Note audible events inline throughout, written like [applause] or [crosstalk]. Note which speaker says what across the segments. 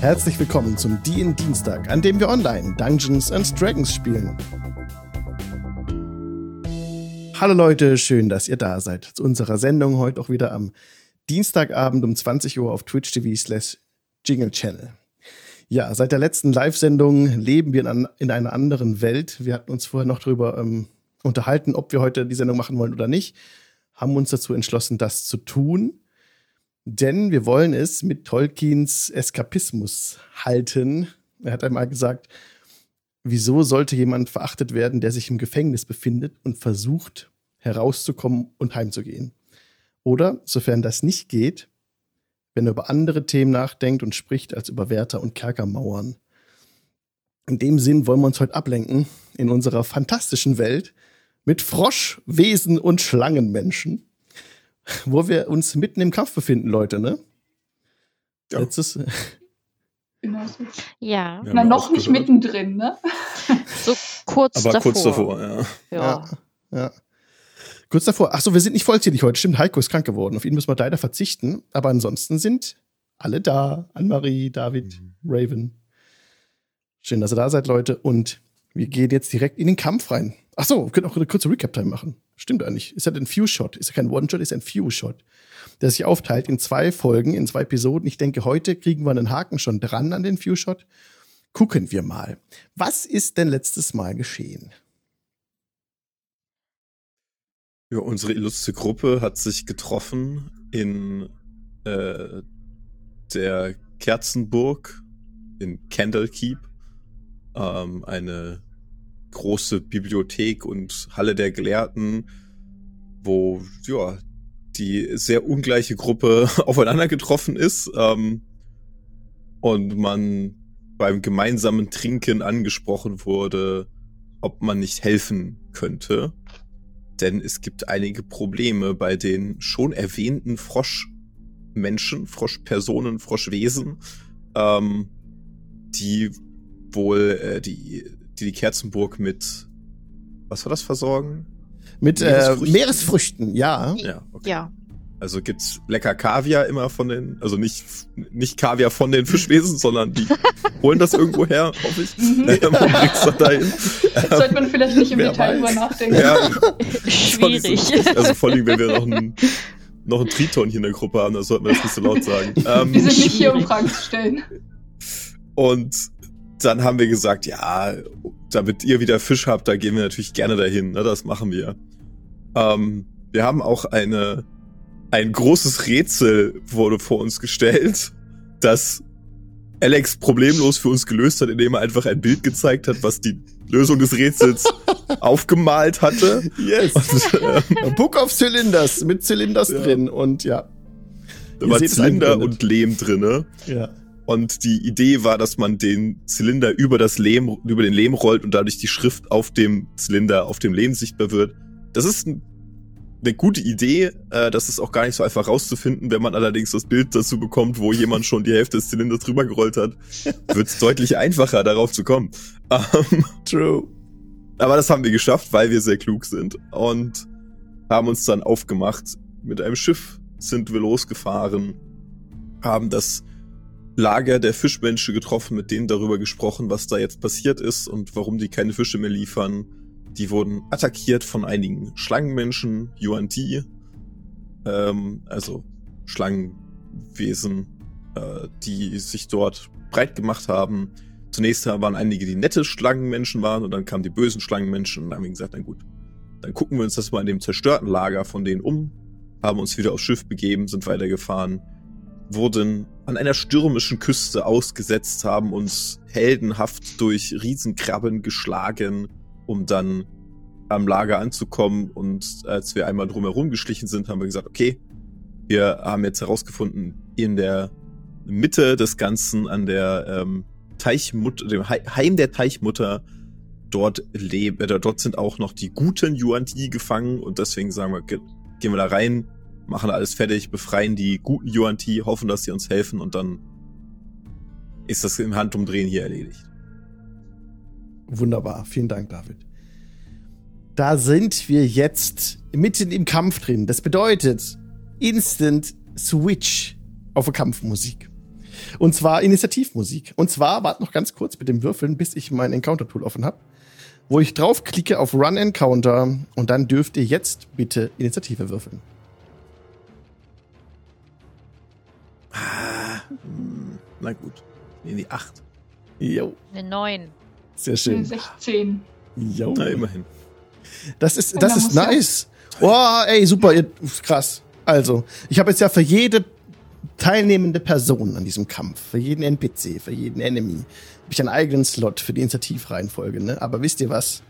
Speaker 1: Herzlich willkommen zum DIN Dienstag, an dem wir online Dungeons and Dragons spielen. Hallo Leute, schön, dass ihr da seid. Zu unserer Sendung heute auch wieder am Dienstagabend um 20 Uhr auf Twitch TV slash Jingle Channel. Ja, seit der letzten Live-Sendung leben wir in, an, in einer anderen Welt. Wir hatten uns vorher noch darüber ähm, unterhalten, ob wir heute die Sendung machen wollen oder nicht. Haben uns dazu entschlossen, das zu tun. Denn wir wollen es mit Tolkiens Eskapismus halten. Er hat einmal gesagt, wieso sollte jemand verachtet werden, der sich im Gefängnis befindet und versucht, herauszukommen und heimzugehen? Oder, sofern das nicht geht, wenn er über andere Themen nachdenkt und spricht als über Wärter und Kerkermauern. In dem Sinn wollen wir uns heute ablenken in unserer fantastischen Welt mit Frosch, Wesen und Schlangenmenschen, wo wir uns mitten im Kampf befinden, Leute, ne?
Speaker 2: Ja.
Speaker 1: Letztes,
Speaker 3: Genau so.
Speaker 4: Ja,
Speaker 2: Wir haben
Speaker 3: Na,
Speaker 2: ja
Speaker 3: noch nicht
Speaker 2: aufgehört.
Speaker 3: mittendrin, ne?
Speaker 4: so kurz
Speaker 2: Aber
Speaker 4: davor.
Speaker 2: kurz davor, ja.
Speaker 4: Ja.
Speaker 1: Ja. Kurz davor. Achso, wir sind nicht vollzählig heute. Stimmt, Heiko ist krank geworden. Auf ihn müssen wir leider verzichten. Aber ansonsten sind alle da. Annemarie, David, Raven. Schön, dass ihr da seid, Leute. Und wir gehen jetzt direkt in den Kampf rein. Achso, wir können auch eine kurze Recap-Time machen. Stimmt eigentlich. Ist ja ein Few-Shot. Ist ja kein One-Shot, ist ein Few-Shot. Der sich aufteilt in zwei Folgen, in zwei Episoden. Ich denke, heute kriegen wir einen Haken schon dran an den Few-Shot. Gucken wir mal. Was ist denn letztes Mal geschehen?
Speaker 2: ja. Unsere illustre Gruppe hat sich getroffen in äh, der Kerzenburg in Candlekeep. Ähm, eine große Bibliothek und Halle der Gelehrten, wo ja die sehr ungleiche Gruppe [laughs] aufeinander getroffen ist ähm, und man beim gemeinsamen Trinken angesprochen wurde, ob man nicht helfen könnte. Denn es gibt einige Probleme bei den schon erwähnten Froschmenschen, Froschpersonen, Froschwesen, ähm, die wohl äh, die, die die Kerzenburg mit was war das versorgen?
Speaker 1: Mit
Speaker 2: Meeresfrüchten.
Speaker 1: Äh, Meeresfrüchten, ja.
Speaker 2: Ja, okay.
Speaker 4: Ja,
Speaker 2: Also gibt's lecker Kaviar immer von den, also nicht nicht Kaviar von den Fischwesen, sondern die holen das irgendwo her, hoffe
Speaker 3: [laughs]
Speaker 2: ich. [laughs]
Speaker 3: Mhm.
Speaker 2: Ähm, und bringt's dann dahin.
Speaker 3: Jetzt sollte man vielleicht nicht im
Speaker 2: Wer
Speaker 3: Detail
Speaker 2: weiß.
Speaker 3: drüber nachdenken.
Speaker 2: [laughs] Ja, von diesem-
Speaker 4: schwierig. [laughs]
Speaker 2: Also vor allem, wenn wir
Speaker 1: [laughs]
Speaker 2: noch einen, noch einen Triton hier in der Gruppe haben, dann sollten wir das nicht so laut
Speaker 1: [laughs]
Speaker 2: sagen.
Speaker 3: Wir
Speaker 2: Ähm,
Speaker 3: sind nicht hier, um
Speaker 4: Schwierig.
Speaker 3: Fragen zu stellen.
Speaker 2: und dann haben wir gesagt, ja, damit ihr wieder Fisch habt, da gehen wir natürlich gerne dahin. Ne? Das machen wir. Ähm, wir haben auch eine, ein großes Rätsel wurde vor uns gestellt, [laughs] das Alex problemlos für uns gelöst hat, indem er einfach ein Bild gezeigt hat, was die Lösung
Speaker 1: [laughs]
Speaker 2: des Rätsels aufgemalt hatte.
Speaker 1: Yes. [laughs]
Speaker 2: Und, ähm,
Speaker 1: Book of Zylinders mit Zylinders
Speaker 2: Ja.
Speaker 1: drin und ja.
Speaker 2: Da
Speaker 1: Ihr
Speaker 2: war
Speaker 1: seht es
Speaker 2: Zylinder
Speaker 1: eingeblendet.
Speaker 2: und Lehm drinne.
Speaker 1: Ja.
Speaker 2: Und die Idee war, dass man den Zylinder über das Lehm, über den Lehm rollt und dadurch die Schrift auf dem Zylinder, auf dem Lehm sichtbar wird. Das ist ein, eine gute Idee. Äh, das ist auch gar nicht so einfach rauszufinden. Wenn man allerdings das Bild dazu bekommt, wo jemand schon die Hälfte des Zylinders drüber gerollt hat, wird es deutlich einfacher, darauf zu kommen. Ähm,
Speaker 1: True.
Speaker 2: aber das haben wir geschafft, weil wir sehr klug sind und haben uns dann aufgemacht. Mit einem Schiff sind wir losgefahren, haben das Lager der Fischmenschen getroffen, mit denen darüber gesprochen, was da jetzt passiert ist und warum die keine Fische mehr liefern. Die wurden attackiert von einigen Schlangenmenschen, Yuan Di, ähm, also Schlangenwesen, äh, die sich dort breit gemacht haben. Zunächst waren einige, die nette Schlangenmenschen waren und dann kamen die bösen Schlangenmenschen und dann haben wir gesagt, na gut, dann gucken wir uns das mal in dem zerstörten Lager von denen um, haben uns wieder aufs Schiff begeben, sind weitergefahren, wurden an einer stürmischen Küste ausgesetzt, haben uns heldenhaft durch Riesenkrabben geschlagen, um dann am Lager anzukommen und als wir einmal drumherum geschlichen sind, haben wir gesagt, okay, wir haben jetzt herausgefunden, in der Mitte des Ganzen an der ähm, Teichmutter, dem Hei- Heim der Teichmutter, dort leben, äh, dort sind auch noch die guten Yuan Ti gefangen und deswegen sagen wir, ge gehen wir da rein, machen alles fertig, befreien die guten Yuan Ti, hoffen, dass sie uns helfen und dann ist das im Handumdrehen hier erledigt.
Speaker 1: Wunderbar. Vielen Dank, David. Da sind wir jetzt mitten im Kampf drin. Das bedeutet Instant Switch auf Kampfmusik. Und zwar Initiativmusik. Und zwar, warte noch ganz kurz mit dem Würfeln, bis ich mein Encounter-Tool offen habe. Wo ich draufklicke auf Run Encounter und dann dürft ihr jetzt bitte Initiative würfeln.
Speaker 2: Ah, hm, na gut. Nee, die 8.
Speaker 1: Jo,
Speaker 4: Eine 9.
Speaker 1: sehr
Speaker 3: Eine
Speaker 1: schön.
Speaker 3: 16.
Speaker 1: Jo.
Speaker 2: Na, immerhin.
Speaker 1: Das ist,
Speaker 3: Und
Speaker 1: das
Speaker 3: dann
Speaker 1: ist
Speaker 3: muss ja-
Speaker 1: nice. Oh, ey, super, ihr, uff, krass. Also, ich habe jetzt ja für jede teilnehmende Person an diesem Kampf, für jeden NPC, für jeden Enemy, habe ich einen eigenen Slot für die Initiativreihenfolge, ne? Aber wisst ihr was?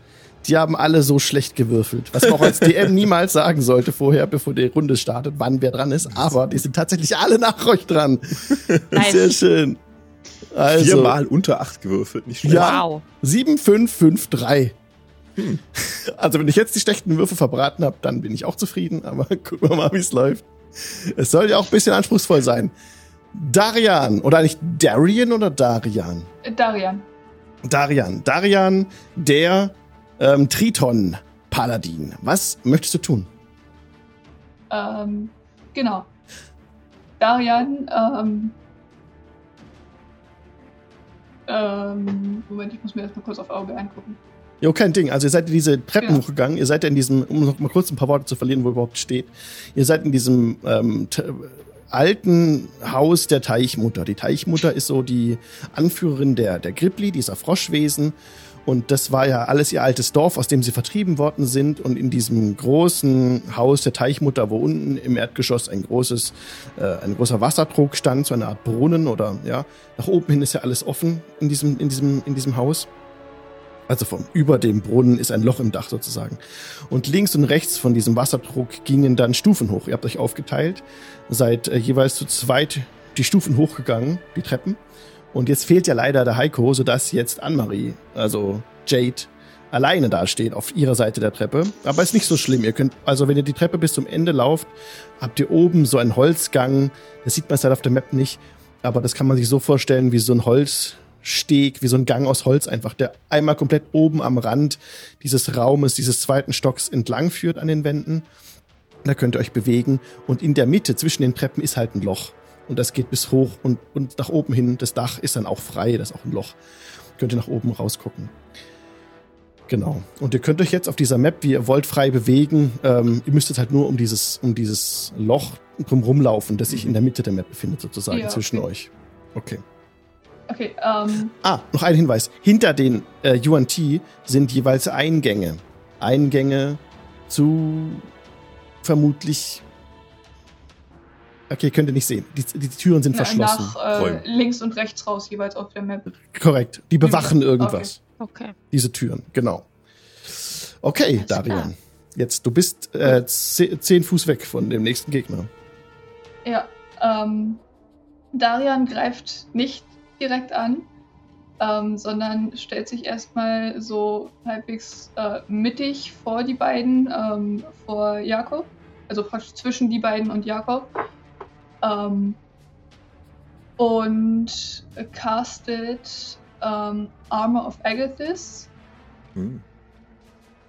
Speaker 1: Die haben alle so schlecht gewürfelt, was man auch als
Speaker 3: [laughs]
Speaker 1: DM niemals sagen sollte vorher, bevor die Runde startet, wann wer dran ist. Aber die sind tatsächlich alle nach euch dran.
Speaker 4: Nice.
Speaker 1: Sehr schön. Also,
Speaker 2: Viermal unter 8 gewürfelt, nicht schlecht.
Speaker 1: Ja.
Speaker 4: Wow.
Speaker 1: 7553. [laughs] Also, wenn ich jetzt die schlechten Würfe verbraten habe, dann bin ich auch zufrieden, aber [laughs] gucken wir mal, wie es läuft. Es soll ja auch ein bisschen anspruchsvoll sein. Darian, oder nicht Darian oder Darian?
Speaker 3: Äh, Darian.
Speaker 1: Darian, Darian, der ähm, Triton-Paladin. Was möchtest du tun?
Speaker 3: Ähm, genau. Darian, ähm, ähm, Moment, ich muss mir erstmal kurz auf Auge angucken.
Speaker 1: Jo, kein Ding. Also ihr seid diese Treppen
Speaker 3: Ja.
Speaker 1: hochgegangen, ihr seid in diesem, um noch mal kurz ein paar Worte zu verlieren, wo ihr überhaupt steht, ihr seid in diesem ähm, t- alten Haus der Teichmutter. Die Teichmutter ist so die Anführerin der, der Gripli, dieser Froschwesen. Und das war ja alles ihr altes Dorf, aus dem sie vertrieben worden sind. Und in diesem großen Haus der Teichmutter, wo unten im Erdgeschoss ein großes, äh, ein großer Wassertrog stand, so eine Art Brunnen oder ja, nach oben hin ist ja alles offen in diesem, in diesem, in diesem Haus. Also vom über dem Brunnen ist ein Loch im Dach sozusagen. Und links und rechts von diesem Wasserdruck gingen dann Stufen hoch. Ihr habt euch aufgeteilt, seid äh, jeweils zu zweit die Stufen hochgegangen, die Treppen. Und jetzt fehlt ja leider der Heiko, sodass jetzt Annemarie, also Jade, alleine dasteht auf ihrer Seite der Treppe. Aber ist nicht so schlimm. Ihr könnt, also wenn ihr die Treppe bis zum Ende lauft, habt ihr oben so einen Holzgang. Das sieht man halt auf der Map nicht. Aber das kann man sich so vorstellen wie so ein Holzsteg, wie so ein Gang aus Holz einfach, der einmal komplett oben am Rand dieses Raumes, dieses zweiten Stocks entlang führt an den Wänden. Da könnt ihr euch bewegen. Und in der Mitte zwischen den Treppen ist halt ein Loch. Und das geht bis hoch und, und nach oben hin. Das Dach ist dann auch frei, das ist auch ein Loch. Könnt ihr nach oben rausgucken. Genau. Und ihr könnt euch jetzt auf dieser Map, wie ihr wollt, frei bewegen. Ähm, ihr müsstet halt nur um dieses, um dieses Loch drumherum laufen, das sich in der Mitte der Map befindet, sozusagen,
Speaker 3: Ja,
Speaker 1: zwischen
Speaker 3: okay.
Speaker 1: euch. Okay.
Speaker 3: Okay, ähm,
Speaker 1: Ah, noch ein Hinweis. Hinter den äh, UNT sind jeweils Eingänge. Eingänge zu vermutlich. Okay, könnt ihr nicht sehen. Die, die, die Türen sind
Speaker 3: na-
Speaker 1: verschlossen.
Speaker 3: nach äh,
Speaker 2: Räumen.
Speaker 3: links und rechts raus, jeweils auf der Map.
Speaker 1: Korrekt. Die bewachen
Speaker 3: Mhm.
Speaker 1: irgendwas.
Speaker 4: Okay.
Speaker 1: Diese Türen, genau. Okay,
Speaker 4: Alles
Speaker 1: Darian.
Speaker 4: klar.
Speaker 1: Jetzt, du bist äh, ze- zehn Fuß weg von dem nächsten Gegner.
Speaker 3: Ja, ähm, Darian greift nicht direkt an, ähm, sondern stellt sich erstmal so halbwegs äh, mittig vor die beiden, ähm, vor Jakob, also praktisch zwischen die beiden und Jakob. Ähm, und castet ähm, Armor of Agathis,
Speaker 2: Hm.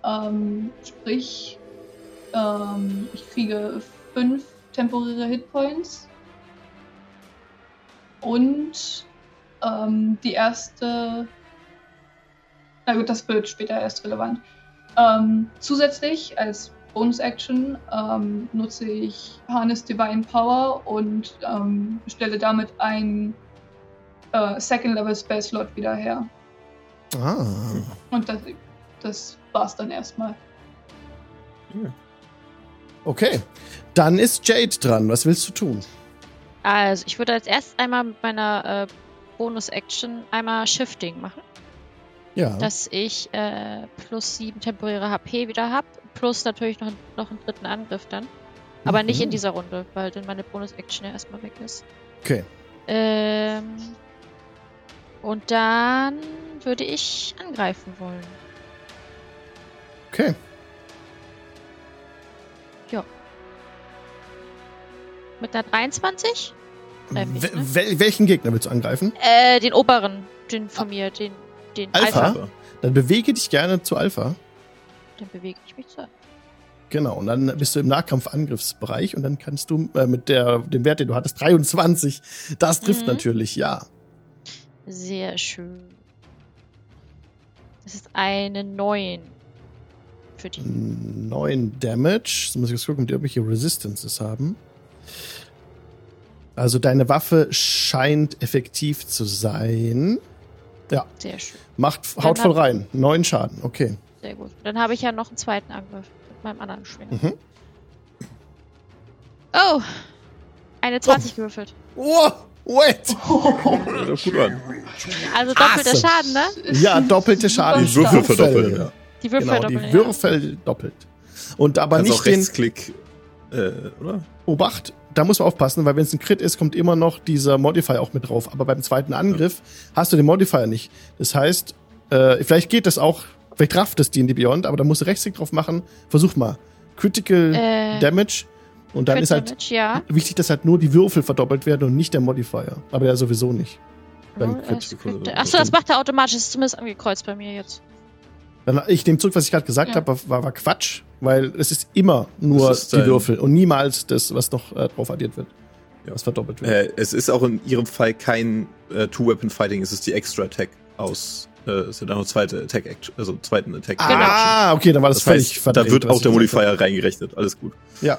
Speaker 3: ähm, sprich, ähm, ich kriege fünf temporäre Hitpoints. Und ähm, die erste. Na gut, das wird später erst relevant. Ähm, zusätzlich als Bonus-Action ähm, nutze ich Harness Divine Power und ähm, stelle damit ein äh, Second-Level-Space-Slot wieder her.
Speaker 1: Ah.
Speaker 3: Und das, das war's dann erstmal.
Speaker 1: Okay. Dann ist Jade dran. Was willst du tun?
Speaker 4: Also, ich würde als erstes einmal mit meiner äh, Bonus-Action einmal Shifting machen,
Speaker 1: Ja.
Speaker 4: dass ich äh, plus 7 temporäre HP wieder habe, plus natürlich noch, noch einen dritten Angriff dann. Aber nicht in
Speaker 1: Mhm.
Speaker 4: dieser Runde, weil dann meine Bonus-Action ja erstmal weg ist.
Speaker 1: Okay.
Speaker 4: Ähm, und dann würde ich angreifen wollen.
Speaker 1: Okay.
Speaker 4: Mit einer 23? Treff ich,
Speaker 1: Wel-
Speaker 4: ne?
Speaker 1: wel- welchen Gegner willst du angreifen?
Speaker 4: Äh, den oberen, den von mir, den, den
Speaker 1: Ah. Alpha?
Speaker 4: Alpha.
Speaker 2: Aber
Speaker 1: Dann bewege dich gerne zu Alpha.
Speaker 4: Dann bewege ich mich zu.
Speaker 1: Genau, und dann bist du im Nahkampfangriffsbereich und dann kannst du äh, mit der, dem Wert, den du hattest, 23, das trifft
Speaker 4: Mhm.
Speaker 1: natürlich, ja.
Speaker 4: Sehr schön. Das ist eine 9 für die.
Speaker 1: Mhm. 9 Damage. Jetzt muss ich jetzt gucken, ob die irgendwelche Resistances haben. Also deine Waffe scheint effektiv zu sein.
Speaker 4: Sehr schön.
Speaker 1: Macht,
Speaker 4: Dann
Speaker 1: haut voll
Speaker 4: hat-
Speaker 1: rein. Neun Schaden, okay.
Speaker 4: Sehr gut. Dann habe ich ja noch einen zweiten Angriff mit meinem anderen Schwert.
Speaker 1: Mhm.
Speaker 4: Oh! Eine 20 gewürfelt.
Speaker 1: Oh, wait!
Speaker 2: Hört doch gut an.
Speaker 4: Also doppelter
Speaker 1: Awesome.
Speaker 4: Schaden, ne?
Speaker 1: Ja, doppelte Schaden.
Speaker 2: Die Würfel
Speaker 1: Würfel,
Speaker 2: verdoppeln,
Speaker 1: ja.
Speaker 2: ja.
Speaker 4: Die Würfel
Speaker 1: Genau,
Speaker 4: doppeln,
Speaker 1: die
Speaker 4: ja.
Speaker 1: Würfel doppelt. Und aber
Speaker 2: Kannst auch
Speaker 1: nicht den
Speaker 2: Rechtsklick, äh, oder?
Speaker 1: Obacht, da muss man aufpassen, weil wenn es ein Crit ist, kommt immer noch dieser Modifier auch mit drauf. Aber beim zweiten Angriff hast du den Modifier nicht. Das heißt, äh, vielleicht geht das auch, vielleicht rafft es D&D Beyond, aber da musst du Rechtsklick drauf machen. Versuch mal. Critical
Speaker 4: Äh,
Speaker 1: Damage. Und dann
Speaker 4: Crit
Speaker 1: ist halt
Speaker 4: Damage, ja.
Speaker 1: wichtig, dass halt nur die Würfel verdoppelt werden und nicht der Modifier. Aber der sowieso nicht. beim
Speaker 4: Genau,
Speaker 1: Crit
Speaker 4: das
Speaker 2: Sekunde
Speaker 4: Crit-
Speaker 2: sogar.
Speaker 4: Achso, das macht er automatisch. Das ist zumindest angekreuzt bei mir jetzt.
Speaker 1: Dann, ich nehme zurück, was ich gerade gesagt
Speaker 3: Ja.
Speaker 1: habe, war- war, war Quatsch, weil es ist immer nur
Speaker 2: Das ist
Speaker 1: die
Speaker 2: dein-
Speaker 1: Würfel und niemals das, was noch äh, drauf addiert wird.
Speaker 2: Ja.
Speaker 1: Was verdoppelt wird.
Speaker 2: Äh, es ist auch in ihrem Fall kein äh, Two-Weapon-Fighting, es ist die Extra-Attack aus. Äh, es hat auch eine zweite Attack-Action, also zweiten attack
Speaker 1: Ah, okay, dann war das,
Speaker 2: Das
Speaker 1: völlig
Speaker 2: heißt, da
Speaker 1: verdreht,
Speaker 2: wird
Speaker 1: was
Speaker 2: auch
Speaker 1: ich
Speaker 2: der
Speaker 1: gesagt habe.
Speaker 2: Modifier reingerechnet. Alles gut.
Speaker 1: Ja.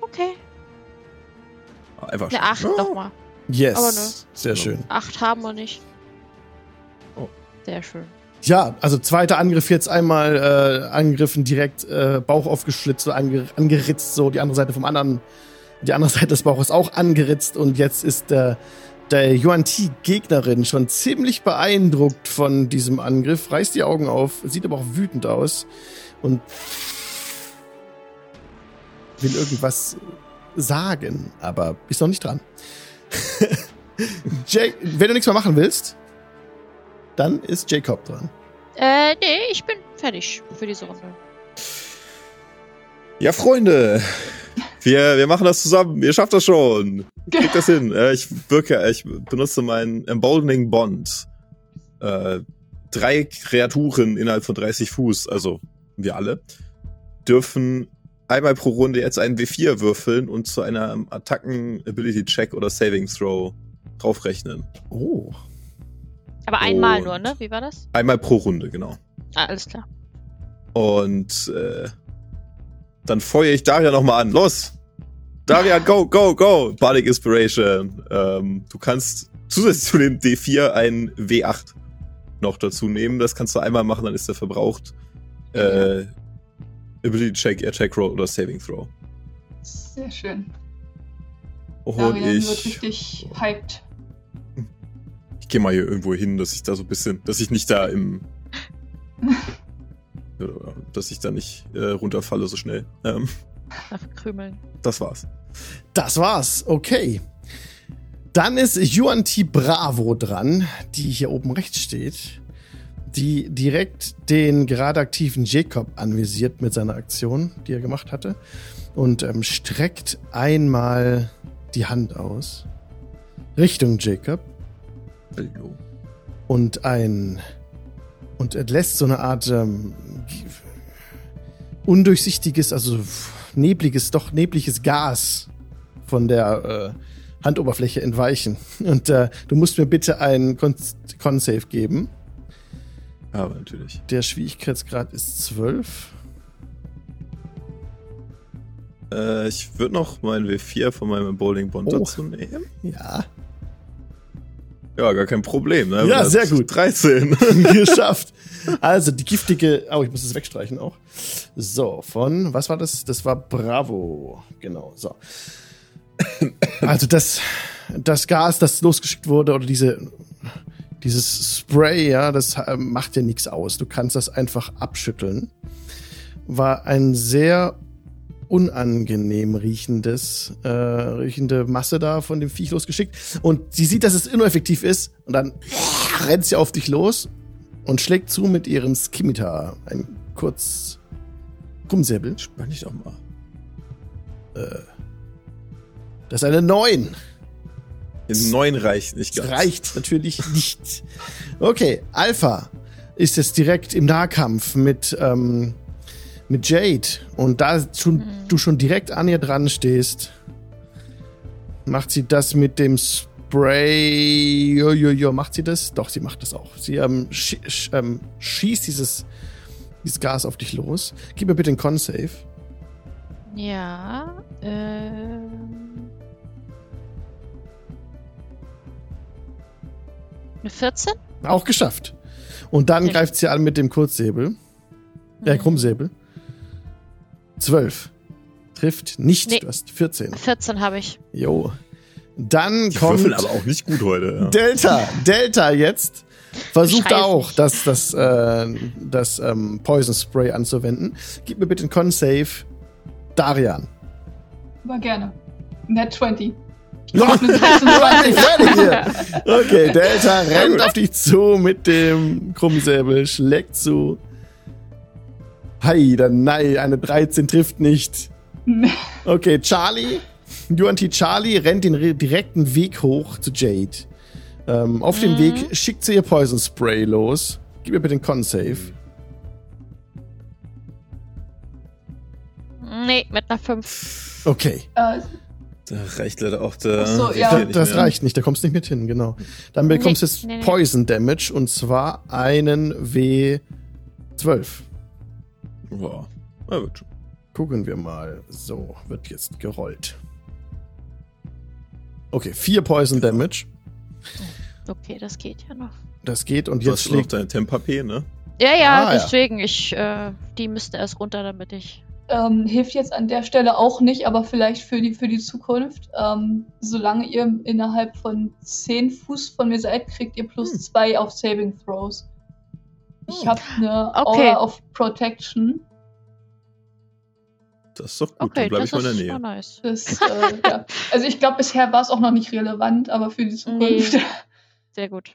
Speaker 4: Okay.
Speaker 2: Einfach
Speaker 4: Eine 8
Speaker 1: Oh.
Speaker 2: Ja.
Speaker 4: nochmal.
Speaker 1: Yes.
Speaker 4: Aber ne.
Speaker 1: Sehr
Speaker 2: Genau.
Speaker 1: schön.
Speaker 4: 8 haben wir nicht.
Speaker 2: Oh.
Speaker 4: Sehr schön.
Speaker 1: Ja, also zweiter Angriff jetzt einmal äh, angegriffen, direkt äh, Bauch aufgeschlitzt, so ange angeritzt, so die andere Seite vom anderen, die andere [laughs] Seite des Bauches auch angeritzt und jetzt ist der, der Yuan Ti Gegnerin schon ziemlich beeindruckt von diesem Angriff, reißt die Augen auf, sieht aber auch wütend aus und will irgendwas sagen, aber ist noch nicht dran. [laughs] Jake, wenn du nichts mehr machen willst, dann ist Jacob dran.
Speaker 4: Äh, nee, ich bin fertig für diese Runde.
Speaker 2: Ja, Freunde, wir, wir machen das zusammen. Ihr schafft das schon. Ihr kriegt das hin. Äh, ich wirke, ich benutze meinen Emboldening Bond. Äh, drei Kreaturen innerhalb von 30 Fuß, also wir alle, dürfen einmal pro Runde jetzt einen W4 würfeln und zu einer Attacken, Ability Check oder Saving Throw draufrechnen.
Speaker 1: Oh.
Speaker 4: Aber einmal
Speaker 2: Und-
Speaker 4: nur, ne? Wie war das?
Speaker 2: Einmal pro Runde, genau.
Speaker 4: Ah, alles klar.
Speaker 2: Und äh, dann feuere ich Daria nochmal an. Los! Daria, go, go, go! Bardic Inspiration. Ähm, du kannst zusätzlich zu dem D4 einen W8 noch dazu nehmen. Das kannst du einmal machen, dann ist der verbraucht. Äh, Ability Check, Attack Roll oder Saving Throw.
Speaker 3: Sehr schön.
Speaker 2: Und
Speaker 3: Darian wird
Speaker 2: ich,
Speaker 3: richtig hyped.
Speaker 2: ich gehe mal hier irgendwo hin, dass ich da so ein bisschen, dass ich nicht da im. dass ich da nicht äh, runterfalle so schnell. Ähm,
Speaker 4: Nach Krümeln.
Speaker 2: das war's.
Speaker 1: Das war's. Okay. Dann ist Yuanti Bravo dran, die hier oben rechts steht, die direkt den gerade aktiven Jacob anvisiert mit seiner Aktion, die er gemacht hatte, und ähm, streckt einmal die Hand aus Richtung Jacob
Speaker 2: Hallo.
Speaker 1: und ein und er lässt so eine Art ähm, g- undurchsichtiges, also nebliges, doch nebliges Gas von der äh, Handoberfläche entweichen. [laughs] Und äh, du musst mir bitte einen Con- Con-Save geben.
Speaker 2: Aber natürlich.
Speaker 1: Der Schwierigkeitsgrad ist 12.
Speaker 2: Äh, ich würde noch meinen W4 von meinem Bowling Bond
Speaker 1: Oh.
Speaker 2: dazu nehmen.
Speaker 1: Ja,
Speaker 2: Ja, gar kein Problem. Ne?
Speaker 1: Ja,
Speaker 2: Das
Speaker 1: sehr gut.
Speaker 2: 13.
Speaker 1: [laughs] geschafft. Also die giftige, oh, ich muss das wegstreichen auch. So, von, was war das? Das war Bravo. Genau, so. Also das, das Gas, das losgeschickt wurde, oder diese, dieses Spray, ja, das äh, macht dir nichts aus. Du kannst das einfach abschütteln. War ein sehr unangenehm riechendes, äh, riechende Masse da von dem Viech losgeschickt. Und sie sieht, dass es ineffektiv ist und dann rennt sie auf dich los und schlägt zu mit ihrem Skimitar. Ein kurz Krummsäbel.
Speaker 2: Spann ich doch mal.
Speaker 1: Äh, Das ist eine 9.
Speaker 2: In 9 reicht nicht
Speaker 1: Das
Speaker 2: ganz.
Speaker 1: reicht natürlich [laughs] nicht. Okay, Alpha ist jetzt direkt im Nahkampf mit, ähm, mit Jade und da schon,
Speaker 4: Mhm.
Speaker 1: du schon direkt an ihr dran stehst, macht sie das mit dem Spray. Jo, jo, jo, macht sie das? Doch, sie macht das auch. Sie ähm, schi sch ähm, schießt dieses, dieses Gas auf dich los. Gib mir bitte einen Con-Save.
Speaker 4: Ja. Ähm. Eine 14?
Speaker 1: Auch geschafft. Und dann
Speaker 4: Okay.
Speaker 1: greift sie an mit dem Kurzsäbel.
Speaker 4: Mhm.
Speaker 1: Äh, Krummsäbel. Zwölf. Trifft nicht.
Speaker 4: Nee.
Speaker 1: Du hast 14.
Speaker 4: 14 habe ich.
Speaker 1: Jo. Dann
Speaker 2: Die
Speaker 1: kommt.
Speaker 2: würfeln aber auch ne? nicht gut heute. Ja.
Speaker 1: Delta, Delta jetzt versucht
Speaker 4: Scheiße.
Speaker 1: auch, das, das, äh, das ähm, Poison Spray anzuwenden. Gib mir bitte einen Con-Save.
Speaker 2: [laughs]
Speaker 1: Darian.
Speaker 3: Aber gerne.
Speaker 1: [laughs]
Speaker 3: Nat 20.
Speaker 1: Noch
Speaker 3: Eine 26.
Speaker 1: [laughs] Okay, Delta rennt auf dich zu mit dem Krummsäbel, schlägt zu. Hi, dann nein, eine 13 trifft nicht. Okay, Charlie, Yuanti Charlie rennt den re- direkten Weg hoch zu Jade. Ähm, auf dem
Speaker 4: Mhm.
Speaker 1: Weg schickt sie ihr Poison Spray los. Gib mir bitte den Con-Save.
Speaker 4: Nee, mit einer 5.
Speaker 1: Okay,
Speaker 3: [laughs] äh,
Speaker 2: Da reicht leider auch der.
Speaker 3: Ach so,
Speaker 2: der
Speaker 3: ja.
Speaker 2: Fehler nicht
Speaker 1: das
Speaker 2: mehr.
Speaker 1: reicht nicht, da kommst du nicht mit hin, genau. Dann bekommst du
Speaker 4: Nee,
Speaker 1: jetzt
Speaker 4: nee, nee.
Speaker 1: Poison Damage und zwar einen W12.
Speaker 2: Boah. Ja, wird schon.
Speaker 1: Gucken wir mal. So, wird jetzt gerollt. Okay, vier Poison Damage.
Speaker 4: Okay, das geht ja noch.
Speaker 1: Das geht und
Speaker 2: Du
Speaker 1: jetzt
Speaker 2: hast schon noch
Speaker 1: schlägt.
Speaker 2: deine Temp-AP, ne?
Speaker 4: Ja, ja,
Speaker 1: Ah, ja.
Speaker 4: deswegen. Ich, äh, die müsste erst runter, damit ich.
Speaker 3: ähm, hilft jetzt an der Stelle auch nicht, aber vielleicht für die, für die Zukunft. Ähm, solange ihr innerhalb von 10 Fuß von mir seid, kriegt ihr
Speaker 1: Hm.
Speaker 3: plus 2 auf Saving Throws. Ich habe
Speaker 1: Hm.
Speaker 3: eine
Speaker 4: Okay.
Speaker 3: Aura of Protection.
Speaker 2: Das ist doch gut,
Speaker 4: Okay,
Speaker 2: dann bleibe
Speaker 4: das
Speaker 2: ich mal in der
Speaker 4: ist
Speaker 2: Nähe.
Speaker 4: schon nice.
Speaker 3: Das, äh,
Speaker 1: [laughs]
Speaker 3: ja. Also ich glaube, bisher war es auch noch nicht relevant, aber für die Zukunft [laughs]
Speaker 4: Nee. Sehr gut.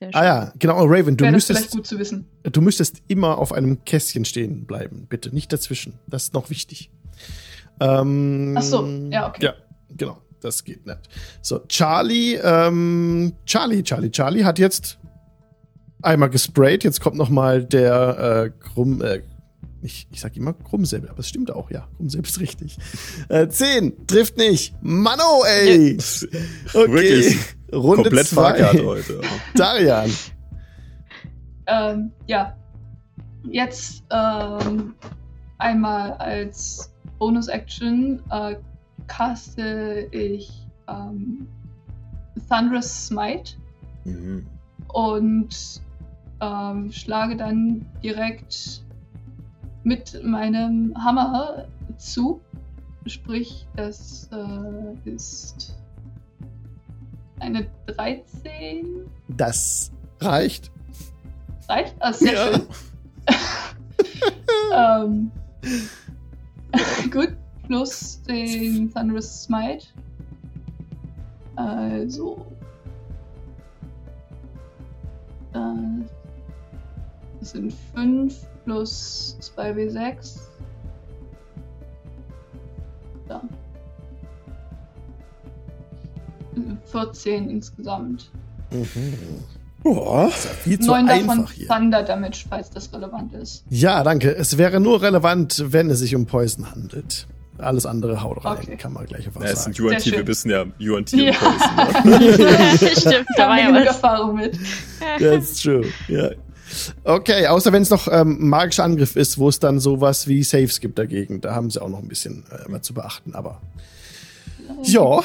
Speaker 4: Sehr
Speaker 1: Ah ja, genau, Raven, du
Speaker 3: wäre das vielleicht
Speaker 1: müsstest,
Speaker 3: gut zu wissen.
Speaker 1: du müsstest immer auf einem Kästchen stehen bleiben, bitte. Nicht dazwischen. Das ist noch wichtig. Ähm,
Speaker 3: Ach so, ja, okay.
Speaker 1: Ja, genau. Das geht nicht. So, Charlie, ähm, Charlie, Charlie, Charlie hat jetzt einmal gesprayt. Jetzt kommt nochmal der äh, Krumm, äh, ich, ich sag immer Krummsäbel, aber es stimmt auch, ja. Krummsäbel ist richtig. Äh, 10, trifft nicht. Mano, ey! Okay.
Speaker 2: Wirklich.
Speaker 1: Runde
Speaker 2: Komplett verkehrt
Speaker 1: zwei.
Speaker 2: heute.
Speaker 1: [laughs] Darian.
Speaker 3: Ähm, ja. Jetzt ähm, einmal als Bonus-Action äh, caste ich ähm, Thunderous Smite
Speaker 2: Mhm.
Speaker 3: und ähm, schlage dann direkt mit meinem Hammer zu. Sprich, das äh, ist eine 13.
Speaker 1: Das reicht.
Speaker 3: Reicht? Ah, sehr
Speaker 1: Ja.
Speaker 3: schön. ähm, [laughs] gut, plus den Thunderous Smite. Also. Äh, Das sind 5 plus 2w6. Da. 14 insgesamt.
Speaker 2: Boah.
Speaker 1: Ist ja viel zu
Speaker 3: Neun davon
Speaker 1: einfach hier.
Speaker 3: Thunder Damage, falls das relevant ist.
Speaker 1: Ja, danke. Es wäre nur relevant, wenn es sich um Poison handelt. Alles andere haut rein,
Speaker 3: Okay.
Speaker 1: kann man gleich einfach
Speaker 2: Ja, es
Speaker 1: sagen.
Speaker 2: sind UNT,
Speaker 3: Sehr schön.
Speaker 2: wir wissen ja, UNT
Speaker 3: Ja.
Speaker 2: und Poison. Ne? [laughs]
Speaker 4: schön. [laughs] Stimmt, da
Speaker 3: Da haben
Speaker 4: war
Speaker 3: wir
Speaker 4: ja
Speaker 3: genug
Speaker 4: was.
Speaker 3: Erfahrung mit.
Speaker 4: [laughs]
Speaker 1: That's true. Ja. Okay, außer wenn es noch ähm, magischer Angriff ist, wo es dann sowas wie Saves gibt dagegen. Da haben sie auch noch ein bisschen äh, immer zu beachten. Aber Ja.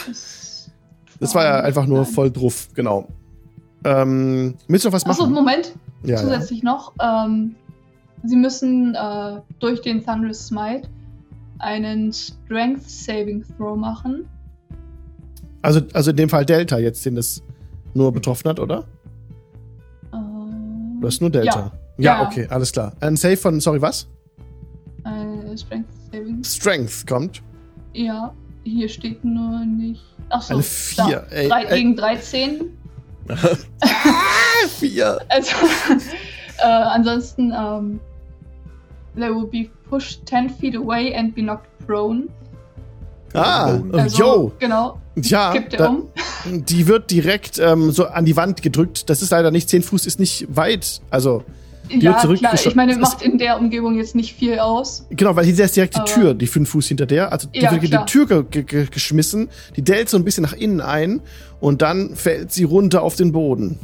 Speaker 1: das war
Speaker 3: Oh,
Speaker 1: ja einfach nur voll drauf, genau. Ähm, willst du noch was
Speaker 3: Achso,
Speaker 1: machen?
Speaker 3: Moment,
Speaker 1: ja, ja.
Speaker 3: zusätzlich noch. Ähm, Sie müssen äh, durch den Thunderous Smite einen Strength Saving Throw machen.
Speaker 1: Also, also in dem Fall Delta jetzt, den das nur betroffen hat, oder?
Speaker 3: Ähm,
Speaker 1: Du hast nur Delta.
Speaker 3: Ja.
Speaker 1: ja, okay, alles klar. Ein Save von, sorry, was?
Speaker 3: Äh, Strength Saving.
Speaker 1: Strength kommt.
Speaker 3: Ja, hier steht nur nicht. Achso,
Speaker 1: Eine 4.
Speaker 3: Da,
Speaker 1: Ey,
Speaker 3: drei,
Speaker 1: ey,
Speaker 3: gegen 13.
Speaker 1: vier.
Speaker 3: Also, [laughs] äh, ansonsten, ähm, they will be pushed 10 feet away and be knocked prone.
Speaker 1: Ah,
Speaker 2: Oh,
Speaker 1: also, yo.
Speaker 3: genau,
Speaker 1: Ja,
Speaker 3: kippt er
Speaker 1: da,
Speaker 3: um.
Speaker 1: die wird direkt ähm, so an die Wand gedrückt. Das ist leider nicht, 10 Fuß ist nicht weit. Also,
Speaker 3: Ja, klar,
Speaker 1: zurückgeschl-
Speaker 3: ich meine,
Speaker 1: Es
Speaker 3: macht in der Umgebung jetzt nicht viel aus.
Speaker 1: Genau, weil hier ist direkt die
Speaker 3: Aber-
Speaker 1: Tür, die fünf Fuß hinter der. Also die
Speaker 3: Ja,
Speaker 1: wird in die
Speaker 3: klar.
Speaker 1: Tür ge ge ge geschmissen, die dellt so ein bisschen nach innen ein und dann fällt sie runter auf den Boden.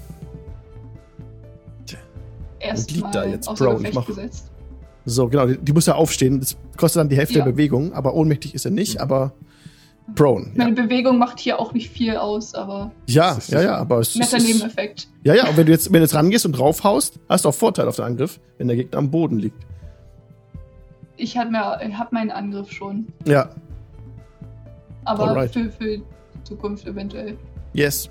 Speaker 3: Erstmal
Speaker 1: liegt da jetzt
Speaker 3: außer
Speaker 1: prone?
Speaker 3: Gefecht
Speaker 1: Ich mach-
Speaker 3: gesetzt.
Speaker 1: So, genau, die, die muss ja aufstehen. Das kostet dann die Hälfte
Speaker 3: Ja.
Speaker 1: der Bewegung, aber ohnmächtig ist er nicht,
Speaker 2: Mhm.
Speaker 1: aber prone.
Speaker 3: Ich
Speaker 1: Ja,
Speaker 3: meine, Bewegung macht hier auch nicht viel aus, aber
Speaker 1: ja,
Speaker 2: Das ist-
Speaker 1: ja, ja, aber es
Speaker 3: netter
Speaker 1: ist.
Speaker 3: Nebeneffekt.
Speaker 1: Ja, ja, und wenn du jetzt, wenn du jetzt rangehst und draufhaust, hast du auch Vorteil auf den Angriff, wenn der Gegner am Boden liegt.
Speaker 3: Ich hab mir, ich hab meinen Angriff schon.
Speaker 1: Ja,
Speaker 3: Aber
Speaker 1: Alright.
Speaker 3: für, für die Zukunft eventuell.
Speaker 1: yes.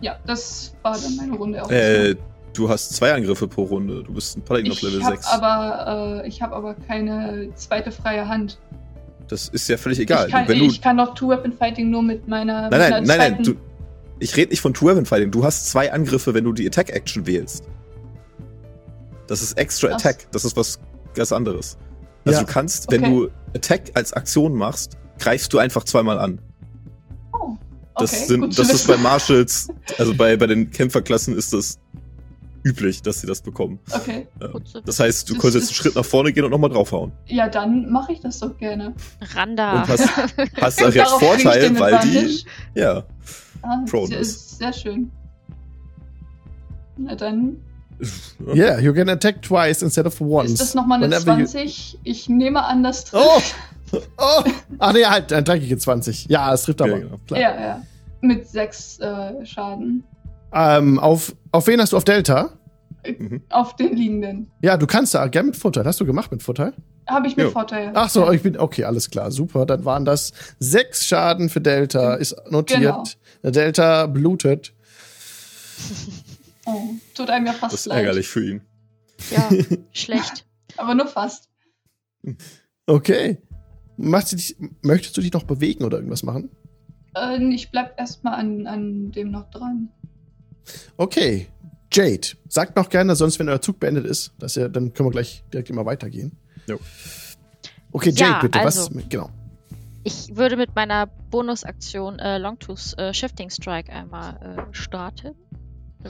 Speaker 3: Ja, das war dann meine Runde auch.
Speaker 2: Äh, du hast zwei Angriffe pro Runde. Du bist ein Paladin auf
Speaker 3: ich
Speaker 2: Level
Speaker 3: habe
Speaker 2: 6.
Speaker 3: aber, äh, ich hab aber keine zweite freie Hand.
Speaker 2: das ist ja völlig egal.
Speaker 3: ich, kann,
Speaker 2: Wenn du,
Speaker 3: ich kann doch Two-Weapon-Fighting nur mit meiner. mit
Speaker 2: nein, nein,
Speaker 3: einer
Speaker 2: nein, nein.
Speaker 3: zweiten-
Speaker 2: Du, ich rede nicht von Two-Weapon-Fighting. Du hast zwei Angriffe, wenn du die Attack-Action wählst. Das ist extra
Speaker 3: Ach.
Speaker 2: Attack. Das ist was ganz anderes. Also
Speaker 1: Ja.
Speaker 2: du kannst, wenn
Speaker 3: Okay.
Speaker 2: du Attack als Aktion machst, greifst du einfach zweimal an. Das,
Speaker 3: okay, gut
Speaker 2: sind,
Speaker 3: zu
Speaker 2: das ist bei
Speaker 3: wissen. [laughs]
Speaker 2: Marshals, also bei, bei den Kämpferklassen ist das üblich, dass sie das bekommen.
Speaker 3: Okay,
Speaker 4: Gut zu
Speaker 2: Das heißt, du
Speaker 3: Das
Speaker 2: konntest jetzt einen
Speaker 3: ist-
Speaker 2: Schritt nach vorne gehen und nochmal draufhauen.
Speaker 3: ja, dann mache ich das doch gerne.
Speaker 4: Randa.
Speaker 2: Und
Speaker 3: [laughs]
Speaker 2: hast, hast da jetzt
Speaker 3: Ah. Darauf krieg ich
Speaker 2: Vorteil,
Speaker 3: den
Speaker 2: weil die.
Speaker 3: Advantage.
Speaker 2: Ja. [laughs]
Speaker 3: Ah,
Speaker 2: Prone
Speaker 3: sehr,
Speaker 2: ist.
Speaker 3: sehr schön. Na dann
Speaker 1: Yeah, you can attack twice instead of once.
Speaker 3: ist das nochmal eine
Speaker 1: Whenever you-
Speaker 3: 20. Ich nehme an, das
Speaker 1: Oh!
Speaker 3: trifft.
Speaker 1: Oh! Ach nee, halt, dann trage ich jetzt 20. Ja, es trifft
Speaker 2: Ja,
Speaker 1: aber.
Speaker 2: genau.
Speaker 1: Klar.
Speaker 3: Ja, ja. Mit 6 äh, Schaden.
Speaker 1: Ähm, auf, auf wen hast du auf Delta?
Speaker 2: Mhm.
Speaker 3: Auf den liegenden.
Speaker 1: Ja, du kannst da gerne mit Vorteil. Hast du gemacht mit Vorteil?
Speaker 3: Habe ich mir
Speaker 2: Jo.
Speaker 3: Vorteil.
Speaker 1: Ach so, ich bin. Okay, alles klar. Super. Dann waren das sechs Schaden für Delta. Ist notiert.
Speaker 3: Genau.
Speaker 1: Delta blutet.
Speaker 3: Oh, tut einem ja fast
Speaker 2: Das ist
Speaker 3: leid.
Speaker 2: ärgerlich für ihn.
Speaker 4: Ja, schlecht.
Speaker 3: Aber nur fast.
Speaker 1: Okay. Machst du dich, möchtest du dich noch bewegen oder irgendwas machen?
Speaker 3: Äh, ich bleib erstmal an, an dem noch dran.
Speaker 1: Okay. Jade, sagt noch gerne, sonst wenn euer Zug beendet ist, dass ihr, dann können wir gleich direkt immer weitergehen.
Speaker 2: Jo.
Speaker 1: Okay, Jade,
Speaker 4: Ja,
Speaker 1: bitte.
Speaker 4: also-
Speaker 1: Was?
Speaker 4: [laughs]
Speaker 1: Genau.
Speaker 4: Ich würde mit meiner Bonusaktion äh, Longtooth äh, Shifting Strike einmal äh, starten.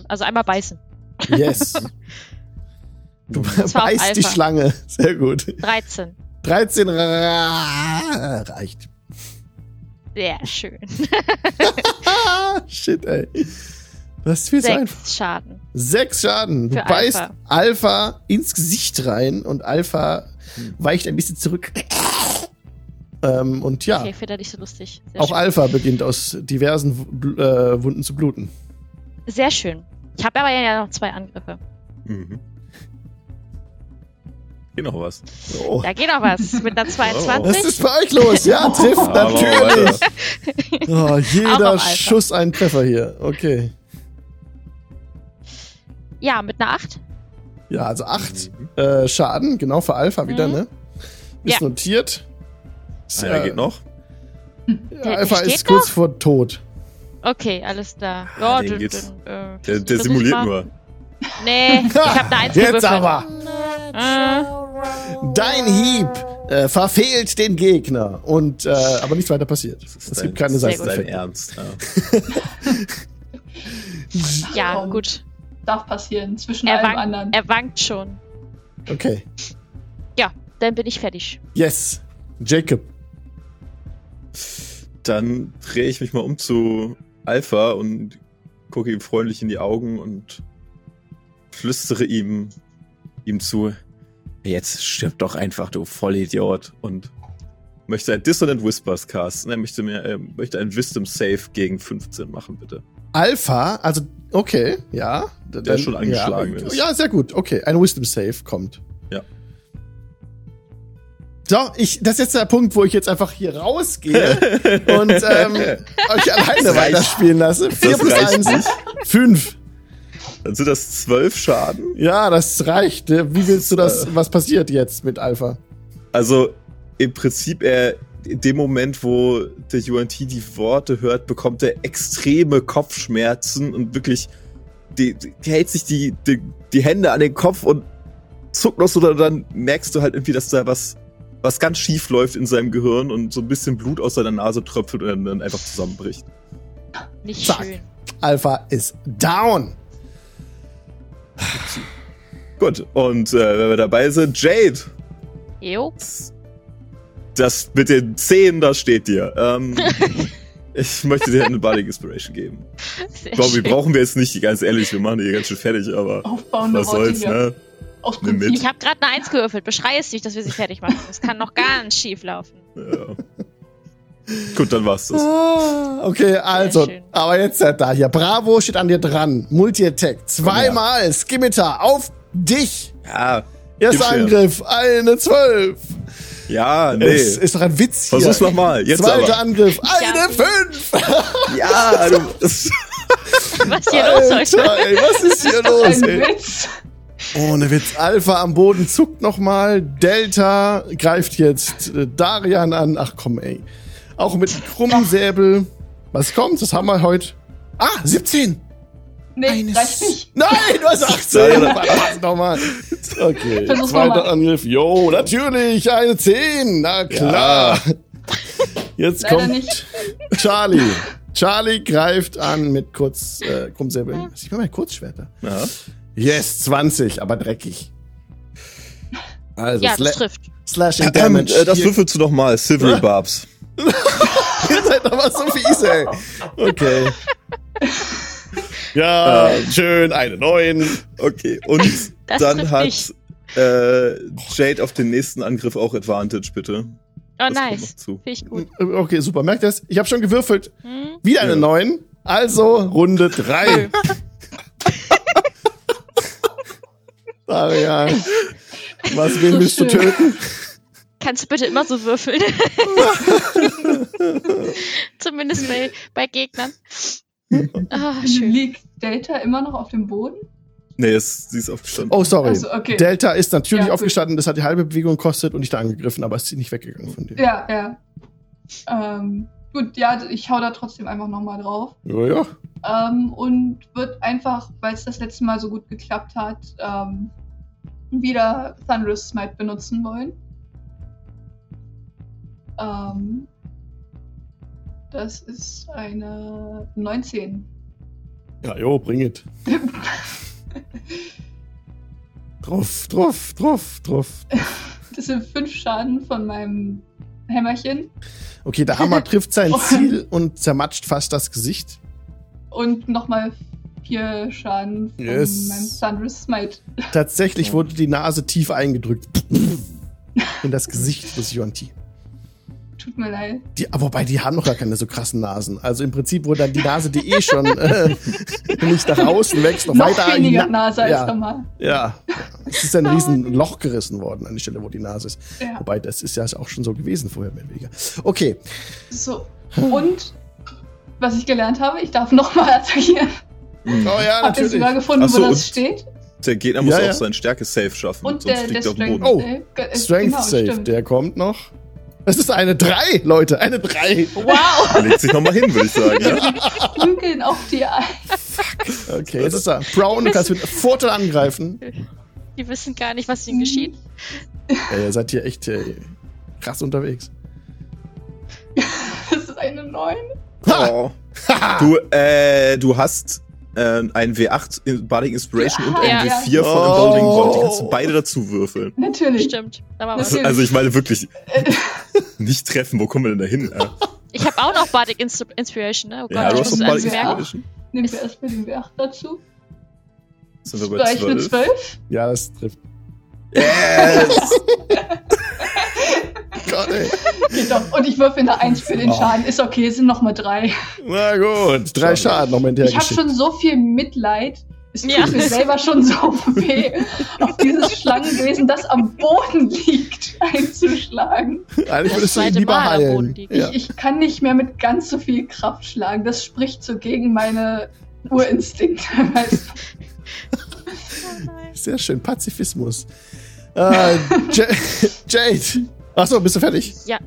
Speaker 4: Also einmal beißen.
Speaker 1: Yes. du
Speaker 4: war
Speaker 1: [laughs]
Speaker 4: auf
Speaker 1: beißt die
Speaker 4: Alpha.
Speaker 1: Schlange. Sehr gut.
Speaker 4: 13.
Speaker 1: 13 ra- reicht.
Speaker 4: Sehr schön.
Speaker 1: Ah, shit, ey. Das ist viel zu einfach.
Speaker 4: Sechs Schaden.
Speaker 1: Sechs Schaden. Du
Speaker 4: Für
Speaker 1: beißt Alpha.
Speaker 4: Alpha.
Speaker 1: ins Gesicht rein und Alpha
Speaker 2: Hm.
Speaker 1: weicht ein bisschen zurück. Ähm, und ja,
Speaker 4: Okay, finde ich so lustig. Sehr
Speaker 1: auch
Speaker 4: schön.
Speaker 1: Alpha beginnt aus diversen W- Bl- äh, Wunden zu bluten.
Speaker 4: Sehr schön. Ich habe aber ja noch zwei Angriffe.
Speaker 2: Mhm. Geht noch was.
Speaker 1: Oh.
Speaker 4: Da geht noch was. Mit einer
Speaker 1: Was
Speaker 4: 22.
Speaker 1: ist bei euch los?
Speaker 4: [laughs]
Speaker 1: Ja, trifft
Speaker 2: Aber
Speaker 1: natürlich.
Speaker 2: weiter.
Speaker 1: Oh,
Speaker 4: Auch auf
Speaker 1: jeder
Speaker 4: Alpha.
Speaker 1: Schuss ein Treffer hier. Okay.
Speaker 4: Ja, mit einer 8.
Speaker 1: Ja, also acht
Speaker 2: Mhm.
Speaker 1: äh, Schaden, genau für Alpha wieder,
Speaker 4: Mhm.
Speaker 1: ne? Ist
Speaker 4: Ja.
Speaker 1: notiert. Ist,
Speaker 2: Einer
Speaker 1: äh,
Speaker 2: Ah, geht noch.
Speaker 1: Ja,
Speaker 4: Der-
Speaker 1: Alpha
Speaker 4: der
Speaker 1: ist
Speaker 4: steht
Speaker 1: kurz vor Tod.
Speaker 4: Okay, alles klar.
Speaker 2: Ah,
Speaker 4: Ja,
Speaker 2: den
Speaker 4: dann-
Speaker 2: geht's.
Speaker 4: dann, äh,
Speaker 2: Der, der
Speaker 4: versuch
Speaker 2: simuliert
Speaker 4: mal.
Speaker 2: nur.
Speaker 4: Nee, ich habe
Speaker 1: [laughs]
Speaker 4: eine 1
Speaker 1: Jetzt aber!
Speaker 4: Äh,
Speaker 1: Dein Hieb äh, verfehlt den Gegner und äh, aber nichts weiter passiert.
Speaker 2: ist
Speaker 1: Es
Speaker 2: dein-
Speaker 1: gibt keine
Speaker 2: das
Speaker 4: Sehr
Speaker 2: ist dein
Speaker 1: Seiteneffekte.
Speaker 2: Ernst. Ja.
Speaker 4: ja,
Speaker 3: Komm,
Speaker 4: gut.
Speaker 3: Darf passieren. Zwischen
Speaker 4: Er
Speaker 3: allem
Speaker 4: wankt,
Speaker 3: anderen.
Speaker 4: er wankt schon.
Speaker 1: Okay.
Speaker 4: Dann bin ich fertig.
Speaker 1: Yes. Jacob.
Speaker 2: Dann drehe ich mich mal um zu Alpha und gucke ihm freundlich in die Augen und flüstere ihm, ihm zu. Jetzt stirb doch einfach, du Vollidiot. Und möchte ein Dissonant Whispers casten. Er möchte mir, äh, möchte ein Wisdom Save gegen 15 machen, bitte.
Speaker 1: Alpha, also, okay, ja. Der
Speaker 2: schon angeschlagen
Speaker 1: ja,
Speaker 2: ist.
Speaker 1: Ja, sehr gut. Okay, ein Wisdom Save kommt.
Speaker 2: Ja.
Speaker 1: So, ich, das ist jetzt der Punkt, wo ich jetzt einfach hier rausgehe
Speaker 2: [laughs]
Speaker 1: und ähm, euch alleine
Speaker 2: reicht.
Speaker 1: weiterspielen lasse. 4 plus
Speaker 2: reicht
Speaker 1: 1, 5.
Speaker 2: Dann sind das 12 Schaden.
Speaker 1: Ja, das reicht. ne? Wie willst du
Speaker 2: Äh.
Speaker 1: das, was passiert jetzt mit Alpha?
Speaker 2: Also im Prinzip, er in dem Moment, wo der UNT die Worte hört, bekommt er extreme Kopfschmerzen und wirklich die, die hält sich die, die, die Hände an den Kopf und zuckt noch so, dann- dann merkst du halt irgendwie, dass da was, was ganz schief läuft in seinem Gehirn und so ein bisschen Blut aus seiner Nase tröpfelt und dann einfach zusammenbricht.
Speaker 4: Nicht
Speaker 1: Zack.
Speaker 4: schön.
Speaker 1: Alpha ist down.
Speaker 2: Gut, und äh, wenn wir dabei sind, Jade,
Speaker 4: Jo.
Speaker 2: das mit den Zehen, das steht dir. Ähm, ich möchte dir eine Bardic Inspiration geben.
Speaker 4: Sehr
Speaker 2: Ich glaube, die
Speaker 4: schön.
Speaker 2: brauchen wir jetzt nicht, ganz ehrlich, wir machen die hier ganz schön fertig, aber
Speaker 3: Aufbauende
Speaker 2: was soll's,
Speaker 3: Oh, hier.
Speaker 2: ne?
Speaker 3: Aus
Speaker 2: Nimm
Speaker 3: Prinzip.
Speaker 2: mit.
Speaker 4: Ich habe gerade eine Eins gewürfelt. Beschrei es nicht, dass wir sie fertig machen. Es kann noch ganz
Speaker 2: [laughs]
Speaker 4: schief laufen.
Speaker 2: Ja. Gut, dann war's das.
Speaker 1: Ah, Okay, also,
Speaker 4: schön.
Speaker 1: aber jetzt seid da hier. Bravo steht an dir dran. Multi-Attack. Zweimal Skimitar auf dich.
Speaker 2: Ja,
Speaker 1: Erster
Speaker 2: Gib's her.
Speaker 1: Angriff, eine zwölf.
Speaker 2: ja, nee.
Speaker 1: Es ist doch ein Witz hier.
Speaker 2: Versuch's nochmal. Jetzt
Speaker 1: Zweiter
Speaker 2: aber.
Speaker 1: Angriff, eine
Speaker 4: Ja.
Speaker 1: fünf.
Speaker 2: Ja, du.
Speaker 4: Was hier los ne? heute?
Speaker 1: [laughs] Alter, ey, was ist hier los,
Speaker 2: [laughs]
Speaker 3: Ein
Speaker 1: ey?
Speaker 3: Witz.
Speaker 1: Ohne Witz. Alpha am Boden zuckt nochmal. Delta greift jetzt äh, Darian an. Ach komm, ey. Auch mit krummem Säbel. Was kommt? Das haben wir heute. Ah, 17.
Speaker 3: Nee,
Speaker 1: Eines-
Speaker 3: reicht nicht.
Speaker 1: Nein, [laughs] du hast 18. Warte, nochmal. Okay,
Speaker 3: Versuch's
Speaker 1: zweiter
Speaker 3: nochmal.
Speaker 1: Angriff. Jo, natürlich, eine 10. Na klar. [laughs] Jetzt
Speaker 3: Leider
Speaker 1: kommt
Speaker 3: nicht.
Speaker 1: Charlie. Charlie greift an mit kurz, äh, Krummsäbeln. Ich mal Kurzschwerter.
Speaker 2: [laughs] Ja.
Speaker 1: Yes, 20, aber dreckig. Also,
Speaker 4: Ja,
Speaker 1: Sla
Speaker 4: das trifft. Oh
Speaker 1: Slashing
Speaker 2: Ähm,
Speaker 1: Damage.
Speaker 2: äh, das
Speaker 1: Ihr-
Speaker 2: würfelst du nochmal, [laughs] Silvery Barbs.
Speaker 1: Ihr seid aber halt so fies, ey. Okay. [laughs] Ähm. Ja, schön, eine 9.
Speaker 2: Okay, und
Speaker 4: Das
Speaker 2: dann
Speaker 4: trifft
Speaker 2: hat
Speaker 4: nicht.
Speaker 2: äh, Jade auf den nächsten Angriff auch Advantage, bitte.
Speaker 4: Oh,
Speaker 2: Das kommt noch
Speaker 4: nice.
Speaker 2: zu.
Speaker 4: Finde ich gut.
Speaker 1: Okay, super. Merkt ihr es? Ich habe schon gewürfelt.
Speaker 4: Hm?
Speaker 1: Wieder eine
Speaker 2: Ja.
Speaker 1: 9. Also Runde 3. [laughs] Darian, was wen
Speaker 3: So
Speaker 1: willst du
Speaker 3: schön.
Speaker 1: töten?
Speaker 4: Kannst du bitte immer so
Speaker 2: [laughs]
Speaker 4: würfeln? Zumindest bei, bei Gegnern. Ah, schön.
Speaker 3: Liegt Delta immer noch auf dem Boden?
Speaker 2: Nee, es, sie ist aufgestanden.
Speaker 1: Oh, sorry.
Speaker 3: Also, okay.
Speaker 1: Delta ist natürlich
Speaker 3: Ja, gut.
Speaker 1: aufgestanden, das hat die halbe Bewegung gekostet und dich da angegriffen, aber ist nicht weggegangen von dir.
Speaker 3: ja, ja. Ähm, gut, ja, ich hau da trotzdem einfach nochmal drauf.
Speaker 1: Ja, ja.
Speaker 3: ähm, und wird einfach, weil es das letzte Mal so gut geklappt hat, ähm, wieder Thunderous Smite benutzen wollen. Ähm, das ist eine 19.
Speaker 1: Ja, jo, bring
Speaker 3: [laughs]
Speaker 1: it. Truff, truff, truff, truff.
Speaker 3: Das sind 5 Schaden von meinem Hämmerchen
Speaker 1: Okay, der Hammer trifft
Speaker 3: [laughs]
Speaker 1: sein Ziel und zermatscht fast das Gesicht.
Speaker 3: und nochmal 4 Schaden von
Speaker 1: Yes.
Speaker 3: meinem Thunderous Smite.
Speaker 1: Tatsächlich wurde die Nase tief
Speaker 3: [laughs]
Speaker 1: eingedrückt. In das Gesicht des Yonti.
Speaker 3: Tut mir leid.
Speaker 1: Die, aber wobei, die haben noch gar keine so krassen Nasen. Also im Prinzip wurde dann die Nase, die eh schon
Speaker 3: [laughs]
Speaker 1: äh, nicht nach außen wächst, noch,
Speaker 3: Noch
Speaker 1: weiter an die
Speaker 3: weniger
Speaker 1: Na-
Speaker 3: Nase als
Speaker 1: ja.
Speaker 3: normal.
Speaker 1: Ja. Es ist ein riesen Loch gerissen worden an die Stelle, wo die Nase ist.
Speaker 3: Ja.
Speaker 1: Wobei, das ist ja auch schon so gewesen vorher, mehr oder weniger. Okay.
Speaker 3: So. Und was ich gelernt habe, ich darf nochmal [laughs] attackieren.
Speaker 2: Mhm.
Speaker 1: Oh ja,
Speaker 3: Habt ihr
Speaker 1: natürlich.
Speaker 3: sogar gefunden,
Speaker 2: Ach so,
Speaker 3: wo
Speaker 2: und-
Speaker 3: das steht?
Speaker 2: Der Gegner muss
Speaker 1: Ja,
Speaker 2: auch
Speaker 1: ja.
Speaker 2: sein stärkes Safe schaffen,
Speaker 3: Und
Speaker 2: sonst
Speaker 3: der, der
Speaker 2: fliegt er auf den
Speaker 3: Strength
Speaker 2: Boden.
Speaker 1: Boden.
Speaker 3: Save. Ge- äh,
Speaker 1: Strength
Speaker 3: genau,
Speaker 1: Save,
Speaker 3: stimmt. [laughs]
Speaker 1: der kommt noch. Es ist eine 3, Leute, eine 3.
Speaker 3: Oh.
Speaker 4: Wow.
Speaker 2: Legt sich nochmal hin, würde ich [laughs] sagen. Ja?
Speaker 3: Prügeln auf die ein.
Speaker 1: Okay, jetzt ist er. Brown, du kannst mit Vorteil angreifen.
Speaker 4: Die wissen gar nicht, was ihnen geschieht.
Speaker 1: Ja, ihr seid hier echt äh, krass unterwegs.
Speaker 3: Das ist eine 9.
Speaker 1: Ha!
Speaker 2: Oh. Du, äh, du hast äh, ein W8 in Bardic Inspiration und ein
Speaker 4: Ja.
Speaker 2: W4 von Emboldening
Speaker 1: Oh.
Speaker 2: Bond. Die kannst du beide dazu würfeln.
Speaker 3: Natürlich.
Speaker 4: Stimmt. Da war was.
Speaker 3: Natürlich.
Speaker 2: Also ich meine
Speaker 4: [laughs]
Speaker 2: wirklich, nicht treffen, wo kommen wir denn da hin?
Speaker 4: Oh
Speaker 2: Äh,
Speaker 4: Ich habe auch noch Bardic Ins Inspiration, ne? Oh Gott,
Speaker 2: ja, du
Speaker 4: ich
Speaker 2: hast
Speaker 4: muss
Speaker 2: noch
Speaker 3: doch
Speaker 4: alles
Speaker 2: Bardic
Speaker 3: Inspiration.
Speaker 4: merken.
Speaker 2: Inspiration.
Speaker 3: Nehmen wir erstmal den W8 dazu.
Speaker 2: Sind wir Also bei
Speaker 3: Gleich mit
Speaker 2: 12?
Speaker 3: 12.
Speaker 1: Ja, das trifft.
Speaker 2: Yes!
Speaker 1: [laughs] Gott, ey.
Speaker 3: Geht doch. Und ich würfel eine 1 für den
Speaker 1: Oh.
Speaker 3: Schaden. Ist okay, es sind nochmal 3.
Speaker 1: Na gut. Drei
Speaker 2: Schade.
Speaker 1: Schaden nochmal hinterher
Speaker 3: Ich habe schon so viel Mitleid. Es tut
Speaker 4: Ja.
Speaker 3: mir selber schon so weh, auf dieses Schlangenwesen, das am Boden liegt, [laughs] einzuschlagen.
Speaker 1: geschickt. Eigentlich
Speaker 4: Das
Speaker 1: würdest du ihn
Speaker 4: zweite
Speaker 1: lieber
Speaker 4: Mal am Boden
Speaker 1: heilen.
Speaker 4: liegen.
Speaker 1: Ja.
Speaker 3: Ich, ich kann nicht mehr mit ganz so viel Kraft schlagen. Das spricht so gegen meine Urinstinkte. [laughs] weißt du.
Speaker 1: Sehr schön. Pazifismus. Äh, Ja- Jade. Achso, bist du fertig?
Speaker 4: Ja,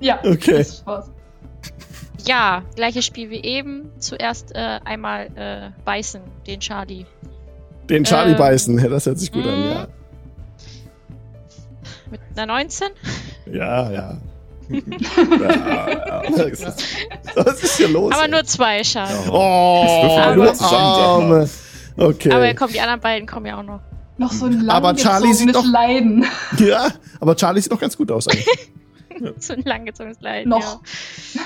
Speaker 3: ja,
Speaker 1: Okay.
Speaker 3: das war's.
Speaker 4: ja, gleiches Spiel wie eben. Zuerst äh, einmal äh, beißen, den Charlie.
Speaker 1: Den Charlie
Speaker 4: Ähm.
Speaker 1: beißen. Ja, das hört sich gut an,
Speaker 4: Mhm.
Speaker 1: ja.
Speaker 4: Mit einer 19. Mhm.
Speaker 1: Ja, ja.
Speaker 2: ja, ja. Ist das-
Speaker 1: Was ist hier los?
Speaker 4: aber
Speaker 1: ey?
Speaker 4: nur zwei Schaden.
Speaker 2: Oh.
Speaker 1: Oh,
Speaker 2: würfeln
Speaker 4: wir mal
Speaker 1: du
Speaker 2: zusammen, sag mal.
Speaker 1: Arme. Okay.
Speaker 4: Aber kommen, die anderen beiden kommen ja auch noch.
Speaker 3: Noch so ein
Speaker 1: Aber Charlie sieht
Speaker 3: langgezogenes
Speaker 1: doch-
Speaker 3: Leiden.
Speaker 1: Ja, aber Charlie sieht noch ganz gut aus eigentlich.
Speaker 4: [laughs] so ein langgezogenes Leid.
Speaker 3: Noch. [laughs]
Speaker 4: Ja.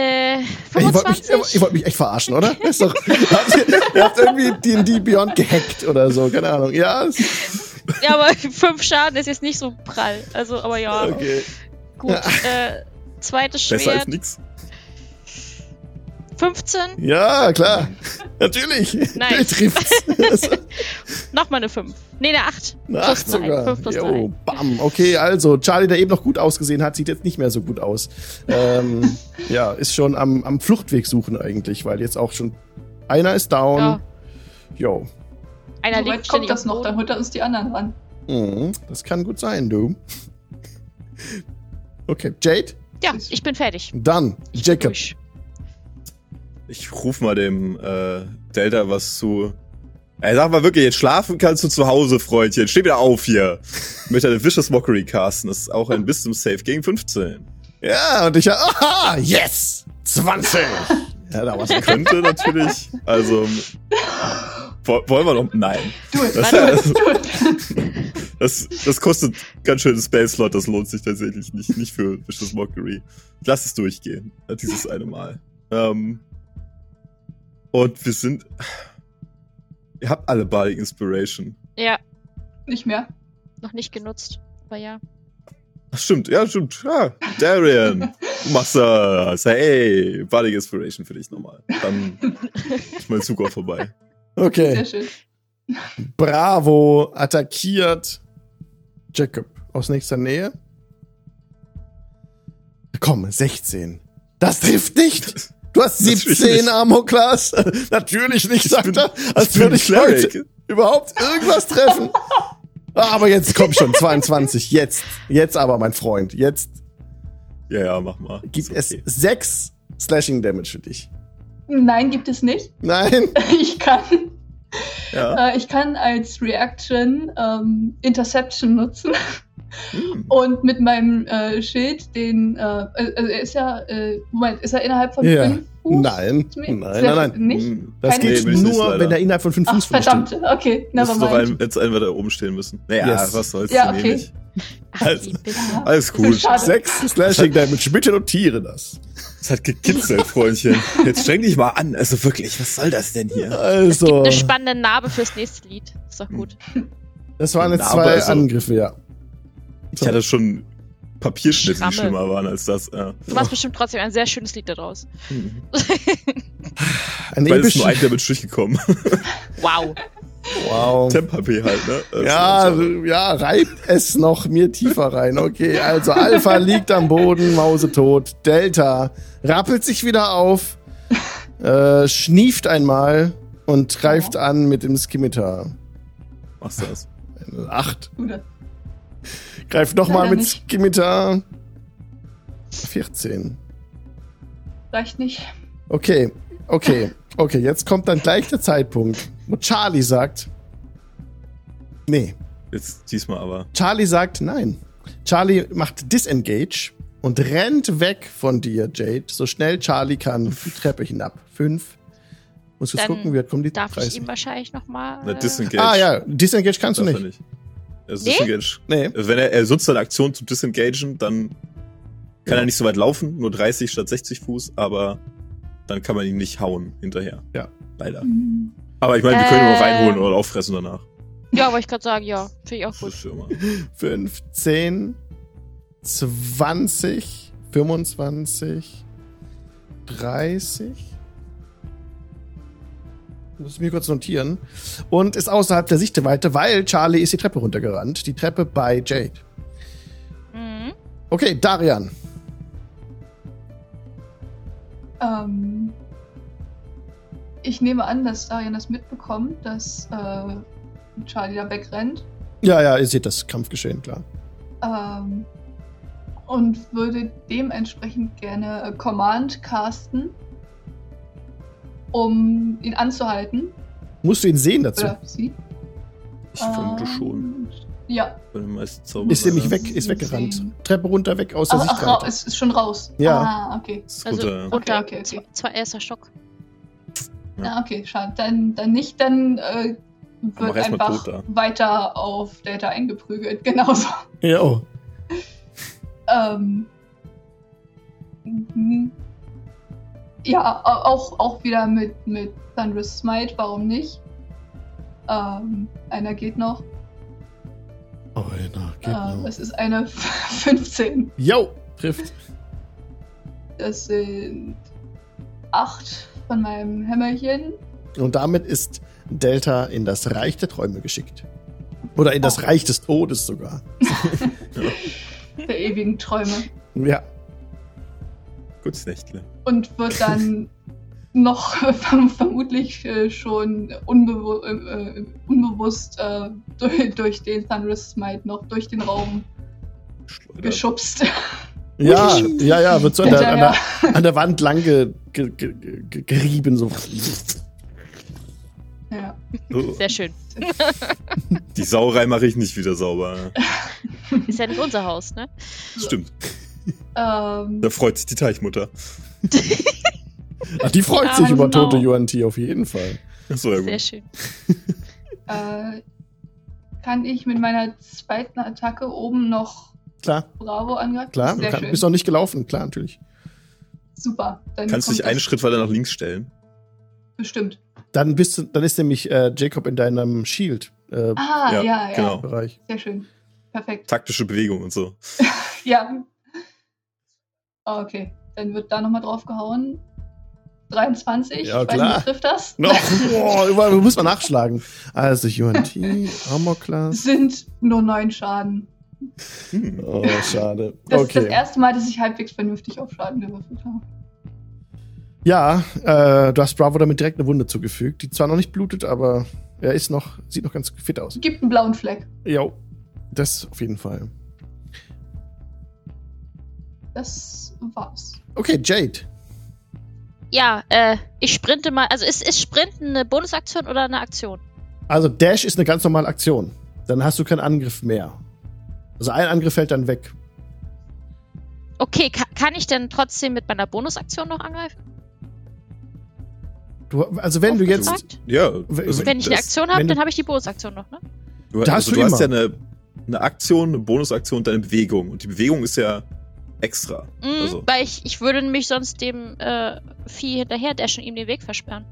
Speaker 4: Äh,
Speaker 1: Ey, Ihr wollt, mich,
Speaker 4: 25?
Speaker 1: ihr wollt mich echt verarschen, oder?
Speaker 4: [laughs]
Speaker 1: Ist doch, habt ihr, ihr habt irgendwie D&D Beyond gehackt oder so, keine Ahnung. Ja, ist-
Speaker 4: ja, aber [laughs] 5 Schaden ist jetzt nicht so prall. Also, aber ja,
Speaker 1: okay.
Speaker 4: gut. Äh, zweites
Speaker 2: Besser als
Speaker 4: Schwert,
Speaker 2: nix.
Speaker 4: 15,
Speaker 1: Ja, klar. Natürlich.
Speaker 4: Nice. [laughs]
Speaker 1: Trifft's.
Speaker 4: nochmal eine 5. Nee, eine 8.
Speaker 1: Eine Acht
Speaker 4: drei,
Speaker 1: sogar.
Speaker 4: fünf plus
Speaker 1: Jo, bam. Okay, also Charlie, der eben noch gut ausgesehen hat, sieht jetzt nicht mehr so gut aus.
Speaker 4: [laughs]
Speaker 1: Ähm, ja, ist schon am, am Fluchtweg suchen eigentlich, weil jetzt auch schon einer ist
Speaker 4: Ja,
Speaker 1: down. Jo.
Speaker 4: einer
Speaker 3: So
Speaker 4: liegt
Speaker 3: weit kommt
Speaker 4: ständig
Speaker 3: das
Speaker 4: am
Speaker 3: noch,
Speaker 4: Boden.
Speaker 3: dann holt er uns die anderen ran.
Speaker 1: Mhm, das kann gut sein, du. Okay, Jade,
Speaker 4: Ja, ich bin fertig.
Speaker 1: dann
Speaker 4: Ich bin
Speaker 1: Jacob.
Speaker 4: durch.
Speaker 2: Ich ruf mal dem äh, Delta was zu. Ey, sag mal wirklich, jetzt schlafen kannst du zu Hause, Freundchen. Steh wieder auf hier. Mit deinem Vicious Mockery casten. Das ist auch ein Wisdom Save gegen 15.
Speaker 1: Ja, und ich [laughs] aha, yes! 20!
Speaker 2: [laughs]
Speaker 1: ja, da war's.
Speaker 2: Könnte natürlich. Also. wo- Wollen wir noch? Nein.
Speaker 3: Do it,
Speaker 2: Das,
Speaker 4: Warte.
Speaker 2: das,
Speaker 3: do it.
Speaker 2: das, das kostet ganz schön Spell-Slot. Das lohnt sich tatsächlich nicht. Nicht für Vicious Mockery. Lass es durchgehen. Dieses eine Mal. Ähm, und wir sind. Ihr habt alle Bardic Inspiration.
Speaker 4: Ja,
Speaker 3: [laughs] Nicht mehr.
Speaker 4: noch nicht genutzt. Aber ja.
Speaker 2: Ach, Stimmt, ja, stimmt. Ja, Darian, du machst das. Hey, Bardic Inspiration für dich nochmal. Dann ist mein Zug auch [laughs] vorbei.
Speaker 1: Okay,
Speaker 3: Sehr schön.
Speaker 1: bravo, attackiert Jacob aus nächster Nähe. Komm, 16. Das trifft nicht! Du hast
Speaker 2: Natürlich
Speaker 1: 17
Speaker 2: nicht.
Speaker 1: Armor-Class. [laughs] Natürlich nicht, sagt
Speaker 2: bin-
Speaker 1: er. Als würde ich
Speaker 2: Cleric.
Speaker 1: heute überhaupt irgendwas
Speaker 2: [laughs]
Speaker 1: treffen. Ah, Aber jetzt komm schon, 22. Jetzt. Jetzt aber, mein Freund. Jetzt
Speaker 2: Ja, ja, mach mal.
Speaker 1: gibt
Speaker 2: Ist okay.
Speaker 1: es 6 Slashing Damage für dich.
Speaker 3: Nein, gibt es nicht. [laughs]
Speaker 1: Nein.
Speaker 3: Ich kann,
Speaker 2: Ja.
Speaker 3: äh, ich kann als Reaction ähm, Interception nutzen
Speaker 2: Hm.
Speaker 3: und mit meinem äh, Schild den, äh, also er ist ja, äh, Moment, ist er innerhalb von
Speaker 1: Ja.
Speaker 3: fünf Fuß?
Speaker 1: Nein.
Speaker 3: Ist mir-
Speaker 1: Nein,
Speaker 3: ist er
Speaker 1: nein, nein.
Speaker 3: Nicht?
Speaker 2: Hm.
Speaker 1: Das
Speaker 3: Keine-
Speaker 1: geht
Speaker 2: Nee, bin ich nicht,
Speaker 1: nur,
Speaker 2: leider.
Speaker 1: wenn er innerhalb von 5
Speaker 3: Ach,
Speaker 1: Fuß von dir
Speaker 3: verdammt. Okay,
Speaker 2: Das ist doch
Speaker 3: nevermind.
Speaker 2: ein, jetzt einen, wir da oben stehen müssen. Naja,
Speaker 1: Yes.
Speaker 2: was soll's.
Speaker 3: Ja,
Speaker 2: die
Speaker 3: okay.
Speaker 2: nehm ich.
Speaker 4: Ach,
Speaker 2: Also-
Speaker 4: die
Speaker 1: [laughs]
Speaker 4: Bitte.
Speaker 2: Alles
Speaker 3: Ist ja
Speaker 2: gut.
Speaker 3: schade.
Speaker 1: steht. 6
Speaker 3: [laughs]
Speaker 1: Slashing Damage. Bitte notiere das.
Speaker 2: Es hat gekitzelt, Freundchen. Jetzt streng dich mal an. Also wirklich, was soll das denn hier?
Speaker 1: Also,
Speaker 4: Eine spannende Narbe fürs nächste Lied. Ist doch gut.
Speaker 1: das waren jetzt
Speaker 2: Na, aber
Speaker 1: zwei
Speaker 2: also-
Speaker 1: Angriffe, ja.
Speaker 2: Ich hatte schon Papierschnitte, die
Speaker 4: Schramme.
Speaker 2: schlimmer waren als das. Ja.
Speaker 4: Du machst bestimmt trotzdem ein sehr schönes Lied daraus.
Speaker 2: Hm.
Speaker 1: Ein
Speaker 2: Weil es
Speaker 1: episches.
Speaker 2: ist nur ein damit durchgekommen. [laughs]
Speaker 4: Wow.
Speaker 1: Wow.
Speaker 2: Temp-HP halt, ne? Also,
Speaker 1: Ja, ja, reibt es noch mir tiefer rein. Okay, also
Speaker 3: [laughs]
Speaker 1: Alpha liegt am Boden, mausetot. Delta rappelt sich wieder auf, äh, schnieft einmal und greift an mit dem Skimitar.
Speaker 2: Machst du das.
Speaker 1: Eine Acht.
Speaker 3: Gute.
Speaker 1: Greift nochmal
Speaker 3: Leider
Speaker 1: mit
Speaker 3: nicht.
Speaker 1: Skimitar. 14.
Speaker 3: Reicht nicht.
Speaker 1: Okay,
Speaker 4: [laughs]
Speaker 1: okay, okay. Jetzt kommt dann gleich der Zeitpunkt, wo Charlie sagt, nee,
Speaker 2: Jetzt diesmal aber.
Speaker 1: Charlie sagt nein. Charlie macht Disengage und rennt weg von dir, Jade, so schnell Charlie kann, die Treppe hinab. Fünf. Muss jetzt
Speaker 4: Dann
Speaker 1: gucken, wie weit kommt die
Speaker 4: Darf ich
Speaker 1: 30.
Speaker 4: ihm wahrscheinlich nochmal.
Speaker 2: Na, Disengage.
Speaker 1: ah ja, Disengage kannst du
Speaker 2: Darf er
Speaker 1: nicht.
Speaker 2: Also
Speaker 4: Äh. Nee?
Speaker 2: Disengage.
Speaker 1: Nee.
Speaker 2: Also wenn er, er nutzt seine Aktion zum Disengagen, dann kann er nicht so weit laufen, nur 30 statt 60 Fuß, aber dann kann man ihn nicht hauen hinterher.
Speaker 1: Ja.
Speaker 2: Leider.
Speaker 3: Hm.
Speaker 2: Aber ich meine, wir können ihn
Speaker 4: Ähm.
Speaker 2: noch reinholen oder auffressen danach.
Speaker 4: Ja, wollte ich gerade sagen, ja. Finde ich auch
Speaker 2: Das
Speaker 4: gut.
Speaker 2: ist ja immer.
Speaker 1: 15, 20, 25, 30. Muss ich mir kurz notieren. Und ist außerhalb der Sichtweite, weil Charlie ist die Treppe runtergerannt. Die Treppe bei Jade.
Speaker 4: Mhm.
Speaker 1: Okay, Darian.
Speaker 3: Ähm, ich nehme an, dass Darian das mitbekommt, dass äh, Charlie da wegrennt.
Speaker 1: Ja, ja, ihr seht das Kampfgeschehen, klar.
Speaker 3: Ähm, und würde dementsprechend gerne Command casten, um ihn anzuhalten.
Speaker 1: Musst du ihn sehen dazu?
Speaker 3: Oder sie.
Speaker 2: Ich
Speaker 4: Oh.
Speaker 2: vermute schon.
Speaker 3: Ähm, Ja.
Speaker 2: Bei den meisten Zauberern.
Speaker 1: Ist nämlich weg,
Speaker 3: Muss
Speaker 1: ist
Speaker 3: ihn
Speaker 1: weggerannt.
Speaker 3: sehen.
Speaker 1: Treppe runter, weg aus der
Speaker 3: Ach, ach, ra-
Speaker 1: Sichtweite.
Speaker 3: es ist schon raus.
Speaker 1: Ja.
Speaker 3: Ah, okay.
Speaker 2: Das ist
Speaker 4: Also
Speaker 2: guter-
Speaker 4: runter.
Speaker 3: Okay, okay, okay.
Speaker 4: Zwar erster Stock.
Speaker 2: Ja.
Speaker 3: Ah, okay, schade. Dann, dann nicht, dann äh, wird
Speaker 2: wir erst mal
Speaker 3: einfach
Speaker 2: tot da.
Speaker 3: weiter auf Data eingeprügelt. [laughs] Genau Genauso.
Speaker 1: Ja, oh.
Speaker 3: Ähm, mhm. ja, au- auch, auch wieder mit, mit Thunderous Smite, warum nicht? Ähm, einer geht noch.
Speaker 1: Oh, na, geht
Speaker 3: Ähm,
Speaker 1: noch.
Speaker 3: es ist eine [laughs] 15.
Speaker 1: Jo, trifft.
Speaker 3: Das sind 8 von meinem Hämmerchen.
Speaker 1: Und damit ist Delta in das Reich der Träume geschickt. Oder in das
Speaker 3: Oh.
Speaker 1: Reich des Todes sogar.
Speaker 3: der ewigen Träume
Speaker 1: Ja.
Speaker 2: Kurz Nächtle.
Speaker 3: und wird
Speaker 1: [laughs]
Speaker 3: dann noch verm- vermutlich äh, schon unbewu äh, äh, unbewusst äh, [laughs] durch, durch den Thunderous Smite noch durch den Raum
Speaker 2: Schleudert.
Speaker 3: geschubst.
Speaker 1: Ja, ja, ja, wird so an der, an
Speaker 3: Hinterher.
Speaker 1: der, an der Wand lang ge, ge, ge, ge, gerieben. So.
Speaker 3: Ja.
Speaker 2: Oh,
Speaker 4: Sehr schön.
Speaker 2: Die Sauerei mache ich nicht wieder
Speaker 4: [laughs]
Speaker 2: sauber.
Speaker 4: Ist ja nicht unser Haus, ne?
Speaker 2: Stimmt.
Speaker 3: Ähm,
Speaker 2: Da freut sich die Teichmutter. [laughs]
Speaker 1: Ach, die freut sich
Speaker 4: Ah,
Speaker 1: über tote
Speaker 4: genau.
Speaker 1: Yuan Ti auf jeden Fall.
Speaker 2: So, ja,
Speaker 4: Sehr
Speaker 2: gut.
Speaker 4: schön.
Speaker 3: äh, kann ich mit meiner zweiten Attacke oben noch
Speaker 1: Klar,
Speaker 3: Bravo angreifen?
Speaker 1: klar. Du
Speaker 3: Sehr
Speaker 1: kann,
Speaker 3: schön.
Speaker 1: bist noch nicht gelaufen, klar, natürlich.
Speaker 3: Super. Dann
Speaker 2: Kannst du dich
Speaker 3: kommt das
Speaker 2: einen Schritt weiter nach links stellen?
Speaker 3: Bestimmt.
Speaker 1: Dann, bist du, dann ist nämlich äh, Jacob in deinem äh, Shield-Bereich.
Speaker 3: Ah, ja, ja.
Speaker 2: Genau.
Speaker 3: Sehr schön. Perfekt.
Speaker 2: Taktische Bewegung und so.
Speaker 3: Ja. Okay, dann wird da nochmal drauf gehauen. 23,
Speaker 1: Ja,
Speaker 3: ich weiß
Speaker 1: klar.
Speaker 3: nicht, trifft das?
Speaker 1: Noch, boah, überall muss man nachschlagen. Also Yuan Ti, Armor Class.
Speaker 3: Es sind nur neun Schaden.
Speaker 2: Hm.
Speaker 1: Oh, schade.
Speaker 3: Das ist das
Speaker 1: okay.
Speaker 3: erste Mal, dass ich halbwegs vernünftig auf Schaden gewürfelt habe.
Speaker 1: Ja, äh, du hast Bravo damit direkt eine Wunde zugefügt, die zwar noch nicht blutet, aber er ist noch, sieht noch ganz fit aus.
Speaker 3: Gibt einen blauen Fleck.
Speaker 1: Ja, das auf jeden Fall.
Speaker 3: Das war's.
Speaker 1: Okay, Jade.
Speaker 4: Ja, äh, ich sprinte mal. Also ist, ist Sprinten eine Bonusaktion oder eine Aktion?
Speaker 1: Also Dash ist eine ganz normale Aktion. Dann hast du keinen Angriff mehr. Also ein Angriff fällt dann weg.
Speaker 4: Okay, ka kann ich denn trotzdem mit meiner Bonusaktion noch angreifen?
Speaker 1: Du, also wenn du jetzt.
Speaker 4: Aufgefragt?
Speaker 2: Ja. also
Speaker 1: Wenn-
Speaker 4: Wenn ich eine
Speaker 2: das-
Speaker 4: Aktion
Speaker 1: wenn
Speaker 4: habe,
Speaker 1: du-
Speaker 4: dann habe ich die Bonusaktion noch, ne?
Speaker 1: Da
Speaker 2: Du, also,
Speaker 1: hast
Speaker 2: du,
Speaker 1: du
Speaker 2: hast ja
Speaker 1: immer.
Speaker 2: eine, eine Aktion, eine Bonusaktion und deine Bewegung. Und die Bewegung ist ja extra.
Speaker 4: Mhm,
Speaker 2: Also,
Speaker 4: Weil ich, ich würde mich sonst dem äh, Vieh hinterher dashen und ihm den Weg versperren.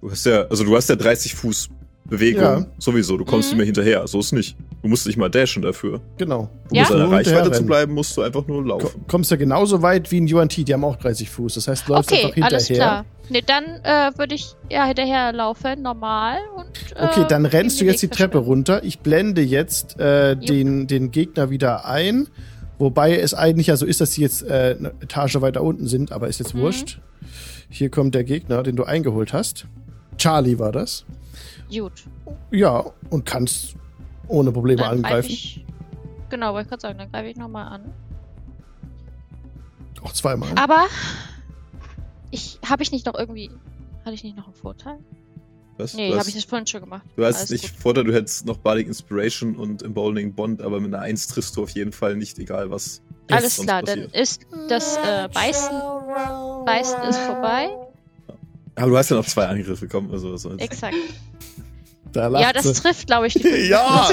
Speaker 2: du hast ja, also du hast ja 30 Fuß Bewegung
Speaker 1: Ja.
Speaker 2: sowieso. Du kommst nicht
Speaker 4: Mhm.
Speaker 2: mehr hinterher. So ist nicht. Du musst nicht mal dashen dafür.
Speaker 1: Genau. Du
Speaker 2: Um
Speaker 4: Ja.
Speaker 1: musst
Speaker 2: seiner
Speaker 1: nur
Speaker 2: Reichweite zu
Speaker 1: hinterherrennen.
Speaker 2: bleiben, musst du einfach nur laufen.
Speaker 1: Ko- Kommst ja genauso weit wie in UNT, die haben auch 30 Fuß. Das heißt, du läufst
Speaker 4: okay,
Speaker 1: einfach hinterher.
Speaker 4: alles klar. Nee, dann äh, würde ich ja hinterher laufen, normal. Und, äh,
Speaker 1: Okay, dann
Speaker 4: ihm
Speaker 1: rennst du
Speaker 4: den
Speaker 1: jetzt die
Speaker 4: Weg
Speaker 1: Treppe
Speaker 4: versperren.
Speaker 1: runter. Ich blende jetzt äh, den, den Gegner wieder ein. Wobei es eigentlich ja so ist, dass sie jetzt äh, eine Etage weiter unten sind, aber ist jetzt
Speaker 4: Mhm.
Speaker 1: wurscht. Hier kommt der Gegner, den du eingeholt hast. Charlie war das.
Speaker 4: Gut.
Speaker 1: Ja, und kannst ohne Probleme
Speaker 4: Dann greif
Speaker 1: angreifen.
Speaker 4: ich. Genau, wollte ich gerade sagen, dann greife ich nochmal an.
Speaker 1: Auch zweimal.
Speaker 4: Aber ich habe ich nicht noch irgendwie. Hatte ich nicht noch einen Vorteil?
Speaker 2: Was?
Speaker 4: Nee,
Speaker 2: du
Speaker 4: habe ich
Speaker 2: hast,
Speaker 4: das vorhin schon gemacht.
Speaker 2: du hast
Speaker 4: Alles
Speaker 2: nicht
Speaker 4: gut.
Speaker 2: Vorteil, du hättest noch Bardic Inspiration und Emboldening Bond, aber mit einer 1 triffst du auf jeden Fall nicht, egal was.
Speaker 4: Alles
Speaker 2: sonst
Speaker 4: klar, dann
Speaker 2: passiert.
Speaker 4: ist das äh, Beißen. Beißen ist vorbei.
Speaker 2: Aber du hast ja noch zwei Angriffe, komm. Also, also jetzt-
Speaker 4: Exakt.
Speaker 1: Da lacht
Speaker 4: Ja, das
Speaker 1: sie.
Speaker 4: trifft, glaube
Speaker 1: [laughs]
Speaker 4: ich. die-
Speaker 1: Ja.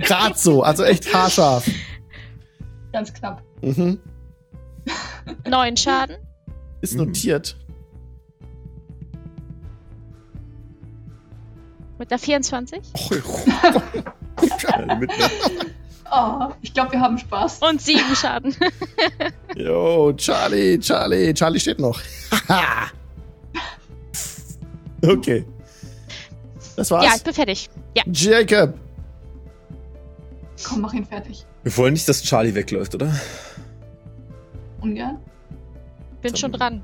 Speaker 1: Grad so, also echt haarscharf.
Speaker 3: Ganz knapp.
Speaker 1: Mhm.
Speaker 4: [laughs] Neun Schaden.
Speaker 1: Ist
Speaker 2: Mhm.
Speaker 1: notiert.
Speaker 4: Mit der 24.
Speaker 2: Ja, mit, ne?
Speaker 3: Oh, ich glaube, wir haben Spaß.
Speaker 4: Und sieben Schaden.
Speaker 1: Jo, Charlie, Charlie, Charlie steht noch. [laughs] Haha. okay. Das
Speaker 4: Ja, ich
Speaker 1: war's.
Speaker 4: bin fertig.
Speaker 1: Jacob.
Speaker 3: Komm, mach ihn fertig.
Speaker 2: wir wollen nicht, dass Charlie wegläuft, oder?
Speaker 3: Ungern?
Speaker 4: Bin schon dran.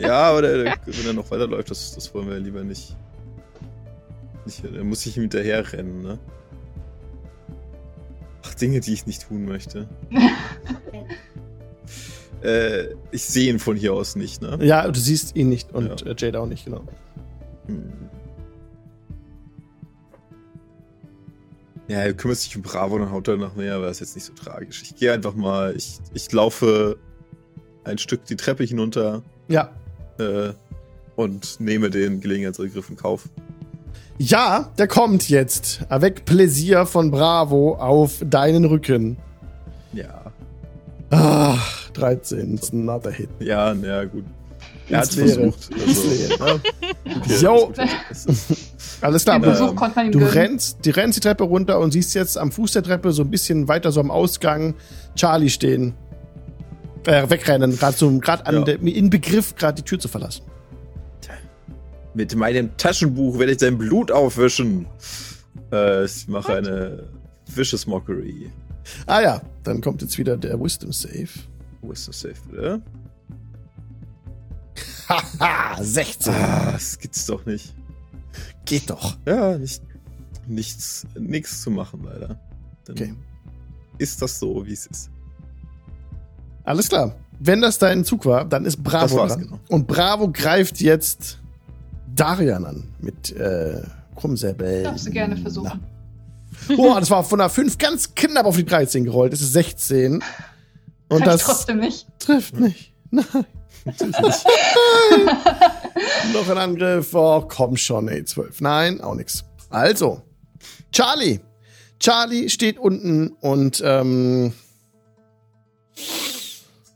Speaker 2: Ja, aber der, der, wenn er noch weiterläuft, das, das wollen wir lieber nicht. nicht da muss ich ihm hinterher rennen, ne? Ach, Dinge, die ich nicht tun möchte. äh, ich sehe ihn von hier aus nicht, ne?
Speaker 1: Ja, du siehst ihn nicht und äh, Jade auch nicht, genau.
Speaker 2: Hm. Ja, er kümmert sich um Bravo, dann haut er noch mehr, aber das ist jetzt nicht so tragisch. Ich gehe einfach mal, ich, ich laufe ein Stück die Treppe hinunter,
Speaker 1: Ja,
Speaker 2: äh, und nehme den Gelegenheitsangriff in Kauf.
Speaker 1: Ja, der kommt jetzt. Avec Plaisir von Bravo auf deinen Rücken. Ah,
Speaker 2: Ja,
Speaker 1: Ach, 13. It's another hit.
Speaker 2: ja, na gut. Er hat
Speaker 1: Ins Leere.
Speaker 2: versucht.
Speaker 1: Ins ne?
Speaker 2: Also,
Speaker 1: Jo.
Speaker 2: ja, alles gut.
Speaker 1: Alles klar,
Speaker 3: Den
Speaker 1: aber
Speaker 2: Ja,
Speaker 3: Besuch konnte man ihm
Speaker 1: du
Speaker 3: gönnen.
Speaker 1: rennst, die rennst die Treppe runter und siehst jetzt am Fuß der Treppe so ein bisschen weiter so am Ausgang Charlie stehen. Äh, wegrennen, gerade so, gerade an
Speaker 2: Ja.
Speaker 1: der, in Begriff, gerade die Tür zu verlassen.
Speaker 2: Mit meinem Taschenbuch werde ich sein Blut aufwischen. Äh, ich mache eine Vicious Mockery.
Speaker 1: Ah ja, dann kommt jetzt wieder der Wisdom Save.
Speaker 2: Wisdom Safe, bitte.
Speaker 1: Haha, 16.
Speaker 2: Ah, das gibt's doch nicht.
Speaker 1: Geht doch.
Speaker 2: Ja, nicht, nichts, nichts zu machen, leider. Dann
Speaker 1: Okay.
Speaker 2: Ist das so, wie es ist?
Speaker 1: Alles klar. Wenn das dein Zug war, dann ist
Speaker 2: Das
Speaker 1: Bravo
Speaker 2: war's,
Speaker 1: dran.
Speaker 2: genau.
Speaker 1: Und Bravo greift jetzt Darian an mit äh, Krummsäbel.
Speaker 3: Darfst du gerne versuchen.
Speaker 1: Oh, das war von der 5 ganz knapp auf die 13 gerollt. Das ist 16. Und
Speaker 3: Kann ich
Speaker 1: das
Speaker 3: trotzdem nicht.
Speaker 1: trifft nicht. Nein. Nein. Noch ein Angriff. Oh, komm schon, ey. 12. Nein, auch nix. Also, Charlie. Charlie steht unten und ähm,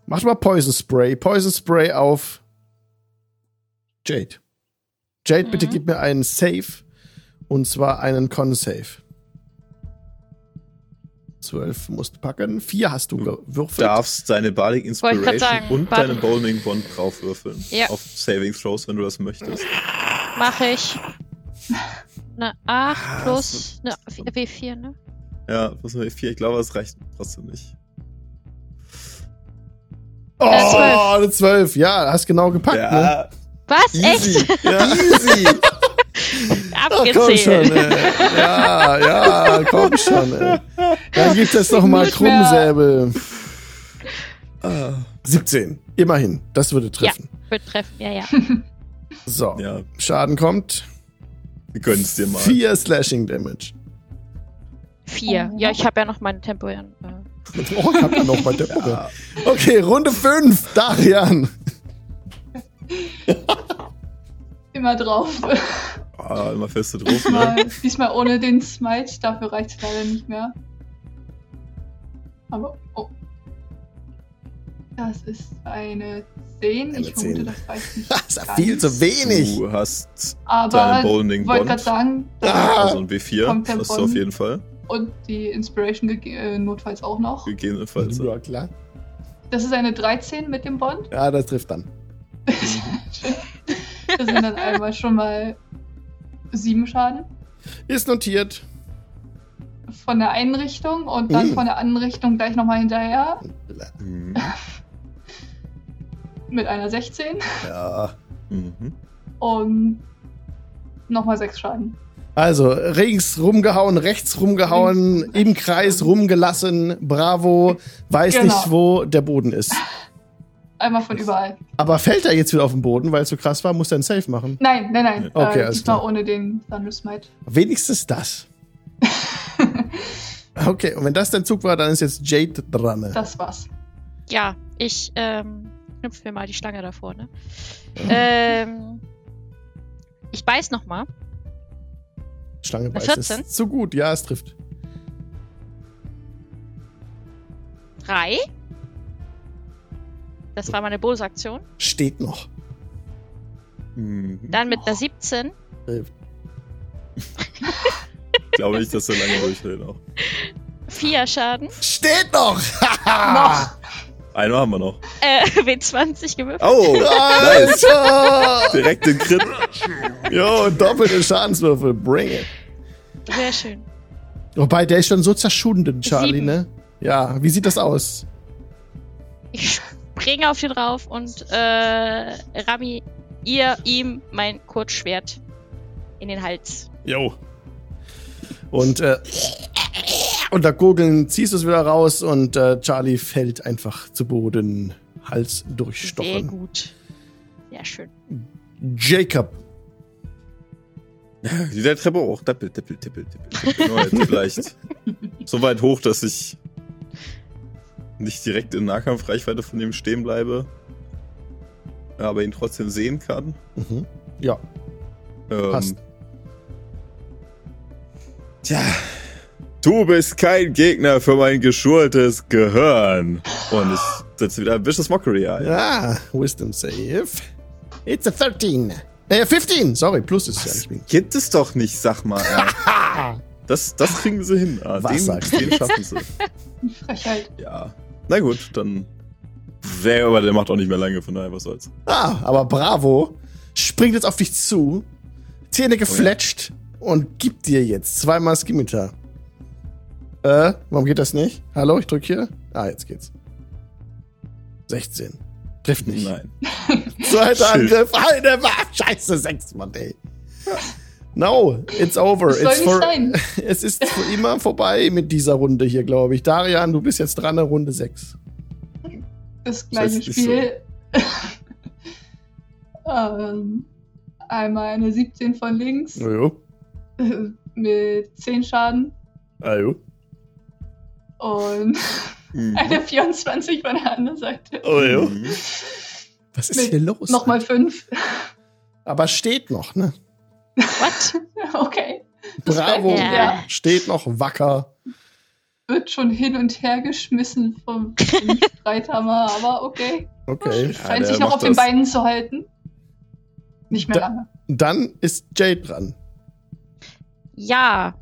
Speaker 1: macht mal Poison Spray. Poison Spray auf Jade. Jade, bitte
Speaker 4: Mhm.
Speaker 1: gib mir einen Save. Und zwar einen Con-Save. 12 musst packen. 4 hast du gewürfelt.
Speaker 2: darfst deine Bardic
Speaker 4: grad
Speaker 2: Inspiration
Speaker 4: sagen,
Speaker 2: und
Speaker 4: Bardic-
Speaker 2: deine Bowling Bond draufwürfeln.
Speaker 4: Ja.
Speaker 2: Auf Saving Throws, wenn du das möchtest.
Speaker 4: Mache ich. Eine 8
Speaker 2: Ah,
Speaker 4: plus eine W4, ne?
Speaker 2: Ja, plus eine 4. Ich glaube, das reicht trotzdem nicht.
Speaker 1: Oh,
Speaker 4: Äh, zwölf.
Speaker 1: eine 12. Ja, hast genau gepackt, ne?
Speaker 2: Ja,
Speaker 4: Was?
Speaker 2: easy.
Speaker 4: Echt?
Speaker 2: Ja, easy.
Speaker 1: Ach, komm schon,
Speaker 4: Abgezählt.
Speaker 1: ey. Ja, ja, komm schon, ey. Dann gibt es doch mal
Speaker 3: Nicht mehr.
Speaker 1: Krummsäbel.
Speaker 2: [laughs] Ah,
Speaker 1: 17. Immerhin. Das würde treffen.
Speaker 4: Wird treffen, ja, ja.
Speaker 1: So.
Speaker 2: ja,
Speaker 1: Schaden kommt.
Speaker 2: wir gönnen es dir mal.
Speaker 1: 4 Slashing Damage.
Speaker 4: 4. Ja, ich habe ja noch meine Tempo. Äh,
Speaker 1: Oh, ich hab da noch mal der
Speaker 2: Ja.
Speaker 1: Okay, Runde 5. Darian. [laughs] [laughs]
Speaker 3: Immer drauf.
Speaker 2: Ah, immer feste drauf, ne?
Speaker 3: Mal, diesmal ohne den Smite, dafür reicht es leider nicht mehr. Aber, oh. Das ist eine 10.
Speaker 1: Eine
Speaker 3: ich
Speaker 1: 10.
Speaker 3: vermute, das reicht
Speaker 1: [laughs]
Speaker 3: nicht.
Speaker 1: Das ist ja
Speaker 3: ganz.
Speaker 1: viel zu wenig.
Speaker 2: Du hast deine
Speaker 3: Aber,
Speaker 2: Bowling
Speaker 3: wollte
Speaker 2: Bond.
Speaker 3: gerade sagen, das
Speaker 1: Ah,
Speaker 2: Also ein W4.
Speaker 3: Kommt der
Speaker 2: Das ist
Speaker 3: Bond.
Speaker 2: auf jeden Fall.
Speaker 3: und die Inspiration gege- äh, notfalls auch noch.
Speaker 2: Gegebenenfalls.
Speaker 1: ja, klar.
Speaker 3: Das ist eine 13 mit dem Bond.
Speaker 1: Ja, das trifft dann.
Speaker 3: Das sind dann einmal schon mal 7 Schaden.
Speaker 1: Ist notiert.
Speaker 3: Von der einen Richtung und dann
Speaker 1: Mhm.
Speaker 3: von der anderen Richtung gleich nochmal hinterher
Speaker 2: Mhm.
Speaker 3: mit einer 16
Speaker 1: Ja.
Speaker 2: Mhm.
Speaker 3: und nochmal 6 Schaden.
Speaker 1: Also, links rumgehauen, rechts rumgehauen,
Speaker 3: Links,
Speaker 1: im
Speaker 3: rechts.
Speaker 1: Kreis rumgelassen, bravo, weiß
Speaker 3: Genau.
Speaker 1: nicht, wo der Boden ist.
Speaker 3: Einmal von überall.
Speaker 1: Aber fällt er jetzt wieder auf den Boden, weil es so krass war, muss er ein Safe machen.
Speaker 3: Nein, nein, nein.
Speaker 1: Okay,
Speaker 3: äh,
Speaker 1: alles
Speaker 3: diesmal
Speaker 1: klar.
Speaker 3: ohne den Thunder Smite.
Speaker 1: Wenigstens
Speaker 3: [laughs]
Speaker 1: das. Okay, und wenn das dein Zug war, dann ist jetzt Jade dran.
Speaker 3: Das war's.
Speaker 4: ja, ich ähm, knüpfe mir mal die Schlange davor, ne? Ähm, ich beiß nochmal.
Speaker 1: Schlange beißt
Speaker 4: 14?
Speaker 1: es. Zu gut, ja, es trifft.
Speaker 4: 3. Das war meine Bonusaktion.
Speaker 1: Steht noch.
Speaker 2: Mhm.
Speaker 4: Dann mit einer 17
Speaker 1: Trifft.
Speaker 2: Ich glaube nicht, dass er lange durchhält auch.
Speaker 4: 4 Schaden.
Speaker 1: Steht
Speaker 3: [laughs]
Speaker 1: noch! Ah.
Speaker 3: Noch.
Speaker 2: Einmal haben wir noch.
Speaker 4: Äh, [laughs] W20 gewürfelt.
Speaker 2: Oh! nice!
Speaker 1: Alter!
Speaker 2: Direkt den Crit.
Speaker 1: Jo, doppelte Schadenswürfel, bring it.
Speaker 4: Sehr schön.
Speaker 1: Wobei, der ist schon so zerschunden, Charlie,
Speaker 4: Sieben.
Speaker 1: ne? Ja, wie sieht das aus?
Speaker 4: Ich springe auf den drauf und äh, Rami, ihr, ihm mein Kurzschwert in den Hals.
Speaker 1: Jo. Und äh, unter Gurgeln ziehst du es wieder raus und äh, Charlie fällt einfach zu Boden, Hals
Speaker 4: Sehr
Speaker 1: durchstochen.
Speaker 4: gut. Sehr schön.
Speaker 1: Jacob.
Speaker 2: Dieser Treppe hoch. Tappel, tappel, tappel, tappel. tappel. Nur Genau, jetzt vielleicht so weit hoch, dass ich nicht direkt in Nahkampfreichweite von dem stehen bleibe, aber ihn trotzdem sehen kann.
Speaker 1: Mhm. Ja,
Speaker 2: Ähm,
Speaker 1: Passt.
Speaker 2: Tja, du bist kein Gegner für mein geschultes Gehirn. Und es setzt wieder Vicious Mockery ein.
Speaker 1: Ja, Wisdom Save. It's a 13. Äh, 15, sorry, plus ist es ja nicht wegen.
Speaker 2: Gibt es doch nicht, sag mal. ey. [laughs] Das, das kriegen sie hin. Ah,
Speaker 1: Was
Speaker 2: den,
Speaker 1: sagst
Speaker 2: den schaffen sie.
Speaker 3: Frechheit.
Speaker 2: Ja. Na gut, dann. Wer, aber der macht auch nicht mehr lange, von daher, was soll's.
Speaker 1: Ah, aber bravo. Springt jetzt auf dich zu, Zähne
Speaker 2: Oh
Speaker 1: gefletscht und gibt dir jetzt zweimal Skimitar. Äh, warum geht das nicht? Hallo, ich drück hier. Ah, jetzt geht's. 16. Trifft nicht.
Speaker 4: [laughs]
Speaker 2: Nein.
Speaker 1: Zweiter
Speaker 2: Shit.
Speaker 1: Angriff. Alter, war scheiße, sechs, Mann, ey. No, it's over.
Speaker 3: Das soll
Speaker 1: It's
Speaker 3: nicht
Speaker 1: for, [laughs]
Speaker 3: sein.
Speaker 1: es ist für immer vorbei mit dieser Runde hier, glaube ich. Darian, du bist jetzt dran, eine Runde 6.
Speaker 3: Das
Speaker 2: Das
Speaker 3: gleiche
Speaker 2: ist
Speaker 3: Spiel. [laughs] ähm, einmal eine 17 von links
Speaker 1: Ajo.
Speaker 3: äh, [laughs] mit 10 Schaden
Speaker 1: Ajo.
Speaker 3: und
Speaker 2: Mhm.
Speaker 1: Hm.
Speaker 3: eine 24 von der anderen Seite.
Speaker 1: Ajo.
Speaker 2: Mhm.
Speaker 1: Was ist
Speaker 3: Mit
Speaker 1: hier los?
Speaker 3: Nochmal 5.
Speaker 1: Aber steht noch, ne?
Speaker 4: What?
Speaker 3: [laughs] Okay.
Speaker 1: Bravo.
Speaker 4: war- Ja.
Speaker 1: Steht noch wacker.
Speaker 3: Wird schon hin und her geschmissen vom vom Streithammer, aber okay.
Speaker 4: Hm.
Speaker 1: Okay.
Speaker 2: Ja,
Speaker 3: Scheint
Speaker 2: der
Speaker 3: sich noch
Speaker 2: macht
Speaker 3: auf den
Speaker 2: das.
Speaker 3: Beinen zu halten. Nicht mehr
Speaker 1: Da-
Speaker 3: lange.
Speaker 1: Dann ist Jade dran.
Speaker 4: Ja.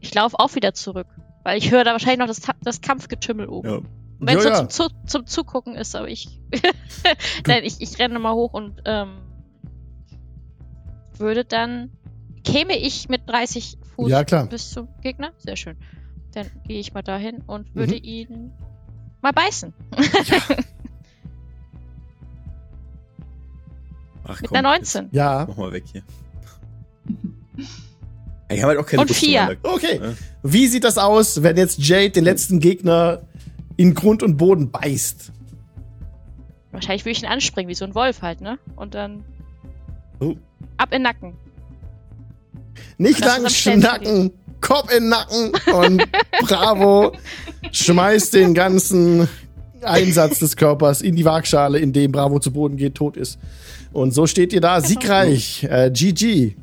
Speaker 4: Ich laufe auch wieder zurück. Weil ich höre da wahrscheinlich noch das, Ta- das Kampfgetümmel oben.
Speaker 2: Ja.
Speaker 4: Wenn es
Speaker 1: Ja,
Speaker 4: nur
Speaker 1: ja.
Speaker 4: zum, Zu zum Zugucken ist, aber ich. [laughs] Nein, ich, ich renne mal hoch und ähm, würde dann. Käme ich mit 30 Fuß
Speaker 1: Ja, klar.
Speaker 4: bis zum Gegner? Sehr schön. Dann gehe ich mal dahin und
Speaker 1: Mhm.
Speaker 4: würde ihn mal beißen.
Speaker 2: Ach,
Speaker 4: Mit
Speaker 2: komm,
Speaker 4: einer 19.
Speaker 1: Ja.
Speaker 2: jetzt Mach mal weg hier. Ey, Ich habe halt auch keine
Speaker 4: Und
Speaker 2: Rüstung
Speaker 4: vier.
Speaker 2: an der-
Speaker 1: Okay.
Speaker 2: Ja.
Speaker 1: Wie sieht das aus, wenn jetzt Jade den letzten Gegner in Grund und Boden beißt?
Speaker 4: Wahrscheinlich würde ich ihn anspringen, wie so ein Wolf halt, ne? Und dann.
Speaker 2: Oh.
Speaker 4: Ab in den Nacken.
Speaker 1: Nicht
Speaker 4: Das
Speaker 1: lang
Speaker 4: ist am
Speaker 1: schnacken, Kopf in den Nacken und
Speaker 4: [laughs]
Speaker 1: bravo, schmeißt den ganzen Einsatz des Körpers in die Waagschale, in dem Bravo zu Boden geht, tot ist. Und so steht ihr da, siegreich. Äh, GG.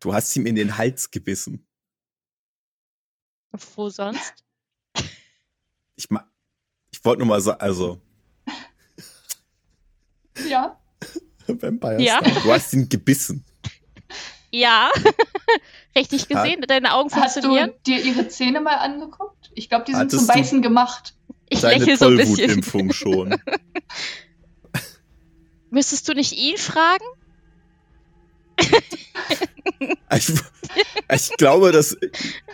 Speaker 2: Du hast ihm in den Hals gebissen.
Speaker 4: Wo sonst?
Speaker 2: Ich, ma- ich wollte nur mal sagen, also,
Speaker 3: Ja.
Speaker 1: Vampire
Speaker 4: Ja.
Speaker 1: Style.
Speaker 2: du hast ihn gebissen.
Speaker 4: Ja. [laughs] Richtig gesehen, deine Augen
Speaker 3: Hast du
Speaker 4: funktionieren.
Speaker 3: dir ihre Zähne mal angeguckt? Ich glaube, die sind
Speaker 2: Hattest
Speaker 3: zum
Speaker 2: du-
Speaker 3: Beißen gemacht.
Speaker 4: Ich
Speaker 2: Deine
Speaker 4: lächle so ein bisschen.
Speaker 2: Tollwutimpfung schon.
Speaker 4: Müsstest du nicht ihn fragen?
Speaker 2: Ich,
Speaker 4: [laughs]
Speaker 2: ich glaube, dass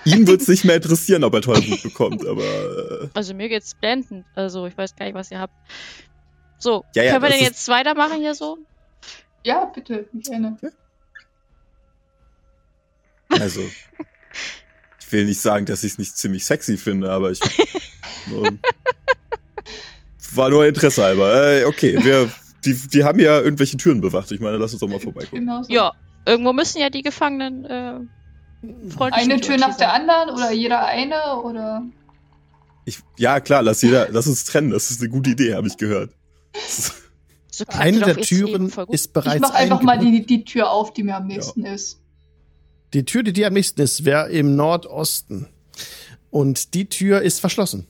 Speaker 2: ihn wird's nicht mehr interessieren, ob er Tollwut bekommt, aber äh,
Speaker 4: Also mir geht's blendend. Also ich weiß gar nicht, was ihr habt. So,
Speaker 2: Ja, ja,
Speaker 4: können wir
Speaker 2: das
Speaker 4: denn
Speaker 2: ist-
Speaker 4: jetzt weitermachen hier so?
Speaker 3: Ja, bitte, gerne.
Speaker 2: also ich will nicht sagen, dass ich es nicht ziemlich sexy finde, aber ich ähm, war nur Interesse halber. Äh, okay, wir die, die haben ja irgendwelche Türen bewacht. Ich meine, lass uns doch mal vorbeigucken.
Speaker 3: Genau so.
Speaker 4: Ja, irgendwo müssen ja die Gefangenen äh, freundlich
Speaker 3: Eine
Speaker 4: mit
Speaker 3: Tür
Speaker 4: uns
Speaker 3: nach der
Speaker 4: sein.
Speaker 3: anderen oder jeder eine oder.
Speaker 2: Ich, ja, klar, lass jeder, lass uns trennen. Das ist eine gute Idee, habe ich gehört.
Speaker 4: So klappt
Speaker 1: Eine
Speaker 4: doch
Speaker 1: der
Speaker 4: jetzt eben
Speaker 1: Türen
Speaker 4: voll gut.
Speaker 1: ist bereits
Speaker 3: ich mach einfach mal
Speaker 1: eingebrochen.
Speaker 3: die, die Tür auf, die mir am nächsten ist.
Speaker 1: Die Tür, die dir am nächsten ist, wäre im Nordosten. Und die Tür ist verschlossen.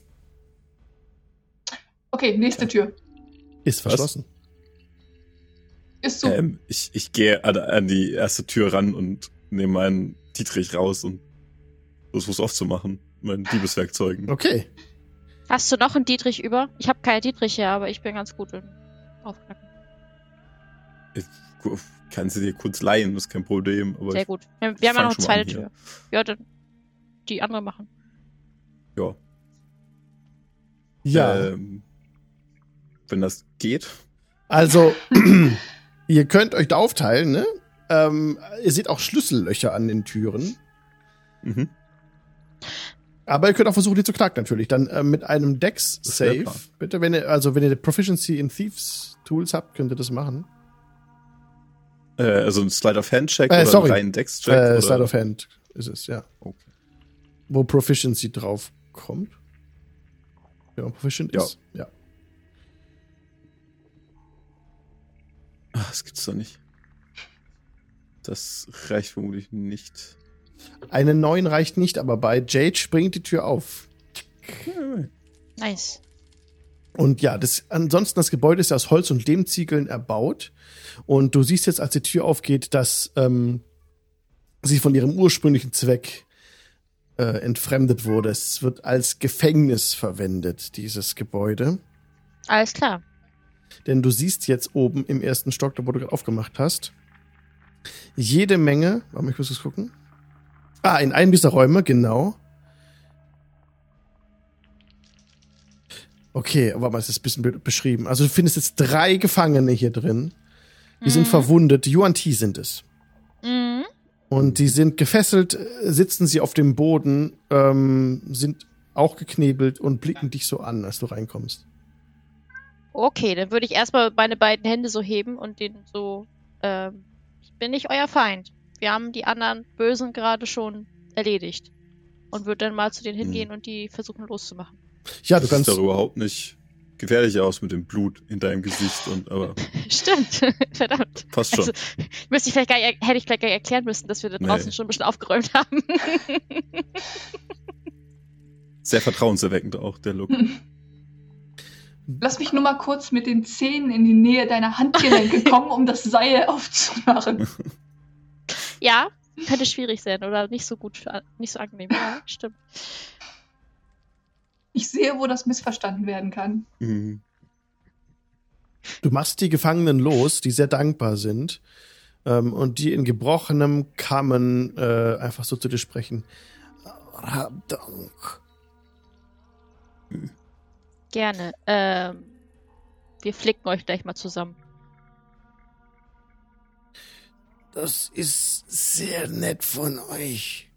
Speaker 3: Okay, nächste Tür.
Speaker 1: Ist
Speaker 2: Was?
Speaker 1: verschlossen.
Speaker 3: Ist so.
Speaker 1: Äh,
Speaker 2: Ähm, ich ich gehe an, an die erste Tür ran und nehme meinen Dietrich raus und versuch's aufzumachen. Mein Diebeswerkzeugen.
Speaker 1: Okay.
Speaker 4: Hast du noch einen Dietrich über? Ich habe keine Dietriche, aber ich bin ganz gut im Aufknacken.
Speaker 2: Gu- Kann sie dir kurz leihen, ist kein Problem. Aber
Speaker 4: Sehr
Speaker 2: ich,
Speaker 4: gut. Wir, wir haben
Speaker 2: fang
Speaker 4: ja noch eine
Speaker 2: schon mal an
Speaker 4: zweite
Speaker 2: hier.
Speaker 4: Tür. Ja, dann die andere machen.
Speaker 2: ja.
Speaker 1: Ja.
Speaker 2: Ähm, wenn das geht.
Speaker 1: Also, [clears throat] ihr könnt euch da aufteilen, ne? Ähm, ihr seht auch Schlüssellöcher an den Türen.
Speaker 2: Mhm.
Speaker 1: Aber ihr könnt auch versuchen, die zu knacken, natürlich. Dann äh, mit einem
Speaker 2: Das wär
Speaker 1: Dex-Save.
Speaker 2: klar.
Speaker 1: Bitte, wenn ihr, also wenn ihr Proficiency in Thieves Tools habt, könnt ihr das machen.
Speaker 2: Äh, also ein Slide of Hand Check
Speaker 1: Äh,
Speaker 2: oder
Speaker 1: sorry.
Speaker 2: einen reinen Dex Check.
Speaker 1: Äh,
Speaker 2: oder?
Speaker 1: Side of Hand ist es, ja.
Speaker 2: Okay.
Speaker 1: Wo Proficiency drauf kommt. Wenn man proficient
Speaker 2: Ja.
Speaker 1: ist. Ja.
Speaker 2: Ah, Ach, das gibt's doch nicht. Das reicht vermutlich nicht.
Speaker 1: Eine 9 reicht nicht, aber bei Jade springt die Tür auf.
Speaker 4: Nice.
Speaker 1: Und ja, das, ansonsten das Gebäude ist aus Holz und Lehmziegeln erbaut. Und du siehst jetzt, als die Tür aufgeht, dass ähm, sie von ihrem ursprünglichen Zweck äh, entfremdet wurde. Es wird als Gefängnis verwendet, dieses Gebäude.
Speaker 4: Alles klar.
Speaker 1: Denn du siehst jetzt oben im ersten Stock, da wo du gerade aufgemacht hast, jede Menge. Warte mal, ich muss kurz gucken. Ah, in einem dieser Räume, genau. Okay, warte mal, es ist ein bisschen blöd beschrieben. Also du findest jetzt drei Gefangene hier drin. Die sind
Speaker 4: Mhm.
Speaker 1: verwundet. Yuan Ti sind es.
Speaker 4: Mhm.
Speaker 1: Und die sind gefesselt, äh, sitzen sie auf dem Boden, ähm, sind auch geknebelt und blicken dich so an, als du reinkommst.
Speaker 4: Okay, dann würde ich erstmal meine beiden Hände so heben und den so. Ähm, ich bin nicht euer Feind. Wir haben die anderen Bösen gerade schon erledigt. Und würde dann mal zu denen hingehen und die versuchen loszumachen. [laughs]
Speaker 1: Ja, du kannst.
Speaker 2: Sieht doch überhaupt nicht gefährlich aus mit dem Blut in deinem Gesicht und aber
Speaker 4: Stimmt, [laughs] verdammt.
Speaker 2: passt schon.
Speaker 4: Also, Müsste ich vielleicht gar, nicht- hätte ich vielleicht gar nicht erklären müssen, dass wir da
Speaker 2: Nee.
Speaker 4: draußen schon ein bisschen aufgeräumt haben. [laughs]
Speaker 2: Sehr vertrauenserweckend auch der Look.
Speaker 3: Lass mich nur mal kurz mit den Zähnen in die Nähe deiner
Speaker 1: [laughs]
Speaker 3: Handgelenke kommen, um das Seil aufzumachen.
Speaker 4: ja, könnte schwierig sein oder nicht so gut, für- nicht so angenehm. Ja, stimmt.
Speaker 3: Ich sehe, wo das missverstanden werden kann.
Speaker 4: Hm.
Speaker 2: Mhm.
Speaker 1: Du machst die Gefangenen los, die sehr dankbar sind ähm, und die in gebrochenem Kamen äh, einfach so zu dir sprechen. Rabdank.
Speaker 4: Gerne. Ähm, wir flicken euch gleich mal zusammen.
Speaker 1: Das ist sehr nett von euch.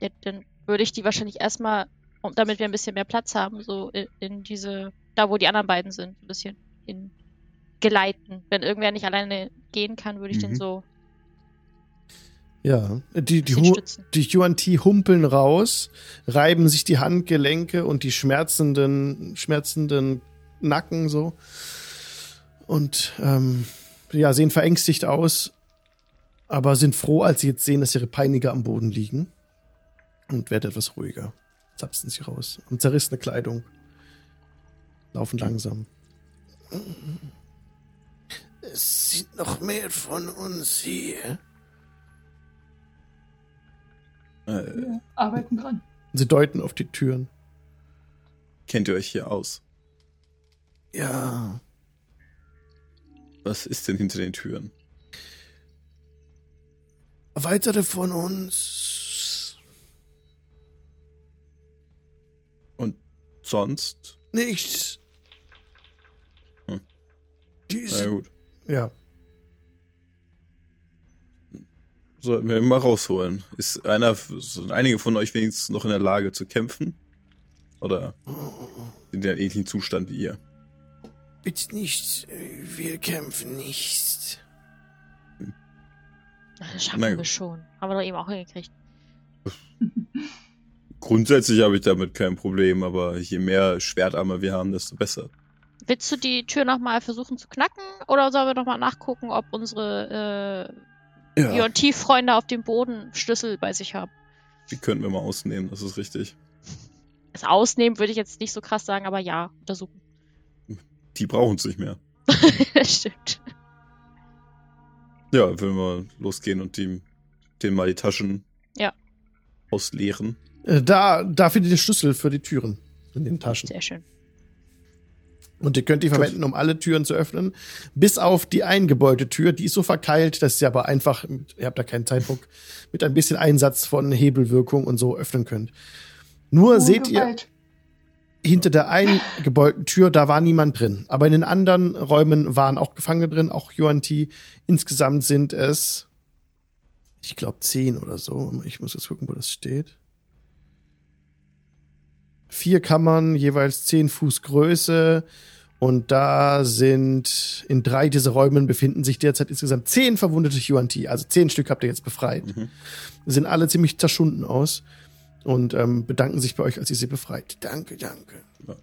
Speaker 4: Ja, dann würde ich die wahrscheinlich erstmal, um- damit wir ein bisschen mehr Platz haben, so in, in diese, da wo die anderen beiden sind, ein bisschen hin geleiten. Wenn irgendwer nicht alleine gehen kann, würde ich den
Speaker 2: Mhm.
Speaker 4: so
Speaker 1: Ja, die, die,
Speaker 4: bisschen
Speaker 1: Hu
Speaker 4: stützen.
Speaker 1: die Yuan Ti humpeln raus, reiben sich die Handgelenke und die schmerzenden, schmerzenden Nacken so. Und ähm, ja, sehen verängstigt aus, aber sind froh, als sie jetzt sehen, dass ihre Peiniger am Boden liegen. Und werden etwas ruhiger. Zapfen sie raus. Und zerrissene Kleidung. Laufen langsam. Es sind noch mehr von uns hier.
Speaker 2: Äh,
Speaker 3: Wir arbeiten dran.
Speaker 1: Sie deuten auf die Türen.
Speaker 2: kennt ihr euch hier aus?
Speaker 1: Ja.
Speaker 2: Was ist denn hinter den Türen?
Speaker 1: Weitere von uns.
Speaker 2: Sonst?
Speaker 1: Nichts.
Speaker 2: Hm. Na
Speaker 1: Diese.
Speaker 2: gut.
Speaker 1: Ja.
Speaker 2: Sollten wir ihn mal rausholen. Ist einer, sind einige von euch wenigstens noch in der Lage zu kämpfen? Oder sind die in einem ähnlichen Zustand wie ihr?
Speaker 1: Bitte nicht. Wir kämpfen nicht.
Speaker 4: Das schaffen
Speaker 2: Na gut.
Speaker 4: wir schon. Haben wir doch eben auch hingekriegt.
Speaker 2: Grundsätzlich habe ich damit kein Problem, aber je mehr Schwertarme wir haben, desto besser.
Speaker 4: Willst du die Tür nochmal versuchen zu knacken oder sollen wir nochmal nachgucken, ob unsere äh,
Speaker 2: Ja.
Speaker 4: freunde auf dem Boden Schlüssel bei sich haben?
Speaker 2: Die könnten wir mal ausnehmen, das ist richtig.
Speaker 4: Das Ausnehmen würde ich jetzt nicht so krass sagen, aber ja, untersuchen. [laughs]
Speaker 2: Die brauchen es nicht mehr.
Speaker 4: Stimmt.
Speaker 2: Ja, wenn wir losgehen und dem, dem mal die Taschen
Speaker 4: Ja.
Speaker 2: ausleeren.
Speaker 1: Äh, Da, da findet ihr Schlüssel für die Türen in den Taschen.
Speaker 4: Sehr schön.
Speaker 1: Und ihr könnt die verwenden, um alle Türen zu öffnen, bis auf die eingebeute Tür. Die ist so verkeilt, dass ihr aber einfach, mit- ihr habt da keinen Zeitdruck, mit ein bisschen Einsatz von Hebelwirkung und so öffnen könnt. Nur
Speaker 3: Hohe
Speaker 1: seht ihr,
Speaker 3: Gewalt. [laughs]
Speaker 1: hinter der eingebeugten Tür, da war niemand drin. Aber in den anderen Räumen waren auch Gefangene drin, auch Yuan Ti. Insgesamt sind es, ich glaube, zehn oder so. Ich muss jetzt gucken, wo das steht. Vier Kammern, jeweils zehn Fuß Größe. Und da sind, in drei dieser Räumen befinden sich derzeit insgesamt zehn verwundete Yuan Ti. Also zehn Stück habt ihr jetzt befreit.
Speaker 2: Mhm.
Speaker 1: Sind alle ziemlich zerschunden aus und ähm, bedanken sich bei euch, als ihr sie befreit. Danke, danke.
Speaker 2: Ja.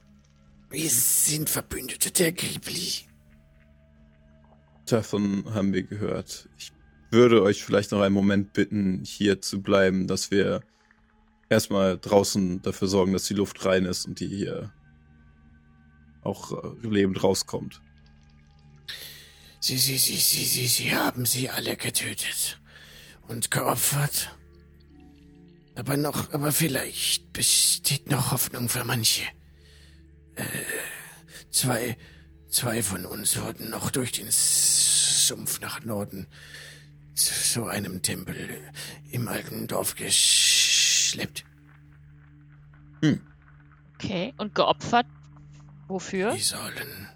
Speaker 1: Wir sind Verbündete der Gribli.
Speaker 2: Davon haben wir gehört. Ich würde euch vielleicht noch einen Moment bitten, hier zu bleiben, dass wir erstmal draußen dafür sorgen, dass die Luft rein ist und die hier auch äh, lebend rauskommt.
Speaker 5: Sie, sie, sie, sie, sie, sie haben sie alle getötet und geopfert. Aber noch, aber vielleicht besteht noch Hoffnung für manche. Äh, zwei, zwei von uns wurden noch durch den Sumpf nach Norden zu, zu einem Tempel im alten Dorf geschleppt.
Speaker 4: Okay, und geopfert? Wofür?
Speaker 5: Die sollen,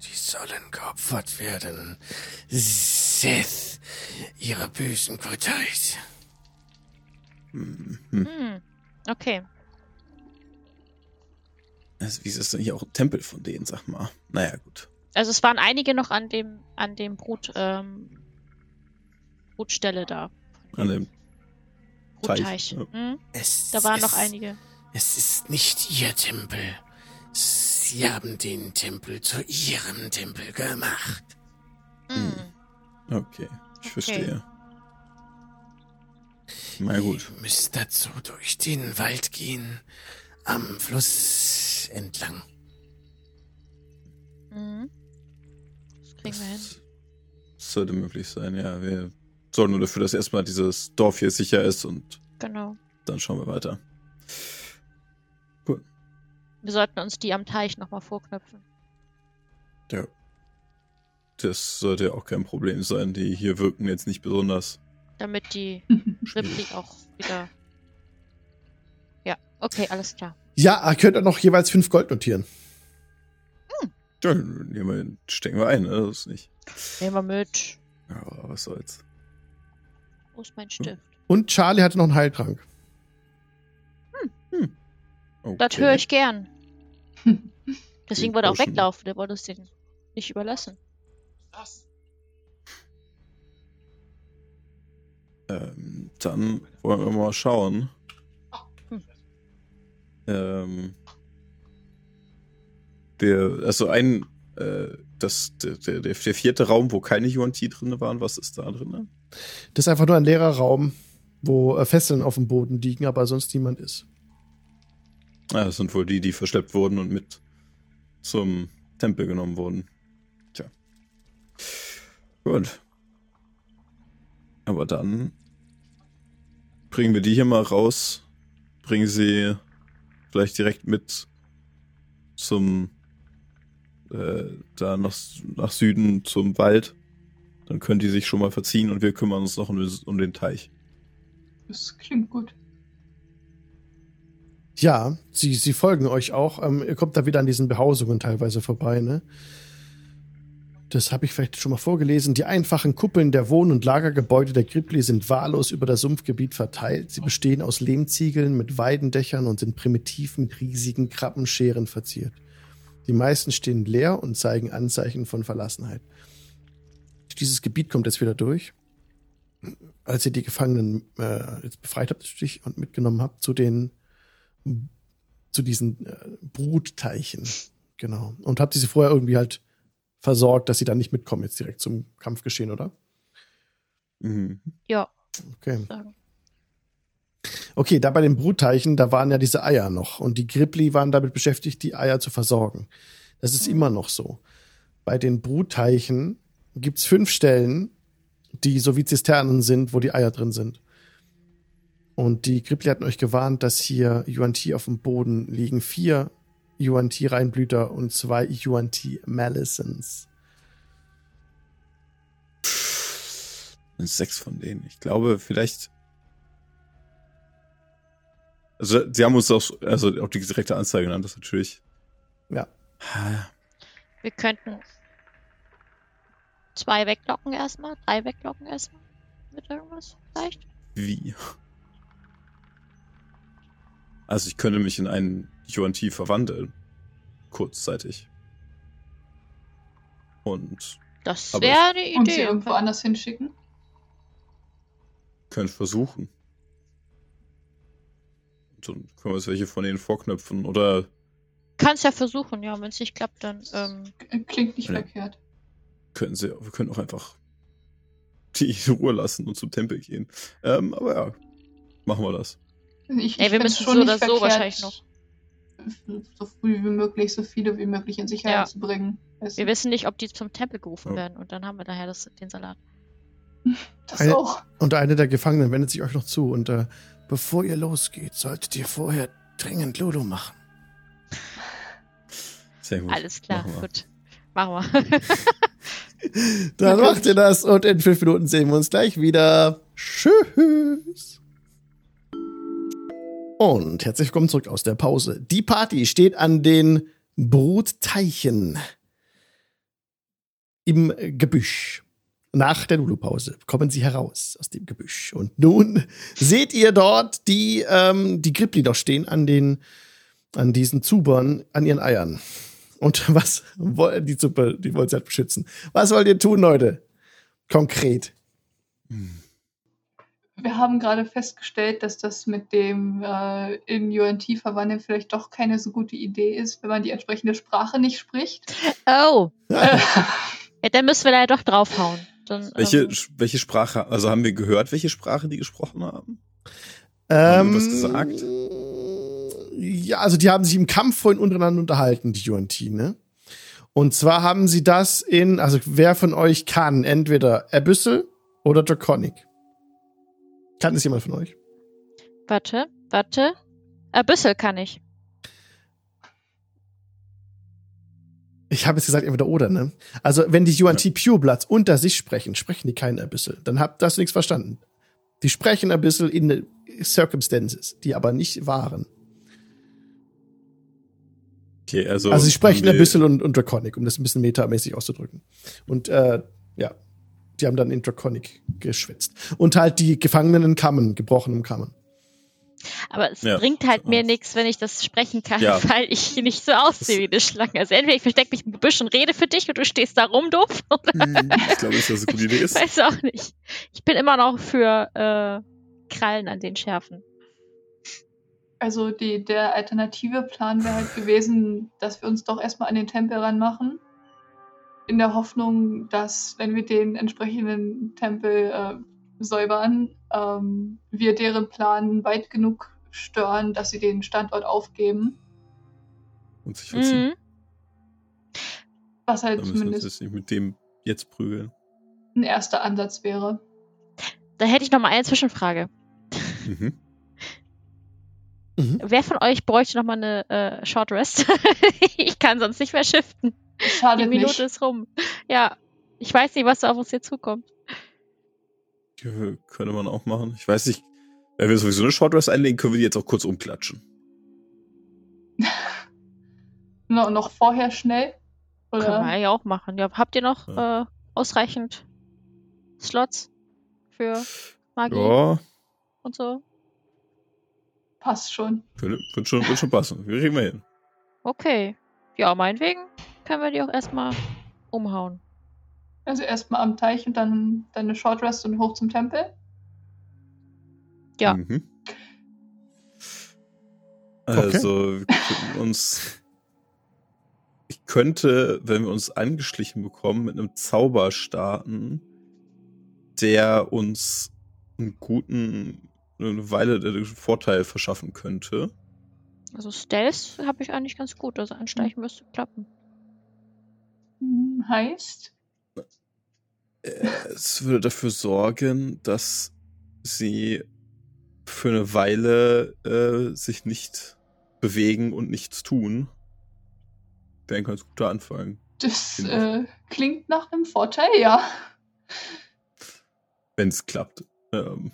Speaker 5: die sollen geopfert werden. Seth, ihrer bösen Gottheit.
Speaker 2: Hm, hm.
Speaker 4: Hm. Okay.
Speaker 2: Also, wie ist es denn hier auch ein Tempel von denen, sag mal? Naja, gut.
Speaker 4: Also es waren einige noch an dem an dem Brut ähm, Brutstelle da.
Speaker 2: An dem Teich,
Speaker 4: Brutteich.
Speaker 2: ja.
Speaker 4: Hm?
Speaker 5: Es,
Speaker 4: Da waren noch
Speaker 5: es-
Speaker 4: einige.
Speaker 5: Es ist nicht ihr Tempel. Sie haben den Tempel zu ihrem Tempel gemacht.
Speaker 2: Hm.
Speaker 4: Hm.
Speaker 2: Okay, ich
Speaker 4: Okay.
Speaker 2: verstehe. Na gut.
Speaker 5: Ihr müsst dazu durch den Wald gehen, am Fluss entlang.
Speaker 4: Hm. Das kriegen wir hin.
Speaker 2: Das sollte möglich sein, ja. Wir sorgen nur dafür, dass erstmal dieses Dorf hier sicher ist und
Speaker 4: Genau.
Speaker 2: dann schauen wir weiter.
Speaker 4: Wir sollten uns die am Teich nochmal vorknöpfen.
Speaker 2: Ja. Das sollte ja auch kein Problem sein. Die hier wirken jetzt nicht besonders.
Speaker 4: Damit die Replik auch wieder. Ja, okay, alles klar.
Speaker 1: Ja, ihr könnt auch noch jeweils fünf Gold notieren.
Speaker 2: Ja, nehmen wir- stecken wir ein, ne? Das ist nicht.
Speaker 4: Nehmen wir mit.
Speaker 2: Ja, Aber was soll's.
Speaker 4: Wo ist mein
Speaker 2: Hm,
Speaker 4: Stift?
Speaker 1: Und Charlie hatte noch einen Heiltrank.
Speaker 2: Okay.
Speaker 4: Das höre
Speaker 2: [laughs]
Speaker 4: ich gern. Deswegen
Speaker 2: Die
Speaker 4: wollte er auch
Speaker 2: Burschen.
Speaker 4: weglaufen. Der wollte es den nicht überlassen.
Speaker 2: Ähm, dann wollen wir mal schauen.
Speaker 4: Hm.
Speaker 2: Ähm, der, also ein, äh, das, der, der, der der vierte Raum, wo keine UNT drin waren, was ist da drin?
Speaker 1: Das ist einfach nur ein leerer Raum, wo äh, Fesseln auf dem Boden liegen, aber sonst niemand ist.
Speaker 2: Ah, das sind wohl die, die verschleppt wurden und mit zum Tempel genommen wurden. Tja. Gut. Aber dann bringen wir die hier mal raus. Bringen sie vielleicht direkt mit zum äh, da nach, nach Süden zum Wald. Dann können die sich schon mal verziehen und wir kümmern uns noch um, den- um den Teich.
Speaker 3: Das klingt gut.
Speaker 1: Ja, sie, sie folgen euch auch. Ähm, ihr kommt da wieder an diesen Behausungen teilweise vorbei, ne? Das habe ich vielleicht schon mal vorgelesen. Die einfachen Kuppeln der Wohn- und Lagergebäude der Gripli sind wahllos über das Sumpfgebiet verteilt. Sie bestehen aus Lehmziegeln mit Weidendächern und sind primitiv mit riesigen Krabbenscheren verziert. Die meisten stehen leer und zeigen Anzeichen von Verlassenheit. Durch Dieses Gebiet kommt jetzt wieder durch. Als ihr die Gefangenen äh, jetzt befreit habt natürlich, und mitgenommen habt zu den zu diesen äh, Brutteichen. Genau. Und habt ihr sie vorher irgendwie halt versorgt, dass sie dann nicht mitkommen jetzt direkt zum Kampfgeschehen, oder?
Speaker 2: Mhm.
Speaker 4: Ja,
Speaker 1: Okay.
Speaker 4: sagen.
Speaker 1: Okay, da bei den Brutteichen, da waren ja diese Eier noch. Und die Gripli waren damit beschäftigt, die Eier zu versorgen. Das ist immer noch so. Bei den Brutteichen gibt's fünf Stellen, die so wie Zisternen sind, wo die Eier drin sind. Und die Gripli hatten euch gewarnt, dass hier Yuan-Ti auf dem Boden liegen. Vier Yuan-Ti-Reinblüter und zwei Yuan-Ti-Malisons.
Speaker 2: Das sind sechs von denen. Ich glaube, vielleicht. Also, sie haben uns auch, also auch die direkte Anzeige genannt, das ist natürlich.
Speaker 1: Ja.
Speaker 2: Ah,
Speaker 4: wir könnten zwei weglocken erstmal, drei weglocken erstmal. Mit irgendwas vielleicht?
Speaker 2: Wie? Also, ich könnte mich in einen Yuan Ti verwandeln. Kurzzeitig. Und
Speaker 4: Das
Speaker 2: Aber
Speaker 4: wäre eine
Speaker 3: Und sie
Speaker 4: Idee.
Speaker 3: irgendwo anders hinschicken?
Speaker 2: könnte versuchen. Und Dann können wir uns welche von denen vorknöpfen oder
Speaker 4: Kannst ja versuchen, ja. Wenn es nicht klappt, dann ähm,
Speaker 3: K- Äh, Klingt nicht
Speaker 2: Ja.
Speaker 3: verkehrt.
Speaker 2: können sie, wir können auch einfach sollte ich in [laughs] Ruhe lassen und zum Tempel gehen. Ähm, aber ja, machen wir das.
Speaker 3: Ich,
Speaker 4: Nee,
Speaker 3: ich
Speaker 4: wir
Speaker 3: find's
Speaker 4: müssen
Speaker 3: schon
Speaker 4: so
Speaker 3: nicht
Speaker 4: oder so
Speaker 3: verkehrt,
Speaker 4: wahrscheinlich noch.
Speaker 3: So früh wie möglich, so viele wie möglich in Sicherheit
Speaker 4: Ja.
Speaker 3: zu bringen. Weißt
Speaker 4: Wir
Speaker 3: du,
Speaker 4: wissen nicht, ob die zum Tempel gerufen
Speaker 2: Ja.
Speaker 4: werden und dann haben wir daher das, den Salat.
Speaker 3: das
Speaker 1: Eine-
Speaker 3: auch.
Speaker 1: Und eine der Gefangenen wendet sich euch noch zu und äh,
Speaker 5: Bevor ihr losgeht, solltet ihr vorher dringend Ludo machen.
Speaker 2: Sehr gut.
Speaker 4: Alles klar,
Speaker 2: machen wir.
Speaker 4: gut. Machen
Speaker 2: [laughs]
Speaker 4: wir.
Speaker 1: dann macht ihr das und in fünf Minuten sehen wir uns gleich wieder. Tschüss. Und herzlich willkommen zurück aus der Pause. Die Party steht an den Brutteichen im Gebüsch. Nach der Lulu-Pause kommen sie heraus aus dem Gebüsch. Und nun [laughs] seht ihr dort die, ähm, die Gripli noch stehen an, den, an diesen Zubern, an ihren Eiern. Und [laughs] was wollen die Suppe, die wollt ihr halt beschützen. Was wollt ihr tun, Leute? Konkret.
Speaker 3: Wir haben gerade festgestellt, dass das mit dem äh, in UNT verwandeln vielleicht doch keine so gute Idee ist, wenn man die entsprechende Sprache nicht spricht.
Speaker 4: Oh,
Speaker 2: [laughs]
Speaker 3: Äh,
Speaker 4: ja, dann müssen wir leider doch draufhauen. Dann,
Speaker 2: Welche,
Speaker 4: ähm,
Speaker 2: welche Sprache, also haben wir gehört, welche Sprache die gesprochen haben?
Speaker 1: Haben
Speaker 2: die was gesagt?
Speaker 1: Ähm, Ja, also die haben sich im Kampf vorhin untereinander unterhalten, die UNT, ne? Und zwar haben sie das in, also wer von euch kann, entweder Abyssal oder Draconic. Kann es jemand von euch?
Speaker 4: warte, warte. Ein bisschen kann ich.
Speaker 1: Ich habe jetzt gesagt, entweder oder, ne? Also, wenn die UNT Purebloods unter sich sprechen, sprechen die keinen Abyssal. Dann habt das nichts verstanden. Die sprechen Abyssal in Circumstances, die aber nicht waren.
Speaker 2: Okay, also.
Speaker 1: Also sie sprechen
Speaker 2: haben wir-
Speaker 1: ein bisschen und, und Draconic, um das ein bisschen metamäßig auszudrücken. Und äh, ja, die haben dann in Draconic geschwitzt. Und halt die Gefangenen in Kammern, gebrochen im Kammern.
Speaker 4: Aber es
Speaker 2: Ja.
Speaker 4: bringt halt mir
Speaker 2: Ja.
Speaker 4: nichts, wenn ich das sprechen kann,
Speaker 2: Ja.
Speaker 4: [laughs] weil ich nicht so aussehe wie eine Schlange. Also entweder ich verstecke mich im Gebüsch und rede für dich und du [laughs] stehst da rum, doof, oder
Speaker 2: [laughs] Ich glaube nicht, dass es eine gute Idee
Speaker 4: ich
Speaker 2: ist.
Speaker 4: weiß auch nicht. Ich bin immer noch für äh, Krallen an den Schärfen.
Speaker 3: Also die, der alternative Plan wäre halt gewesen, dass wir uns doch erstmal an den Tempel ranmachen. In der Hoffnung, dass, wenn wir den entsprechenden Tempel äh, säubern, ähm, wir deren Plan weit genug stören, dass sie den Standort aufgeben.
Speaker 2: Und sich verziehen.
Speaker 4: Mhm.
Speaker 3: Was
Speaker 2: Da
Speaker 3: halt
Speaker 2: müssen wir uns
Speaker 3: zumindest
Speaker 2: jetzt nicht mit dem jetzt prügeln.
Speaker 3: ein erster Ansatz wäre.
Speaker 4: Da hätte ich noch mal eine Zwischenfrage.
Speaker 2: Mhm.
Speaker 4: Wer von euch bräuchte noch mal eine äh, Short Rest? [laughs] ich kann sonst nicht mehr shiften. Die
Speaker 3: Schadet
Speaker 4: Minute
Speaker 3: nicht.
Speaker 4: ist rum. Ja, ich weiß nicht, was da auf uns hier zukommt.
Speaker 2: Kö- Könnte man auch machen. Ich weiß nicht. Wenn wir sowieso eine Short Rest einlegen, können wir die jetzt auch kurz umklatschen.
Speaker 3: No, noch vorher schnell.
Speaker 4: Können
Speaker 3: Oder?
Speaker 4: wir ja auch machen. Ja, habt ihr noch äh, ausreichend Slots für Magie
Speaker 2: Ja,
Speaker 4: und so?
Speaker 3: Passt schon.
Speaker 2: könnte, könnte, schon, könnte schon passen. Wir kriegen wir hin.
Speaker 4: Okay. Ja, meinetwegen können wir die auch erstmal umhauen.
Speaker 3: Also erstmal am Teich und dann deine Short Rest und hoch zum Tempel.
Speaker 4: Ja.
Speaker 2: Mhm. Also, wir könnten uns. Ich könnte, wenn wir uns angeschlichen bekommen, mit einem Zauber starten, der uns einen guten, eine Weile einen Vorteil verschaffen könnte.
Speaker 4: Also Stealth habe ich eigentlich ganz gut. Also ansteigen müsste klappen.
Speaker 3: Hm, Heißt?
Speaker 2: Äh, Es würde dafür sorgen, dass sie für eine Weile äh, sich nicht bewegen und nichts tun. Wäre ein ganz guter Anfang.
Speaker 3: Das
Speaker 2: Genau.
Speaker 3: äh, klingt nach einem Vorteil, ja.
Speaker 2: wenn es klappt. Ähm,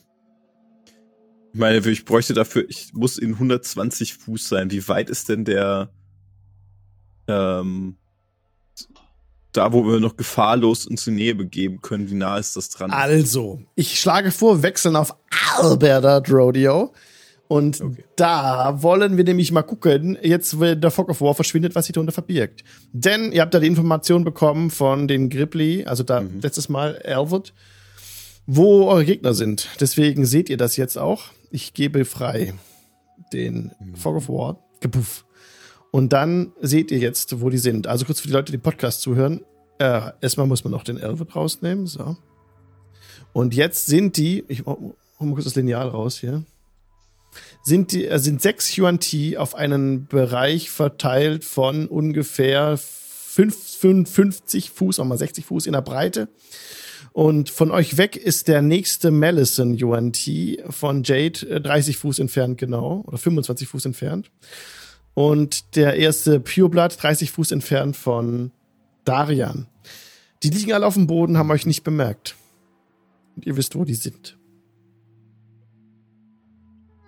Speaker 2: ich meine, ich bräuchte dafür, ich muss in 120 Fuß sein. Wie weit ist denn der, ähm, da, wo wir noch gefahrlos uns in die Nähe begeben können, wie nah ist das dran?
Speaker 1: Also, ich schlage vor, wechseln auf Alberta Rodeo. Und
Speaker 2: Okay.
Speaker 1: da wollen wir nämlich mal gucken, jetzt, wenn der Fog of War verschwindet, was sich darunter verbirgt. Denn ihr habt da die Information bekommen von den Grippli, also da
Speaker 2: Mhm.
Speaker 1: letztes Mal Elwood, wo eure Gegner sind. Deswegen seht ihr das jetzt auch. Ich gebe frei den
Speaker 2: Mhm.
Speaker 1: Fog of War. Gebuff. Und dann seht ihr jetzt, wo die sind. Also kurz für die Leute, die den Podcast zuhören. Äh, erstmal muss man noch den Elwood rausnehmen. So. Und jetzt sind die, ich hol mal kurz das Lineal raus hier, sind, die, äh, sind sechs Yuan Ti auf einen Bereich verteilt von ungefähr fünf- 55 Fuß, auch mal 60 Fuß in der Breite. Und von euch weg ist der nächste Malison Yuan Ti von Jade äh, 30 Fuß entfernt genau oder 25 Fuß entfernt. Und der erste Pureblood 30 Fuß entfernt von Darian. Die liegen alle auf dem Boden, haben euch nicht bemerkt. Und ihr wisst, wo die sind.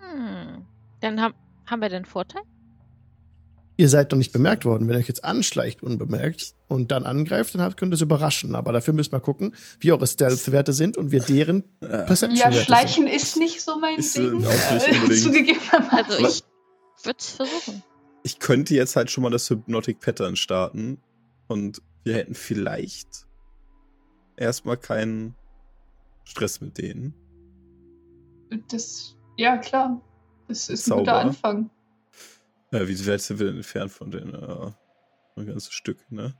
Speaker 4: Hm. Dann haben, haben wir den Vorteil?
Speaker 1: Ihr seid noch nicht bemerkt worden. Wenn ihr euch jetzt anschleicht unbemerkt und dann angreift, dann habt- könnt ihr es überraschen. Aber dafür müssen wir gucken, wie eure Stealth-Werte sind und wir deren
Speaker 2: Äh,
Speaker 3: Ja,
Speaker 1: Perception-Werte sind.
Speaker 3: Schleichen ist nicht so mein
Speaker 2: Ist, äh, auch
Speaker 3: Ding. [laughs]
Speaker 2: nicht
Speaker 3: äh,
Speaker 2: unbedingt.
Speaker 4: Also
Speaker 3: Zugegebenermaßen.
Speaker 4: ich würde es versuchen.
Speaker 2: ich könnte jetzt halt schon mal das Hypnotic Pattern starten und wir hätten vielleicht erstmal keinen Stress mit denen.
Speaker 3: Das, ja, klar. Das ist ein guter
Speaker 2: Zauber.
Speaker 3: Anfang.
Speaker 2: Äh, wie weit sind wir denn entfernt von denen? Äh, ein ganzes Stück, ne?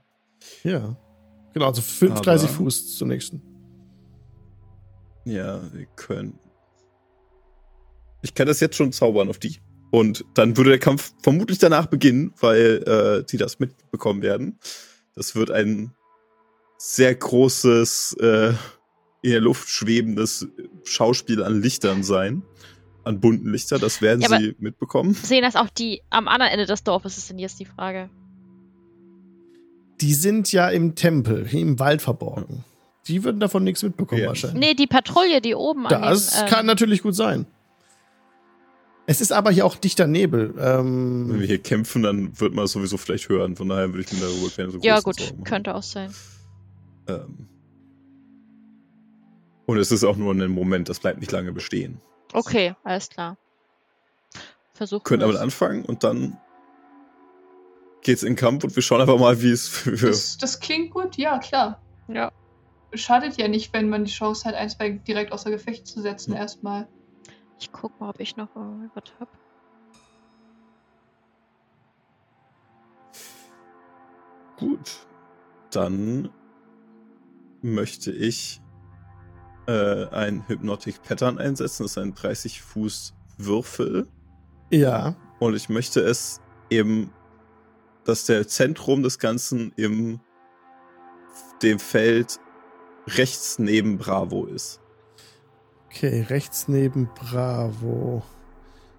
Speaker 1: Ja. Genau, also 35
Speaker 2: Aber-
Speaker 1: Fuß zum nächsten.
Speaker 2: Ja, wir können. Ich kann das jetzt schon zaubern auf die. Und dann würde der Kampf vermutlich danach beginnen, weil äh, die das mitbekommen werden. Das wird ein sehr großes, äh, in der Luft schwebendes Schauspiel an Lichtern sein. An bunten Lichtern, das werden
Speaker 4: Ja, aber-
Speaker 2: sie mitbekommen.
Speaker 4: Sehen das auch die am anderen Ende des Dorfes, ist denn jetzt die Frage.
Speaker 1: Die sind ja im Tempel, im Wald verborgen. Die würden davon nichts mitbekommen
Speaker 2: Ja.
Speaker 1: wahrscheinlich.
Speaker 4: Nee, die Patrouille, die oben an
Speaker 1: Das
Speaker 4: dem, ähm,
Speaker 1: kann natürlich gut sein. Es ist aber hier auch dichter Nebel.
Speaker 2: Wenn wir
Speaker 1: Ähm,
Speaker 2: hier kämpfen, dann wird man es sowieso vielleicht hören. Von daher würde ich mir darüber keine so
Speaker 4: Ja
Speaker 2: großen
Speaker 4: gut,
Speaker 2: Sorgen machen.
Speaker 4: könnte auch sein.
Speaker 2: Ähm. Und es ist auch nur ein Moment, das bleibt nicht lange bestehen.
Speaker 4: Okay, alles klar. Versuchen
Speaker 2: können damit
Speaker 4: wir's.
Speaker 2: anfangen und dann geht's in den Kampf und wir schauen einfach mal, wie es für.
Speaker 3: Das, das klingt gut, ja, klar.
Speaker 4: Ja.
Speaker 3: Schadet ja nicht, wenn man die Chance hat, ein, zwei direkt außer Gefecht zu setzen, erstmal.
Speaker 4: Ich guck mal, ob ich noch irgendwie was hab.
Speaker 2: Gut. Dann möchte ich äh, ein Hypnotic Pattern einsetzen. Das ist ein 30 Fuß Würfel.
Speaker 1: ja.
Speaker 2: Und ich möchte es eben, dass der Zentrum des Ganzen im dem Feld rechts neben Bravo ist.
Speaker 1: Okay, rechts neben Bravo.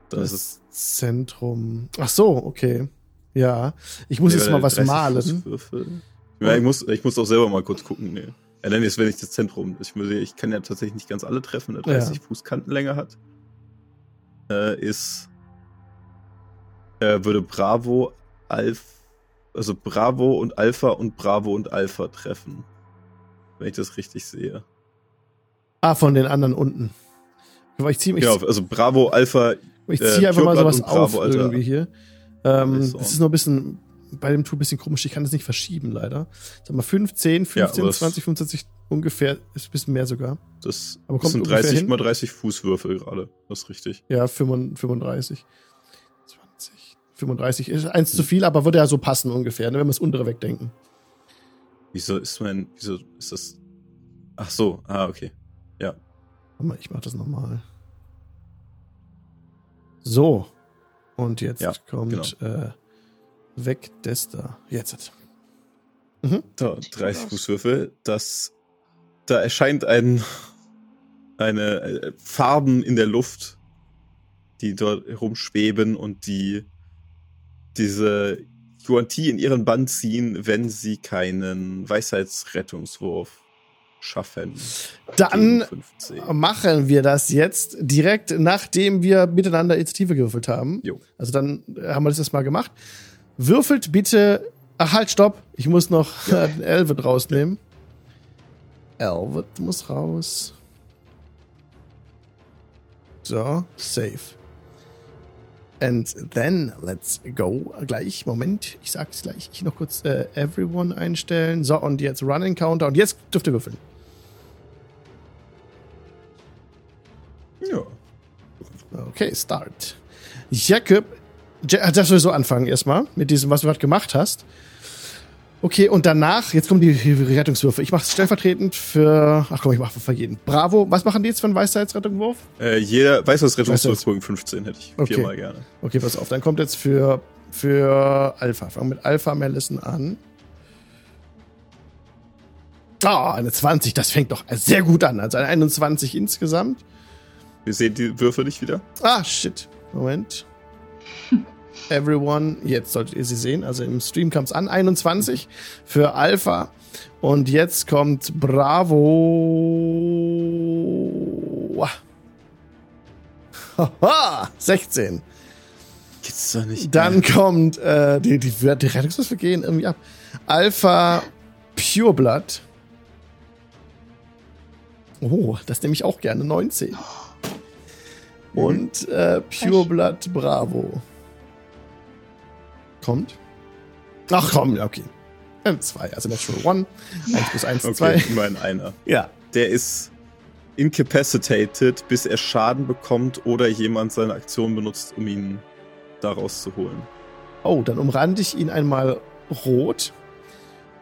Speaker 2: Dann ist es.
Speaker 1: Zentrum. Ach so, okay. Ja. Ich muss jetzt mal was
Speaker 2: 30
Speaker 1: malen.
Speaker 2: Fuß Würfel. Ja, ich muss, ich muss auch selber mal kurz gucken. Nee. Ja, dann ist, wenn ich das Zentrum. Ich, muss- ich kann ja tatsächlich nicht ganz alle treffen, der 30 Fuß Kantenlänge hat. Äh, ist. Äh, würde Bravo, Alf. Also Bravo und Alpha und Bravo und Alpha treffen. Wenn ich das richtig sehe.
Speaker 1: Ah, von den anderen unten. Aber ich ziehe ich,
Speaker 2: Genau, also Bravo, Alpha.
Speaker 1: ich
Speaker 2: äh,
Speaker 1: zieh einfach mal
Speaker 2: Pureblood
Speaker 1: sowas
Speaker 2: und Bravo,
Speaker 1: auf
Speaker 2: Alter.
Speaker 1: irgendwie hier. Ähm,
Speaker 2: Ist so.
Speaker 1: Es ist nur ein bisschen bei dem Tool ein bisschen komisch. Ich kann das nicht verschieben, leider. Sag mal, 15,
Speaker 2: Ja,
Speaker 1: 15,
Speaker 2: aber das-
Speaker 1: 20, 25 ungefähr. Ist ein bisschen mehr sogar.
Speaker 2: Das,
Speaker 1: Aber
Speaker 2: das
Speaker 1: kommt
Speaker 2: sind
Speaker 1: ungefähr
Speaker 2: 30
Speaker 1: hin?
Speaker 2: mal 30 Fuß Würfel gerade. Das ist richtig.
Speaker 1: Ja, 35. 20, 35. Ist eins zu viel, aber würde ja so passen ungefähr, ne, wenn wir das untere wegdenken.
Speaker 2: Wieso ist mein. Wieso ist das. Ach so, ah, okay.
Speaker 1: Warte mal, ich mach das nochmal. So. Und jetzt
Speaker 2: Ja,
Speaker 1: kommt äh, weg Desta. Jetzt. Mhm.
Speaker 2: Da,
Speaker 4: Sieht gut
Speaker 2: 30
Speaker 4: aus.
Speaker 2: Fuß Würfel. Das, da erscheint ein, eine äh, Farben in der Luft, die dort herumschweben und die diese Yuan-Ti in ihren Bann ziehen, wenn sie keinen Weisheitsrettungswurf schaffen.
Speaker 1: Dann ähm,
Speaker 2: Gegen 15.
Speaker 1: machen wir das jetzt direkt, nachdem wir miteinander Initiative gewürfelt haben.
Speaker 2: Jo.
Speaker 1: Also dann äh, haben wir das erstmal gemacht. Würfelt bitte. Ach halt, stopp. Ich muss noch äh, den [laughs] Elvet rausnehmen. Elvet muss raus. So, safe. And then let's go. Gleich, Moment, ich sag's gleich. Ich noch kurz äh, everyone einstellen. So, und jetzt Run Encounter. Und jetzt dürft ihr würfeln.
Speaker 2: Ja.
Speaker 1: Okay, start. also Jakob, Ja- darfst du so anfangen erstmal mit diesem, was du gerade gemacht hast. Okay, und danach, jetzt kommen die Rettungswürfe. Ich mache es stellvertretend für. Ach komm, ich mache für jeden. Bravo. Was machen die jetzt für einen Weisheitsrettungswurf?
Speaker 2: Äh, jeder
Speaker 1: Weißt
Speaker 2: Weisheitsrettungswurf Bogen 15 hätte ich
Speaker 1: Okay.
Speaker 2: viermal gerne.
Speaker 1: Okay, pass auf. Dann kommt jetzt für, für Alpha. Fangen wir mit Alpha Mellison an. Ah, eine 20. Das fängt doch sehr gut an. Also eine 21 insgesamt.
Speaker 2: Wir sehen die Würfe nicht wieder.
Speaker 1: Ah, shit. Moment. Everyone, jetzt solltet ihr sie sehen. Also im Stream kam es an. 21 für Alpha. Und jetzt kommt Bravo. Haha, 16.
Speaker 2: Geht's doch nicht.
Speaker 1: Dann kommt, äh, die, die, die Rettungswürfe gehen irgendwie ab. Alpha Pureblood. Oh, das nehme ich auch gerne. 19. Und äh, Pureblood Bravo. Kommt. Ach komm, ja, okay. Ähm, zwei, also Natural One. Eins plus eins,
Speaker 2: Okay,
Speaker 1: zwei.
Speaker 2: immerhin einer.
Speaker 1: Ja.
Speaker 2: Der ist incapacitated, bis er Schaden bekommt oder jemand seine Aktion benutzt, um ihn da rauszuholen.
Speaker 1: Oh, dann umrande ich ihn einmal rot.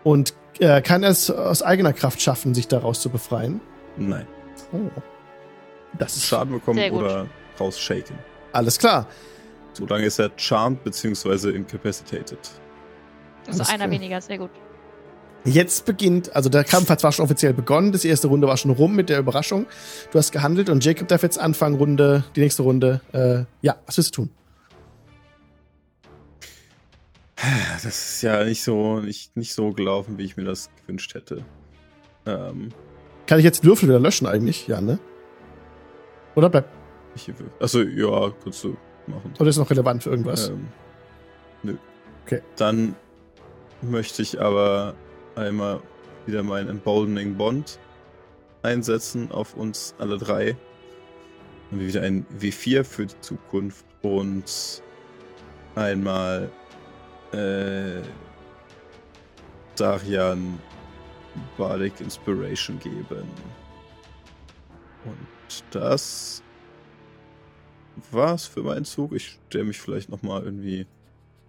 Speaker 1: Und äh, kann er es aus eigener Kraft schaffen, sich daraus zu befreien?
Speaker 2: Nein.
Speaker 1: Oh. Das ist schade.
Speaker 2: Schaden bekommen
Speaker 4: Sehr gut.
Speaker 2: oder rausshaken.
Speaker 1: Alles klar.
Speaker 2: Solange ist er charmed bzw. incapacitated.
Speaker 4: Also
Speaker 1: Alles
Speaker 4: einer
Speaker 1: klar.
Speaker 4: weniger, sehr gut.
Speaker 1: Jetzt beginnt, also der Kampf hat zwar schon offiziell begonnen, das erste Runde war schon rum mit der Überraschung. Du hast gehandelt und Jacob darf jetzt anfangen, Runde, die nächste Runde. Äh, ja, was willst du tun?
Speaker 2: Ja, Das ist ja nicht so, nicht, nicht so gelaufen, wie ich mir das gewünscht hätte. Ähm,
Speaker 1: Kann ich jetzt die Würfel wieder löschen eigentlich? Ja, ne? Oder bleibt,
Speaker 2: ich, also, ja, kannst du machen.
Speaker 1: oder ist noch relevant für irgendwas?
Speaker 2: Ähm, nö.
Speaker 1: Okay.
Speaker 2: Dann möchte ich aber einmal wieder meinen Emboldening Bond einsetzen auf uns alle drei. Dann haben wir wieder ein W4 für die Zukunft und einmal äh, Darian Bardic Inspiration geben. Und das war's für meinen Zug. Ich stelle mich vielleicht nochmal irgendwie.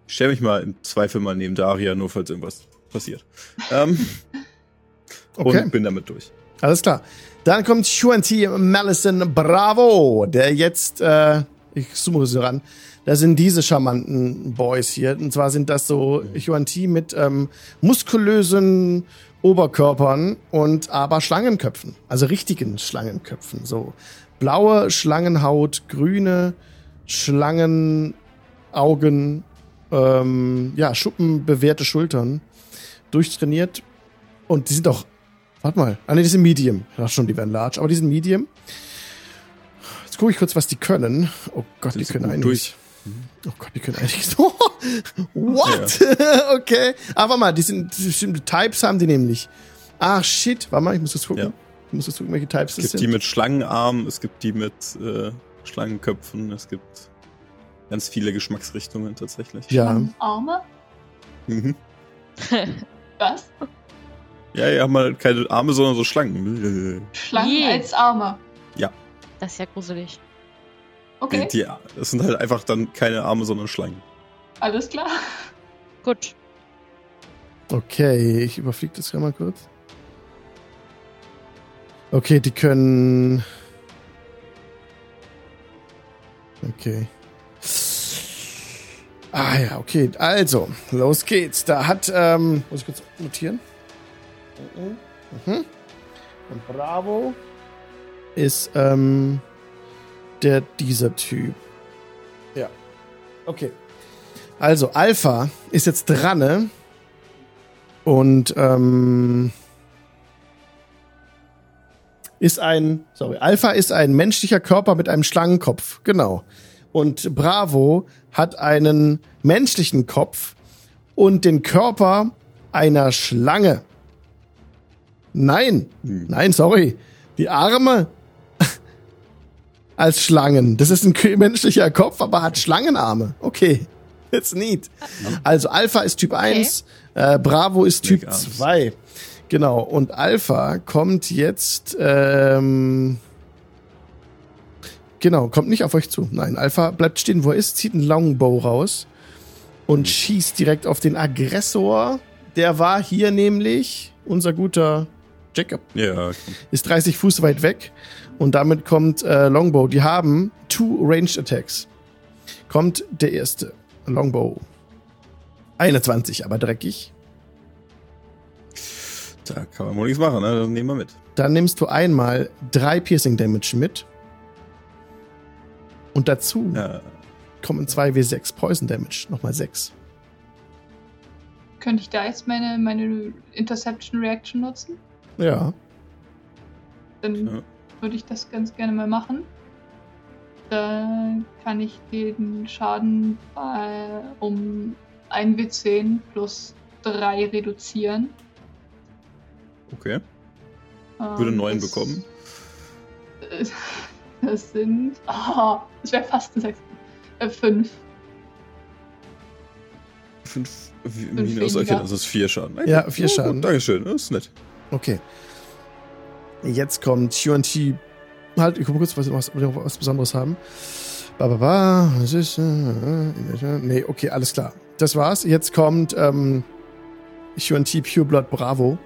Speaker 2: Ich stelle mich mal im Zweifel mal neben Daria, nur falls irgendwas
Speaker 1: [laughs]
Speaker 2: passiert. Ähm,
Speaker 1: okay,
Speaker 2: Und bin damit durch.
Speaker 1: alles klar. Dann kommt Shuanti Mallison Bravo, der jetzt, äh, ich zoome so ran, da sind diese charmanten Boys hier. Und zwar sind das so Shuanti mit ähm, muskulösen Oberkörpern und aber Schlangenköpfen. Also richtigen Schlangenköpfen. So blaue Schlangenhaut, grüne Schlangenaugen, ähm, ja, schuppenbewehrte Schultern. Durchtrainiert. Und die sind auch. Warte mal. Ah, nee, die sind Medium. Ich dachte schon, die wären large, aber die sind Medium. Jetzt gucke ich kurz, was die können. Oh Gott,
Speaker 2: Sind
Speaker 1: die
Speaker 2: sie
Speaker 1: können
Speaker 2: gut
Speaker 1: einiges.
Speaker 2: durch?
Speaker 1: Oh Gott, die können einiges. [laughs] What? [laughs] okay. Aber warte mal, die sind bestimmte Types haben die nämlich. Ach shit, warte mal, ich muss das gucken.
Speaker 2: Ja.
Speaker 1: Ich muss das gucken, welche Types
Speaker 2: Es
Speaker 1: das
Speaker 2: gibt
Speaker 1: sind.
Speaker 2: die mit Schlangenarmen, es gibt die mit äh, Schlangenköpfen, es gibt ganz viele Geschmacksrichtungen tatsächlich.
Speaker 1: ja.
Speaker 3: Ähm, Arme?
Speaker 2: Mhm.
Speaker 3: Was?
Speaker 2: Ja, ja, haben halt keine Arme, sondern so Schlangen. ne?
Speaker 3: Schlangen
Speaker 4: Je.
Speaker 3: als Arme.
Speaker 4: Das ist ja gruselig.
Speaker 3: Okay,
Speaker 2: Die, die, das sind halt einfach dann keine Arme, sondern Schlangen.
Speaker 3: alles klar.
Speaker 4: Gut.
Speaker 1: Okay, ich überfliege das gerade mal kurz. Okay, die können. Okay. Ah ja, okay. Also, los geht's. Da hat, ähm, muss ich kurz notieren? Mhm. Und Bravo ist, ähm, der, dieser Typ. Ja. Okay. Also, Alpha ist jetzt dran, ne? Und ähm, ist ein, sorry, Alpha ist ein menschlicher Körper mit einem Schlangenkopf, genau. Und Bravo hat einen menschlichen Kopf und den Körper einer Schlange. Nein,
Speaker 2: Hm.
Speaker 1: nein, sorry. Die Arme [laughs] als Schlangen. Das ist ein k- menschlicher Kopf, aber hat Schlangenarme. Okay, it's neat. Also Alpha ist Typ 1, äh, Bravo ist
Speaker 2: Snake
Speaker 1: Typ
Speaker 2: Arms.
Speaker 1: 2. Genau, und Alpha kommt jetzt. Ähm, genau, kommt nicht auf euch zu. Nein, Alpha bleibt stehen, wo er ist, zieht einen Longbow raus und schießt direkt auf den Aggressor. Der war hier nämlich, unser guter Jacob,
Speaker 2: Ja,
Speaker 1: ist 30 Fuß weit weg und damit kommt äh, Longbow. Die haben two Ranged Attacks. Kommt der erste, Longbow. 21, aber dreckig.
Speaker 2: da kann man wohl nichts machen, ne? Dann nehmen wir mit.
Speaker 1: Dann nimmst du einmal drei Piercing Damage mit. Und dazu
Speaker 2: Ja,
Speaker 1: kommen 2W6 Poison Damage. Nochmal 6.
Speaker 3: Könnte ich da jetzt meine, meine Interception Reaction nutzen?
Speaker 1: Ja.
Speaker 3: Dann
Speaker 2: Ja.
Speaker 3: würde ich das ganz gerne mal machen. Dann kann ich den Schaden bei, um 1W10 plus 3 reduzieren.
Speaker 2: okay.
Speaker 3: Ähm,
Speaker 2: Würde neun
Speaker 3: das-
Speaker 2: bekommen.
Speaker 3: Äh, [laughs] Das sind. Oh, das wäre fast ein 6. Äh, 5.
Speaker 2: Fünf, wie-
Speaker 3: Fünf
Speaker 2: Minus, okay,
Speaker 3: weniger.
Speaker 2: das ist vier Schaden. Okay.
Speaker 1: Ja, vier
Speaker 2: gut,
Speaker 1: Schaden.
Speaker 2: Dankeschön, das ist nett.
Speaker 1: Okay. Jetzt kommt T. Halt, ich guck mal kurz, was, was, was Besonderes haben. Ba, ba, ba. Was ist, äh, äh, nee, okay, alles klar. Das war's. Jetzt kommt ähm, T Pure Blood Bravo.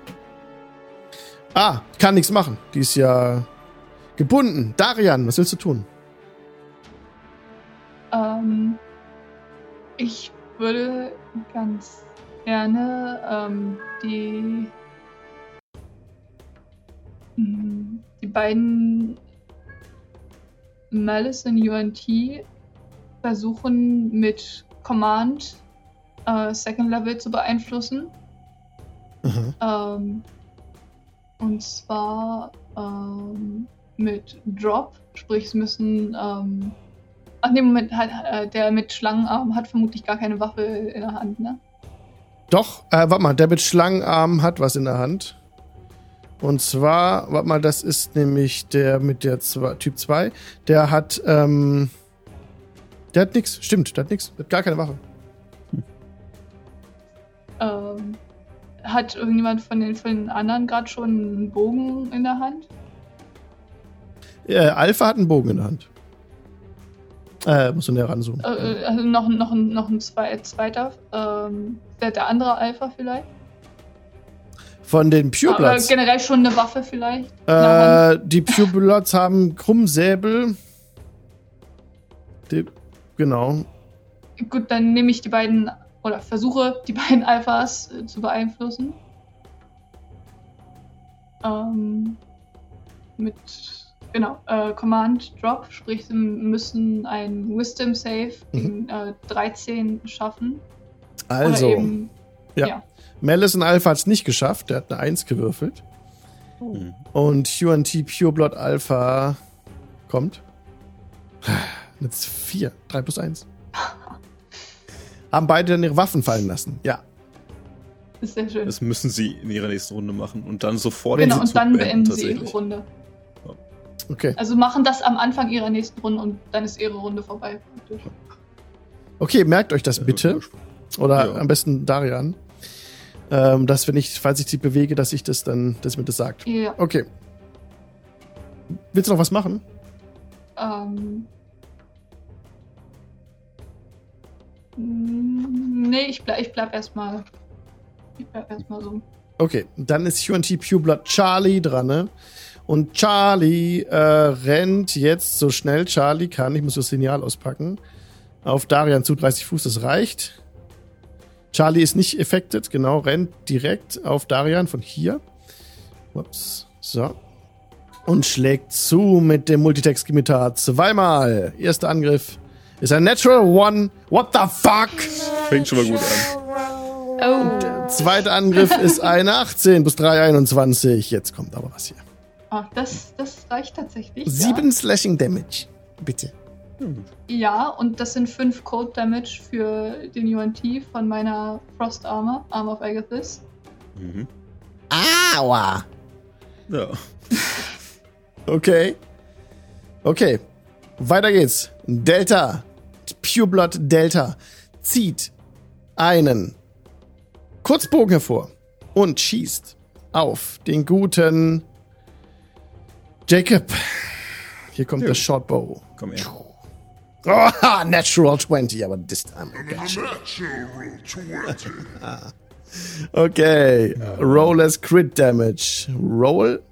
Speaker 1: Ah, kann nichts machen. Die ist ja gebunden. Darian, was willst du tun?
Speaker 3: Ähm, ich würde ganz gerne ähm, die, Mm, die beiden Malice und UNT versuchen mit Command äh, Second Level zu beeinflussen. Ähm, und zwar ähm, mit Drop, sprich, es müssen. Ähm, ach nee, Moment, hat, äh, der mit Schlangenarm hat vermutlich gar keine Waffe in der Hand, ne?
Speaker 1: Doch, äh, warte mal, der mit Schlangenarm hat was in der Hand. Und zwar, warte mal, das ist nämlich der mit der zwei, Typ 2. Der hat, ähm, der hat nix. Stimmt, der hat nix. Der hat gar keine Waffe.
Speaker 3: Ähm, hat irgendjemand von den, von den anderen gerade schon einen Bogen in der Hand?
Speaker 1: Äh, Alpha hat einen Bogen in der Hand. Äh, muss du näher ranzoomen.
Speaker 3: Äh, äh, also noch, noch, ein- noch ein zwei, zweiter. Ähm, der, der andere Alpha vielleicht?
Speaker 1: Von den
Speaker 3: Aber
Speaker 1: Purebloods.
Speaker 3: generell schon eine Waffe vielleicht? in der Hand?
Speaker 1: Äh, die Purebloods haben Krummsäbel. Die, genau.
Speaker 3: Gut, dann nehme ich die beiden oder versuche die beiden Alphas äh, zu beeinflussen. Ähm, mit genau äh, Command Drop, sprich sie müssen ein Wisdom Save
Speaker 2: Mhm.
Speaker 3: gegen, äh, 13 schaffen.
Speaker 1: Also.
Speaker 3: Oder eben,
Speaker 1: Ja.
Speaker 3: ja.
Speaker 1: Malison Alpha hat es nicht geschafft, der hat eine 1 gewürfelt.
Speaker 2: Mhm.
Speaker 1: Und UNT Pureblood Alpha kommt. Jetzt 4, 3 plus 1. Haben beide dann ihre Waffen fallen lassen. Ja.
Speaker 3: ist sehr schön.
Speaker 2: Das müssen sie in ihrer nächsten Runde machen und dann sofort
Speaker 3: Genau,
Speaker 2: diesen
Speaker 3: und
Speaker 2: Zug
Speaker 3: dann beenden sie
Speaker 2: tatsächlich.
Speaker 3: ihre Runde.
Speaker 1: Okay.
Speaker 3: Also machen das am Anfang ihrer nächsten Runde und dann ist ihre Runde vorbei. praktisch.
Speaker 1: Okay, merkt euch das bitte. Oder
Speaker 2: Ja.
Speaker 1: am besten Darian. Ähm, dass wenn ich, falls ich sie bewege, dass ich das dann, dass mir das sagt.
Speaker 3: Ja.
Speaker 1: Okay. Willst du noch was machen?
Speaker 3: Ähm. mm, Nee, ich bleib, ich bleib erstmal. Ich bleib erstmal so.
Speaker 1: Okay, dann ist UNT Pureblood Charlie dran, ne? Und Charlie äh, rennt jetzt so schnell Charlie kann, ich muss das Signal auspacken, auf Darian zu 30 Fuß, das reicht. Charlie ist nicht affected, genau, rennt direkt auf Darian von hier. Ups, so. Und schlägt zu mit dem Multitext-Gimitar zweimal. Erster Angriff ist ein Natural One. What the fuck?
Speaker 2: Fängt schon mal gut an.
Speaker 4: Oh.
Speaker 1: äh, Zweiter Angriff ist eine 18 bis 3, 21. Jetzt kommt aber was hier.
Speaker 3: Ach, Ah, das, das reicht tatsächlich.
Speaker 1: Sieben Slashing Damage. Bitte.
Speaker 3: Ja. ja, und das sind fünf Cold Damage für den UNT von meiner Frost Armor, Arm of Agathis.
Speaker 2: Mhm.
Speaker 1: Aua.
Speaker 2: Ja.
Speaker 1: Okay. Okay. Weiter geht's. Delta. Pureblood Delta zieht einen Kurzbogen hervor und schießt auf den guten Jacob. Hier kommt
Speaker 2: Ja.
Speaker 1: der Shortbow.
Speaker 2: Komm her.
Speaker 1: Oh, [laughs] natural 20, aber this time I got you. Okay. Roll as Crit Damage. Roll.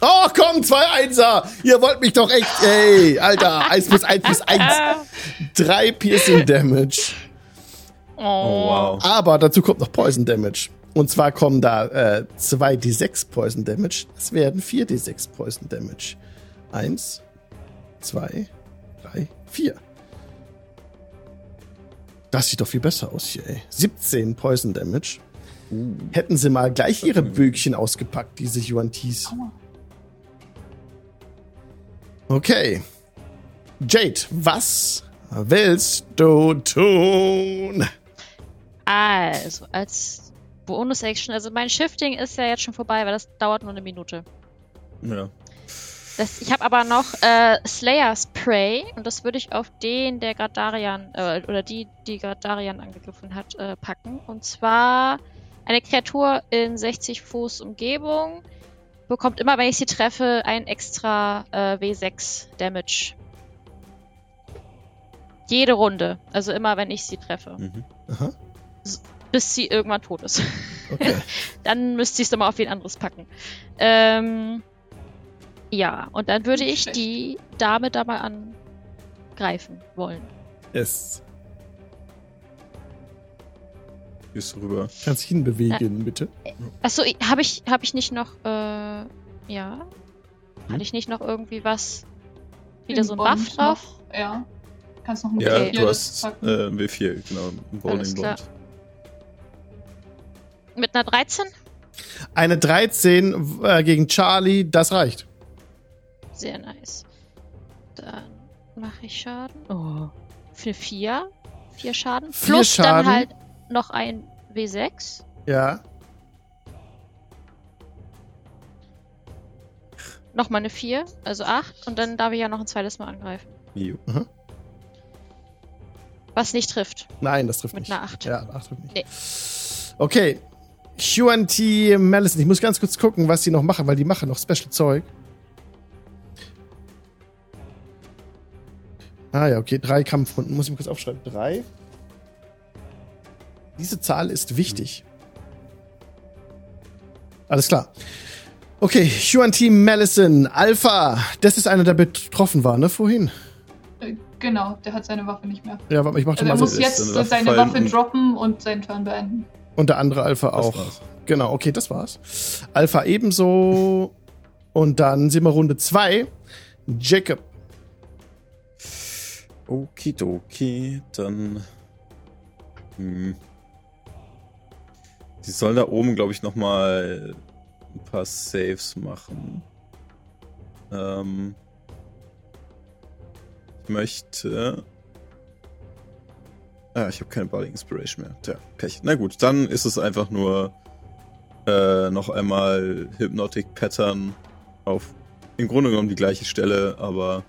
Speaker 1: Oh, komm, zwei Einser. Ihr wollt mich doch echt, ey. Alter, 1 plus 1 plus 1. Drei Piercing Damage.
Speaker 4: Oh,
Speaker 2: Oh, wow.
Speaker 1: Aber dazu kommt noch Poison Damage. Und zwar kommen da äh, 2d6 Poison Damage. Es werden 4d6 Poison Damage. Eins, zwei, drei, vier. Das sieht doch viel besser aus hier, ey. 17 Poison Damage. Hätten sie mal gleich ihre Bögchen ausgepackt, diese Yuan-Tis. Okay. Jade, was willst du tun?
Speaker 4: Also, als Bonus-Action, also mein Shifting ist ja jetzt schon vorbei, weil das dauert nur eine Minute.
Speaker 2: Ja.
Speaker 4: Das, ich habe aber noch äh, Slayer Spray und das würde ich auf den, der Gradarian, äh, oder die, die Gradarian angegriffen hat, äh, packen. Und zwar eine Kreatur in 60 Fuß Umgebung bekommt immer, wenn ich sie treffe, ein extra äh, W6 Damage. Jede Runde, also immer, wenn ich sie treffe,
Speaker 2: Mhm.
Speaker 1: Aha,
Speaker 4: bis sie irgendwann tot ist.
Speaker 1: okay.
Speaker 4: [laughs] Dann müsste ich es nochmal auf wen anderes packen. Ähm, ja, und dann würde ich
Speaker 3: Schlecht.
Speaker 4: die Dame da mal angreifen wollen.
Speaker 1: Yes.
Speaker 2: Gehst du rüber.
Speaker 1: Kannst dich hinbewegen, bitte.
Speaker 4: Achso, habe ich, hab ich nicht noch, äh,
Speaker 1: Hm?
Speaker 4: ja? Hatte ich nicht noch irgendwie was? Wieder so ein
Speaker 3: Bond
Speaker 4: Buff drauf?
Speaker 3: Noch, ja. Kannst noch ein
Speaker 2: Ja,
Speaker 4: Okay.
Speaker 2: du
Speaker 3: das
Speaker 2: hast äh,
Speaker 3: packen.
Speaker 2: ein W4, genau. Ein Bowling
Speaker 4: klar.
Speaker 2: Bond.
Speaker 4: Mit einer 13?
Speaker 1: Eine 13 äh, gegen Charlie, das reicht.
Speaker 4: Sehr nice. Dann mache ich Schaden. Oh. Für vier? Vier Schaden?
Speaker 1: Vier
Speaker 4: Plus
Speaker 1: Schaden.
Speaker 4: dann halt noch ein W6.
Speaker 1: Ja.
Speaker 4: Nochmal eine 4, also 8. Und dann darf ich ja noch ein zweites Mal angreifen.
Speaker 2: Jo.
Speaker 4: Was nicht trifft.
Speaker 1: Nein, das trifft
Speaker 4: Mit
Speaker 1: nicht.
Speaker 4: einer Acht.
Speaker 1: Ja, eine 8 trifft nicht.
Speaker 4: Nee.
Speaker 1: Okay. Huan T. Mallison, ich muss ganz kurz gucken, was die noch machen, weil die machen noch Special Zeug. Ah ja, okay, drei Kampfrunden. Muss ich mir kurz aufschreiben. Drei. Diese Zahl ist wichtig. Alles klar. Okay, Huan T. Mallison, Alpha. Das ist einer, der betroffen war, ne, vorhin.
Speaker 3: Äh, Genau, der hat seine Waffe nicht mehr.
Speaker 1: Ja, warte mal, ich mach doch
Speaker 3: Also er
Speaker 1: mal
Speaker 3: muss
Speaker 1: so.
Speaker 2: ist
Speaker 3: jetzt
Speaker 2: seine
Speaker 3: seine
Speaker 2: Waffe
Speaker 3: Waffe,
Speaker 2: fallen und-
Speaker 3: droppen und seinen Turn beenden.
Speaker 1: Und der andere Alpha
Speaker 2: Das
Speaker 1: auch.
Speaker 2: war's.
Speaker 1: Genau, okay, das war's. Alpha ebenso. Und dann sind wir Runde 2. Jacob.
Speaker 2: Okidoki, dann. Hm. Sie sollen da oben, glaube ich, nochmal ein paar Saves machen. Ähm. Ich möchte. Ah, ich habe keine Body Inspiration mehr. Tja, Pech. Na gut, dann ist es einfach nur äh, noch einmal Hypnotic Pattern auf im Grunde genommen die gleiche Stelle, aber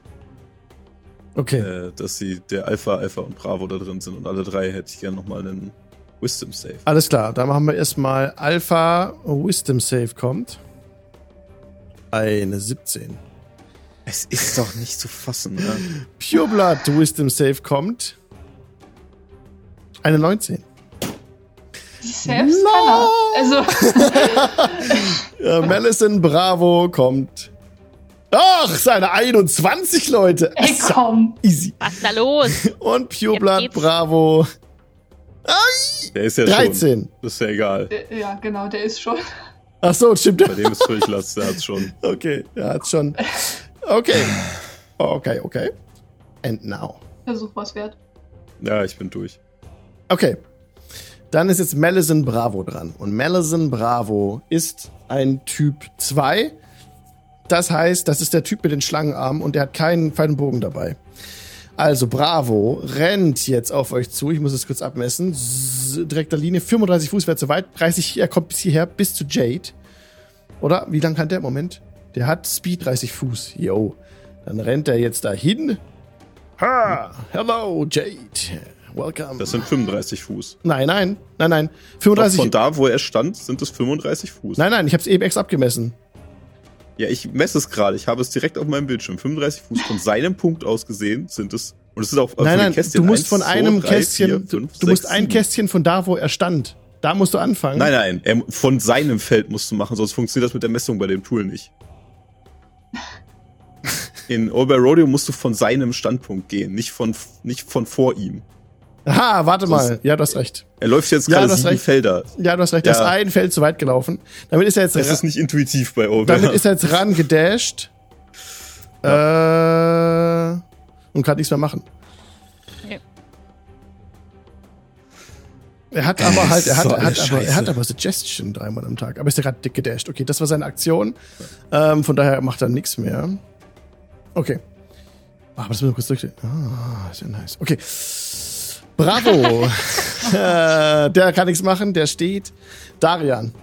Speaker 1: Okay.
Speaker 2: äh, dass sie der Alpha, Alpha und Bravo da drin sind und alle drei hätte ich gerne nochmal einen Wisdom Save.
Speaker 1: Alles klar, dann machen wir erstmal Alpha Wisdom Save kommt. Eine 17.
Speaker 2: Es ist doch nicht zu fassen, ne?
Speaker 1: Pure Blood Wisdom Save kommt. Eine 19.
Speaker 3: Die Saves kann er. Also, [laughs]
Speaker 1: Äh, Madison Bravo kommt. Ach, seine 21 Leute.
Speaker 3: ey, komm.
Speaker 1: Easy.
Speaker 4: Was ist da
Speaker 2: [laughs]
Speaker 4: los?
Speaker 1: Und Pure
Speaker 4: Jetzt
Speaker 1: Blood
Speaker 4: geht's.
Speaker 1: Bravo
Speaker 2: [laughs] Der ist ja
Speaker 1: 13.
Speaker 2: schon. Das ist ja egal.
Speaker 3: Äh, Ja, genau, der ist schon. [laughs]
Speaker 1: Ach so, stimmt.
Speaker 2: Bei dem ist durchlass, der hat's schon.
Speaker 1: Okay, ja, hat schon. Okay. Okay, okay. And now.
Speaker 3: Versuch was wert.
Speaker 2: Ja, ich bin durch.
Speaker 1: Okay. Dann ist jetzt Malison Bravo dran. Und Malison Bravo ist ein Typ 2. Das heißt, das ist der Typ mit den Schlangenarmen und der hat keinen feinen Bogen dabei. Also Bravo rennt jetzt auf euch zu. Ich muss es kurz abmessen. S- Direkter Linie, 35 Fuß wäre zu weit. 30, er kommt bis hierher, bis zu Jade. Oder? Wie lang hat der? Moment. Der hat Speed 30 Fuß. Yo. Dann rennt er jetzt dahin. Ha! Hello, Jade. Welcome.
Speaker 2: Das sind 35 Fuß.
Speaker 1: Nein, nein, nein, nein.
Speaker 2: Doch
Speaker 1: 35.
Speaker 2: von da, wo er stand, sind es 35 Fuß.
Speaker 1: nein, nein, ich habe es eben extra abgemessen.
Speaker 2: Ja, ich messe es gerade. Ich habe es direkt auf meinem Bildschirm. 35 Fuß von seinem Punkt aus gesehen sind es. Und es ist auch also
Speaker 1: nein, nein, du musst von
Speaker 2: Kästchen. Eins, zwei,
Speaker 1: einem
Speaker 2: drei,
Speaker 1: Kästchen,
Speaker 2: vier,
Speaker 1: du,
Speaker 2: fünf,
Speaker 1: du musst
Speaker 2: sechs,
Speaker 1: ein
Speaker 2: sieben.
Speaker 1: Kästchen von da, wo er stand. Da musst du anfangen.
Speaker 2: Nein, nein, er, mu- von seinem Feld musst du machen, sonst funktioniert das mit der Messung bei dem Tool
Speaker 1: [laughs]
Speaker 2: nicht. In Oberrodeo musst du von seinem Standpunkt gehen, nicht von, nicht von vor ihm.
Speaker 1: Ha, warte
Speaker 2: Sonst-
Speaker 1: mal. Ja, du hast recht.
Speaker 2: Er läuft jetzt
Speaker 1: Ja,
Speaker 2: gerade
Speaker 1: du hast
Speaker 2: sieben
Speaker 1: recht.
Speaker 2: Felder.
Speaker 1: Ja, du hast recht.
Speaker 2: Ja.
Speaker 1: Das ein Feld zu weit gelaufen. Damit ist er jetzt,
Speaker 2: Das
Speaker 1: ra
Speaker 2: ist nicht intuitiv bei Ober.
Speaker 1: damit ist er jetzt ran gedasht. Äh, und kann nichts mehr machen.
Speaker 4: Nee.
Speaker 1: Er hat aber halt, er hat,
Speaker 2: So
Speaker 1: er hat,
Speaker 2: eine
Speaker 1: aber, er
Speaker 2: Scheiße.
Speaker 1: hat aber Suggestion dreimal am Tag. Aber ist er gerade dick gedasht. Okay, das war seine Aktion. Ähm, von daher macht er nichts mehr. Okay. Ah, Aber das müssen wir kurz durch. Ah, ist ja nice. Okay.
Speaker 2: [laughs]
Speaker 1: Bravo. äh, der kann nichts machen, der steht. Darian.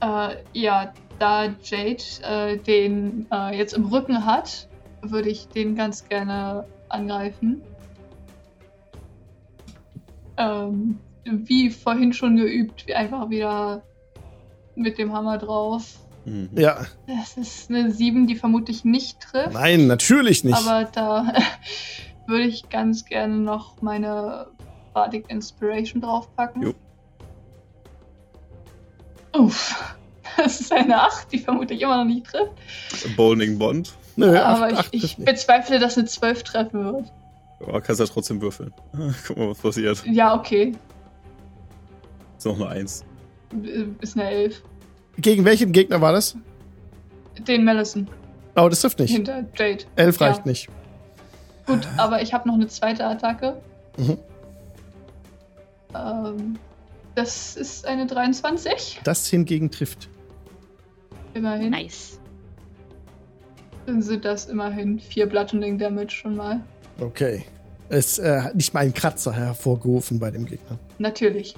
Speaker 3: Äh, ja, da Jade äh, den äh, jetzt im Rücken hat, würde ich den ganz gerne angreifen. Ähm, wie vorhin schon geübt, wie einfach wieder mit dem Hammer drauf.
Speaker 2: [laughs] Mhm.
Speaker 1: Ja.
Speaker 3: Das ist eine 7, die vermutlich nicht trifft.
Speaker 1: Nein, natürlich nicht.
Speaker 3: Aber da [laughs] würde ich ganz gerne noch meine Bardic Inspiration draufpacken.
Speaker 2: Jo.
Speaker 3: Uff, [laughs] das ist eine 8, die vermutlich immer noch nicht trifft.
Speaker 2: Bowling Bond.
Speaker 1: Nö,
Speaker 3: aber
Speaker 1: acht- acht
Speaker 3: ich,
Speaker 1: trifft
Speaker 3: ich
Speaker 1: nicht.
Speaker 3: bezweifle, dass eine 12 treffen wird.
Speaker 2: Aber Oh, kannst ja trotzdem würfeln. [laughs] Guck mal, was passiert.
Speaker 3: Ja, okay.
Speaker 2: Ist noch eine Eins.
Speaker 3: Ist eine 11.
Speaker 1: Gegen welchen Gegner war das?
Speaker 3: Den Mellison
Speaker 1: Oh, das trifft nicht.
Speaker 3: hinter Jade.
Speaker 1: Elf
Speaker 3: Ja.
Speaker 1: reicht nicht.
Speaker 3: Gut, aber ich habe noch eine zweite Attacke.
Speaker 1: Mhm.
Speaker 3: Ähm, das ist eine 23.
Speaker 1: Das hingegen trifft.
Speaker 3: Immerhin.
Speaker 4: Nice.
Speaker 3: Dann sind das immerhin 4 Bludgeoning Damage schon mal.
Speaker 1: Okay. Es äh, hat nicht mal einen Kratzer hervorgerufen bei dem Gegner.
Speaker 3: Natürlich.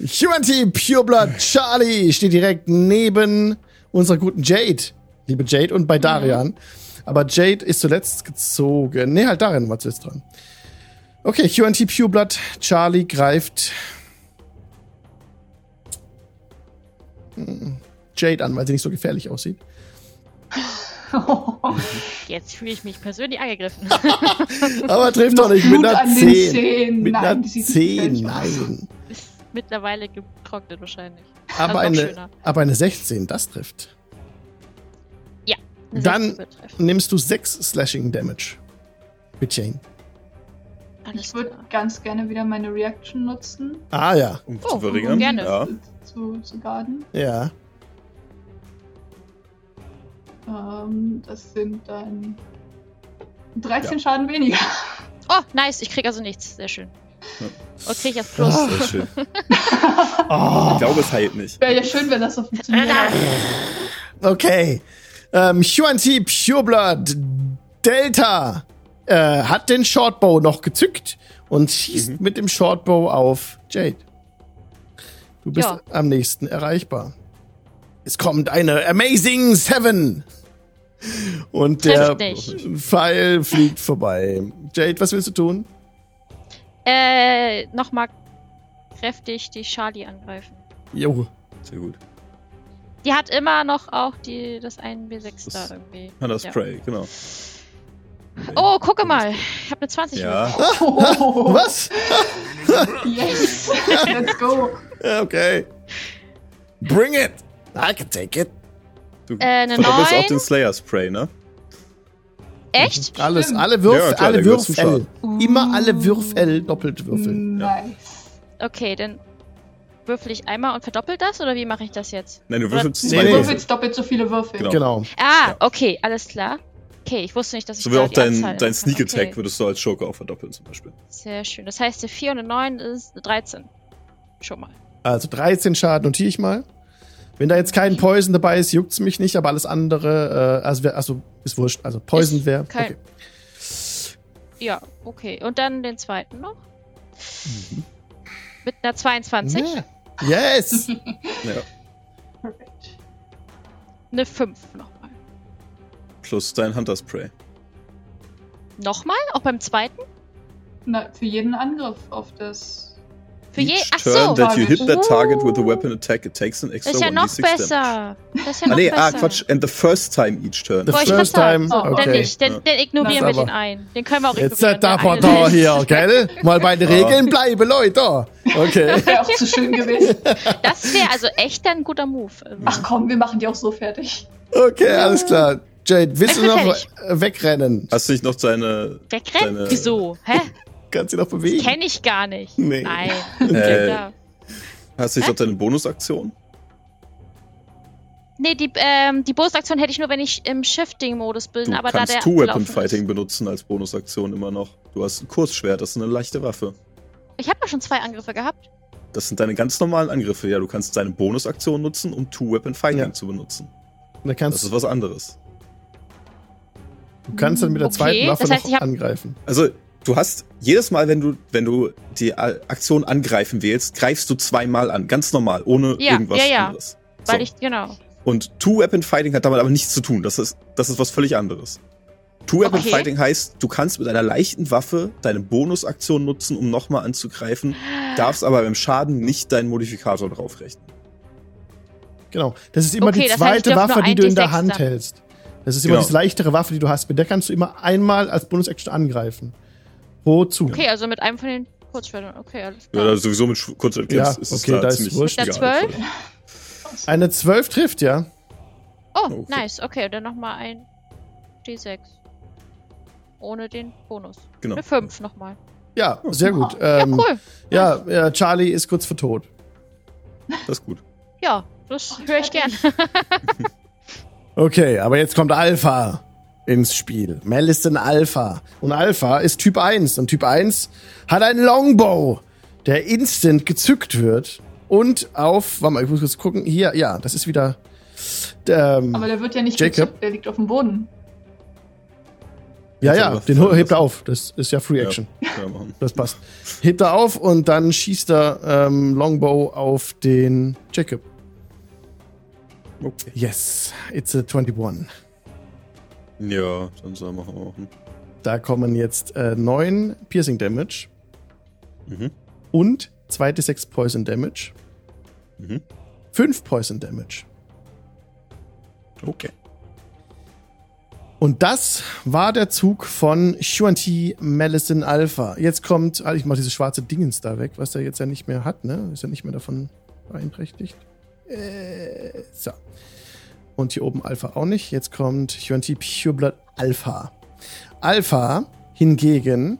Speaker 1: Human Team Pureblood Charlie steht direkt neben unserer guten Jade. Liebe Jade und bei Darian. Aber Jade ist zuletzt gezogen. Nee, halt Darian war zuletzt dran. Okay, Human Team Pureblood Charlie greift hm, Jade an, weil sie nicht so gefährlich aussieht.
Speaker 4: Jetzt fühle ich mich
Speaker 2: [laughs]
Speaker 4: persönlich angegriffen.
Speaker 1: Aber trifft doch nicht
Speaker 3: Blut
Speaker 1: mit einer
Speaker 3: an den
Speaker 1: 10.
Speaker 3: Zähnen.
Speaker 1: Mit
Speaker 3: Nein,
Speaker 1: einer
Speaker 3: die sieht
Speaker 1: 10,
Speaker 3: nicht aus. [laughs]
Speaker 1: nein.
Speaker 4: Ist mittlerweile getrocknet wahrscheinlich.
Speaker 1: Aber
Speaker 4: noch
Speaker 1: eine,
Speaker 4: schöner.
Speaker 1: aber eine 16, das trifft.
Speaker 4: Eine
Speaker 1: Dann-
Speaker 4: 16 wird treffen.
Speaker 1: nimmst du 6 Slashing Damage. Mit Jane.
Speaker 4: Alles
Speaker 3: Ich würde
Speaker 4: klar.
Speaker 3: ganz gerne wieder meine Reaction nutzen,
Speaker 1: Ah ja,
Speaker 2: Um
Speaker 4: Oh,
Speaker 2: zu verringern.
Speaker 4: gerne.
Speaker 2: Ja.
Speaker 3: zu, zu garden.
Speaker 1: ja.
Speaker 3: Ähm, das sind dann 13 Schaden weniger. [laughs]
Speaker 4: Oh, nice. Ich krieg also nichts. Sehr schön.
Speaker 2: Ja.
Speaker 4: Okay, ich hab Plus.
Speaker 2: Sehr
Speaker 4: [laughs]
Speaker 2: schön. Ich
Speaker 1: Oh,
Speaker 2: glaube, es heilt nicht.
Speaker 3: Wäre ja schön, wenn das so funktioniert.
Speaker 1: okay. Ähm, Huan Ti Pureblood Delta äh, hat den Shortbow noch gezückt und schießt
Speaker 2: Mhm.
Speaker 1: mit dem Shortbow auf Jade. Du bist
Speaker 4: Ja.
Speaker 1: am nächsten erreichbar. Es kommt eine Amazing Seven. Und der
Speaker 4: Trifft nicht.
Speaker 1: Pfeil fliegt vorbei. Jade, was willst du tun?
Speaker 2: Ah.
Speaker 4: Äh, nochmal kräftig die Charlie angreifen.
Speaker 1: Jo.
Speaker 2: Sehr gut.
Speaker 4: Die hat immer noch auch die, das 1W6
Speaker 2: Das-
Speaker 4: da irgendwie.
Speaker 2: Hunter
Speaker 4: Ja.
Speaker 2: Spray, genau.
Speaker 4: Oh, gucke mal. Ich habe eine 20.
Speaker 2: Ja.
Speaker 3: Oh,
Speaker 1: Was?
Speaker 3: [laughs] yes. Let's go.
Speaker 1: Äh, Okay. Bring it. I can take it.
Speaker 2: Du
Speaker 4: Äh, eine
Speaker 2: verdoppelst auch
Speaker 4: Neun.
Speaker 2: den Slayer Spray, ne? Ah,
Speaker 4: Echt?
Speaker 1: Alles,
Speaker 3: Stimmt.
Speaker 1: alle Würfel,
Speaker 2: Ja, klar,
Speaker 1: alle
Speaker 2: der gehört Mhm. zum
Speaker 1: Würfel. Immer alle Würfel doppelt würfeln.
Speaker 3: Hm, Nice.
Speaker 4: Okay, dann würfel ich einmal und verdoppelt das oder wie mache ich das jetzt?
Speaker 2: Nein, du würfelst
Speaker 1: Nee,
Speaker 2: zwei
Speaker 1: nee.
Speaker 3: Du
Speaker 2: Würfel.
Speaker 3: würfelst doppelt so viele Würfel.
Speaker 2: Genau.
Speaker 1: Genau.
Speaker 4: Ah,
Speaker 2: Ja.
Speaker 4: okay, alles klar. Okay, ich wusste nicht, dass ich
Speaker 2: So wie
Speaker 4: da
Speaker 2: auch
Speaker 4: halt die
Speaker 2: dein,
Speaker 4: Anzahl
Speaker 2: dein
Speaker 4: ändern
Speaker 2: Sneak
Speaker 4: kann.
Speaker 2: Attack
Speaker 4: okay.
Speaker 2: würdest du als Joker auch verdoppeln zum Beispiel.
Speaker 4: Sehr schön. Das heißt, eine 4 und eine 9 ist eine 13. Schon mal.
Speaker 1: Also 13 Schaden notiere ich mal. Wenn da jetzt kein Poison dabei ist, juckt's mich nicht, aber alles andere, äh, also, wär, also ist wurscht. Also Poison
Speaker 4: Ist
Speaker 1: wäre.
Speaker 4: kein-
Speaker 1: Okay.
Speaker 4: Ja, okay. Und dann den zweiten noch.
Speaker 2: Mhm.
Speaker 4: Mit einer 22,
Speaker 1: Ja.
Speaker 4: [laughs]
Speaker 1: Yes!
Speaker 2: Ja.
Speaker 3: Perfect.
Speaker 4: eine 5 nochmal.
Speaker 2: Plus dein Hunter Spray.
Speaker 4: Nochmal? Auch beim zweiten?
Speaker 3: Na, für jeden Angriff auf das
Speaker 4: Für je-
Speaker 2: Each
Speaker 4: Ach so,
Speaker 2: turn that you
Speaker 3: logisch.
Speaker 2: hit that target with a
Speaker 4: Uh.
Speaker 2: weapon attack, it takes an extra
Speaker 4: Das ist ja noch
Speaker 2: 1d6 damage.
Speaker 4: besser. Das ist ja
Speaker 2: Ah,
Speaker 4: noch
Speaker 2: nee,
Speaker 4: besser.
Speaker 2: ah, Quatsch. And the first time each turn.
Speaker 1: The
Speaker 4: Wollte ich
Speaker 1: first
Speaker 4: grad
Speaker 1: time,
Speaker 4: sagen. So,
Speaker 1: okay.
Speaker 4: Dann nicht. Den,
Speaker 2: Ja.
Speaker 4: den ignorieren
Speaker 1: Das
Speaker 4: wir
Speaker 1: ist aber-
Speaker 4: den einen. Den können wir auch
Speaker 1: Jetzt äh,
Speaker 4: ignorieren.
Speaker 1: seid da
Speaker 4: Der
Speaker 1: mal
Speaker 4: eine
Speaker 1: da
Speaker 4: ist-
Speaker 1: hier, gell? Mal bei den
Speaker 2: Ja.
Speaker 1: Regeln bleiben, Leute.
Speaker 4: [laughs]
Speaker 1: Okay.
Speaker 3: Wäre auch zu
Speaker 1: [laughs]
Speaker 3: schön gewesen.
Speaker 4: [laughs] Das wäre also echt ein guter Move. Also,
Speaker 3: Ach komm, wir machen die auch so fertig.
Speaker 1: Okay, alles klar. Jade, willst
Speaker 4: Ich
Speaker 1: du
Speaker 4: bin
Speaker 1: noch
Speaker 4: fertig.
Speaker 1: äh, wegrennen?
Speaker 2: Hast du nicht noch deine.
Speaker 4: Wegrennen?
Speaker 2: Deine-
Speaker 4: Wieso? Hä?
Speaker 1: Kannst du dich noch bewegen?
Speaker 4: Das kenne ich gar nicht.
Speaker 1: Nee.
Speaker 4: Nein.
Speaker 2: [laughs] Äh.
Speaker 4: Ja.
Speaker 2: Hast du nicht noch deine Bonusaktion?
Speaker 4: Nee, die, ähm, die Bonusaktion hätte ich nur, wenn ich im Shifting-Modus bin.
Speaker 2: Du
Speaker 4: aber da
Speaker 2: kannst
Speaker 4: der abgelaufen
Speaker 2: Two-Weapon-Fighting
Speaker 4: Ist.
Speaker 2: benutzen als Bonusaktion immer noch. Du hast ein Kurzschwert, das ist eine leichte Waffe.
Speaker 4: Ich habe ja schon zwei Angriffe gehabt.
Speaker 2: Das sind deine ganz normalen Angriffe. Ja, du kannst deine Bonusaktion nutzen, um Two-Weapon-Fighting
Speaker 1: Ja.
Speaker 2: zu benutzen.
Speaker 1: Dann
Speaker 2: Das
Speaker 1: kannst,
Speaker 2: ist was anderes.
Speaker 1: du kannst dann mit der
Speaker 4: Okay,
Speaker 1: zweiten Waffe
Speaker 4: das heißt, ich
Speaker 1: noch
Speaker 4: hab-
Speaker 1: angreifen.
Speaker 2: Also, du hast jedes Mal, wenn du, wenn du die A- Aktion angreifen wählst, greifst du zweimal an. Ganz normal, ohne
Speaker 4: Ja,
Speaker 2: irgendwas
Speaker 4: ja, ja.
Speaker 2: anderes.
Speaker 4: Weil
Speaker 2: So.
Speaker 4: ich, genau.
Speaker 2: Und Two-Weapon-Fighting hat damit aber nichts zu tun. Das ist, das ist was völlig anderes. Two-Weapon-Fighting heißt, du kannst mit einer leichten Waffe deine Bonusaktion nutzen, um nochmal anzugreifen, darfst aber beim Schaden nicht deinen Modifikator draufrechnen.
Speaker 1: Genau. Das ist immer
Speaker 4: Okay,
Speaker 1: die
Speaker 4: das heißt,
Speaker 1: zweite
Speaker 4: ich darf
Speaker 1: Waffe,
Speaker 4: nur
Speaker 1: die
Speaker 4: ein
Speaker 1: du in der
Speaker 4: D6
Speaker 1: Hand
Speaker 4: dann.
Speaker 1: hältst. Das ist immer
Speaker 2: Genau.
Speaker 1: die leichtere Waffe, die du hast. Mit der kannst du immer einmal als Bonus-Action angreifen. Wozu?
Speaker 4: Okay, also mit einem von den Kurzschwertern. Okay, alles
Speaker 2: Ja,
Speaker 4: klar.
Speaker 2: da sowieso mit Sch- kurzer Erkenntnis
Speaker 1: Ja, okay, da ist wurscht.
Speaker 4: Mit der
Speaker 2: egal.
Speaker 1: Eine 12 trifft, ja.
Speaker 4: oh,
Speaker 2: okay.
Speaker 4: nice. Okay, dann nochmal ein D6. Ohne den Bonus.
Speaker 2: Genau.
Speaker 4: Eine 5 nochmal.
Speaker 1: Ja, sehr gut.
Speaker 4: Ja,
Speaker 1: Ähm,
Speaker 4: cool.
Speaker 1: ja, cool. ja, Charlie ist kurz vor tot.
Speaker 2: Das ist gut.
Speaker 4: Ja, das
Speaker 3: Oh,
Speaker 4: höre ich gern.
Speaker 1: Okay, aber jetzt kommt Alpha ins Spiel. Mel ist ein Alpha. Und Alpha ist Typ 1. Und Typ 1 hat einen Longbow, der instant gezückt wird. Und auf, warte mal, ich muss kurz gucken. Hier, ja, das ist wieder. Ähm,
Speaker 3: Aber der wird ja nicht
Speaker 1: Jacob?
Speaker 3: gezückt, der liegt auf dem Boden.
Speaker 1: ja,
Speaker 2: Jetzt
Speaker 1: ja,
Speaker 2: aber
Speaker 1: den hebt er
Speaker 2: lassen.
Speaker 1: auf. Also, Das ist ja Free Action.
Speaker 2: Ja, machen.
Speaker 1: Das passt. Hebt er auf und dann schießt er ähm, Longbow auf den Jacob.
Speaker 2: Okay.
Speaker 1: Yes, it's a 21.
Speaker 2: Ja, dann soll man auch machen.
Speaker 1: Da kommen jetzt äh, 9 Piercing Damage
Speaker 2: Mhm.
Speaker 1: und 2d6 Poison Damage.
Speaker 2: Mhm.
Speaker 1: 5 Poison Damage.
Speaker 2: Okay.
Speaker 1: Und das war der Zug von Shuanti Malison Alpha. Jetzt kommt, ah, ich mache dieses schwarze Dingens da weg, was er jetzt ja nicht mehr hat, ne? Ist ja nicht mehr davon beeinträchtigt. Äh, so. Und hier oben Alpha auch nicht. Jetzt kommt Shuanti Pureblood Alpha. Alpha hingegen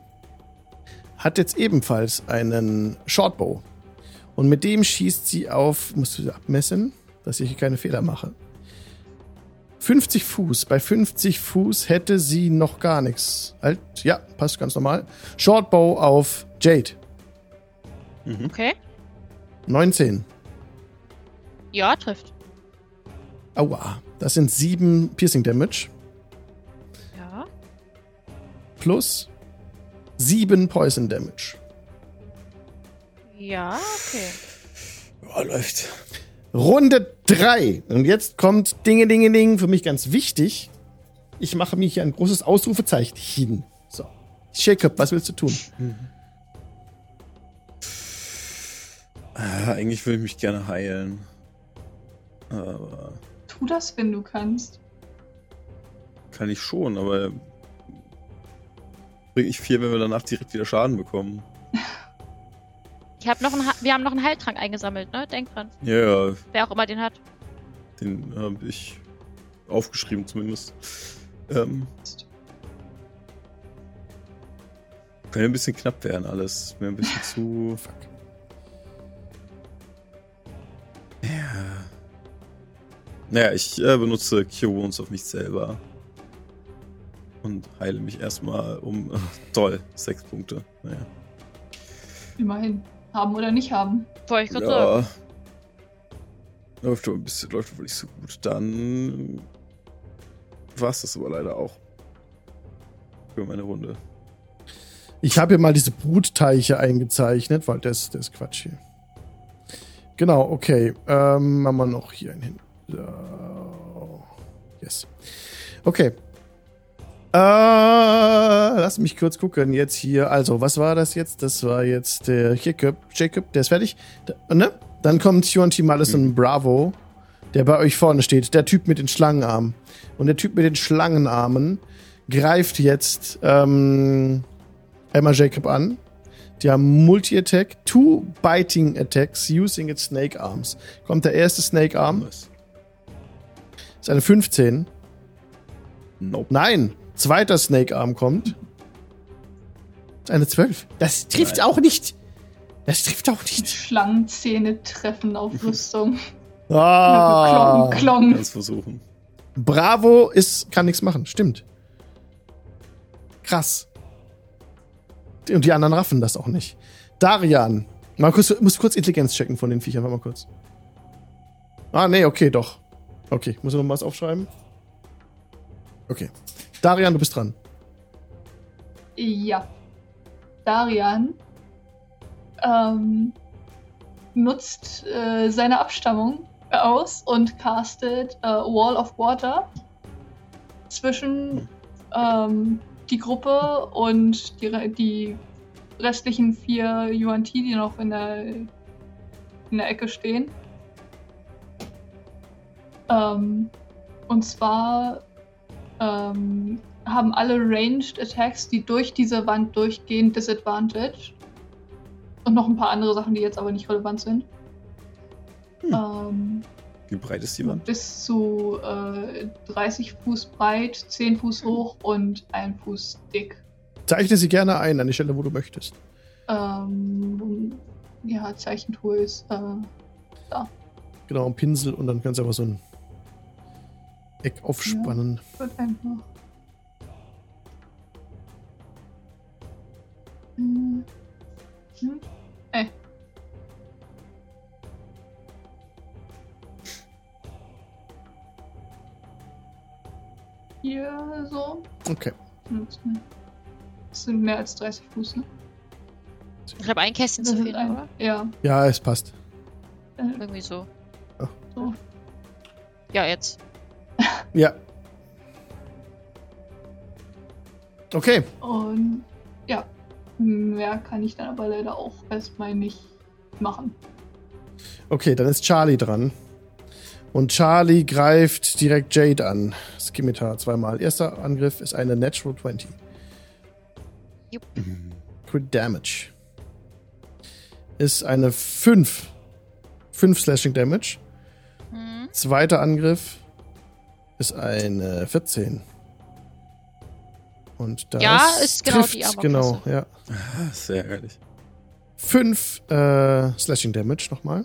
Speaker 1: hat jetzt ebenfalls einen Shortbow. Und mit dem schießt sie auf, musst du abmessen, dass ich hier keine Fehler mache. 50 Fuß. Bei 50 Fuß hätte sie noch gar nichts. Alt, ja, passt ganz normal. Shortbow auf Jade.
Speaker 4: Okay.
Speaker 1: 19.
Speaker 4: Ja, trifft.
Speaker 1: Aua. Das sind 7 Piercing Damage
Speaker 4: Ja.
Speaker 1: plus 7 Poison Damage.
Speaker 4: Ja, okay.
Speaker 2: Ja, läuft.
Speaker 1: Runde 3. Und jetzt kommt Dinge, Dinge, Ding. Für mich ganz wichtig. Ich mache mir hier ein großes Ausrufezeichen hin. So. Jacob, was willst du tun?
Speaker 2: Ah, eigentlich würde ich mich gerne heilen. Aber
Speaker 3: Tu das, wenn du kannst.
Speaker 2: kann ich schon, aber bringe ich viel, wenn wir danach direkt wieder Schaden bekommen.
Speaker 4: Ich hab noch einen, Ha- wir haben noch einen Heiltrank eingesammelt, ne? Denk dran.
Speaker 2: Ja, ja,
Speaker 4: Wer auch immer den hat.
Speaker 2: den habe ich aufgeschrieben zumindest. Ähm, könnte ein bisschen knapp werden alles. Wäre ein bisschen zu... Fuck. Ja. Naja, ich äh, benutze Cure Wounds auf mich selber. Und heile mich erstmal um... [laughs] toll, sechs Punkte. Naja.
Speaker 3: Immerhin. Haben oder nicht haben.
Speaker 4: Wollte ich gerade sagen.
Speaker 2: Ja. Läuft aber ein bisschen, läuft aber nicht so gut. Dann war es das aber leider auch. Für meine Runde.
Speaker 1: Ich habe hier mal diese Brutteiche eingezeichnet, weil das, das ist Quatsch hier. Genau, okay. Ähm, machen wir noch hier einen hin. So. Yes. Okay. Äh, Ja, lass mich kurz gucken. Jetzt hier, also, was war das jetzt? Das war jetzt der Jacob. Jacob, der ist fertig. Da, ne? Dann kommt Tionti Mallison Bravo, der bei euch vorne steht. Der Typ mit den Schlangenarmen. Und der Typ mit den Schlangenarmen greift jetzt ähm, Emma Jacob an. Die haben Multi-Attack, two biting attacks using its snake arms. Kommt der erste Snake Arm,
Speaker 2: Nice.
Speaker 1: ist eine 15. [laughs]
Speaker 2: Nope.
Speaker 1: Nein, zweiter Snake Arm kommt. Ist eine 12. Das trifft
Speaker 2: Nein.
Speaker 1: auch nicht. Das trifft auch
Speaker 3: Die
Speaker 1: nicht.
Speaker 3: Schlangenzähne treffen auf
Speaker 1: [laughs]
Speaker 3: Rüstung.
Speaker 1: Ah,
Speaker 3: Klong, klong.
Speaker 2: Kannst versuchen.
Speaker 1: Bravo ist, kann nichts machen. Stimmt. Krass. Und die anderen raffen das auch nicht. Darian. Mal kurz, du musst kurz Intelligenz checken von den Viechern. Warte mal kurz. Ah, nee, okay, doch. Okay, muss ich noch mal was aufschreiben? Okay. Darian, du bist dran.
Speaker 3: Ja. Darian ähm, nutzt äh, seine Abstammung aus und castet äh, Wall of Water zwischen ähm, die Gruppe und die, re- die restlichen vier Yuan-Ti, die noch in der, in der Ecke stehen. Ähm, und zwar ähm, haben alle Ranged Attacks, die durch diese Wand durchgehen, Disadvantage. Und noch ein paar andere Sachen, die jetzt aber nicht relevant sind. Ähm,
Speaker 2: Wie breit ist Hm. die Wand?
Speaker 3: bis zu äh, 30 Fuß breit, 10 Fuß hoch und 1 Fuß dick.
Speaker 1: Zeichne sie gerne ein an die Stelle, wo du möchtest.
Speaker 3: Ähm, ja, Zeichentools. Äh,
Speaker 1: Genau, einen Pinsel und dann kannst du einfach so ein Eck aufspannen.
Speaker 3: wird einfach. Hm. Hm? Ey. Hier so. Hm,
Speaker 1: Okay.
Speaker 3: Das sind mehr als 30 Fuß, ne?
Speaker 4: Ich glaube, ein Kästchen zu
Speaker 3: Das
Speaker 4: viel,
Speaker 3: ist ein-
Speaker 4: oder?
Speaker 3: Ja.
Speaker 1: Ja, es passt.
Speaker 3: Äh,
Speaker 4: Irgendwie so.
Speaker 1: Ach.
Speaker 3: So.
Speaker 4: Ja, jetzt.
Speaker 1: Ja. Okay.
Speaker 3: Und ja. Mehr kann ich dann aber leider auch erstmal nicht machen.
Speaker 1: Okay, dann ist Charlie dran. Und Charlie greift direkt Jade an. Skimitar zweimal. Erster Angriff ist eine Natural 20.
Speaker 4: Jupp.
Speaker 1: Crit Damage. Ist eine 5. 5 Slashing Damage.
Speaker 3: Mhm.
Speaker 4: Hm.
Speaker 1: Zweiter Angriff ist eine 14. Und das
Speaker 4: Ja, ist genau die
Speaker 1: trifft, genau,
Speaker 4: Armor-Klasse.
Speaker 1: ja.
Speaker 2: Ah, sehr ärgerlich.
Speaker 1: 5 äh, Slashing Damage nochmal.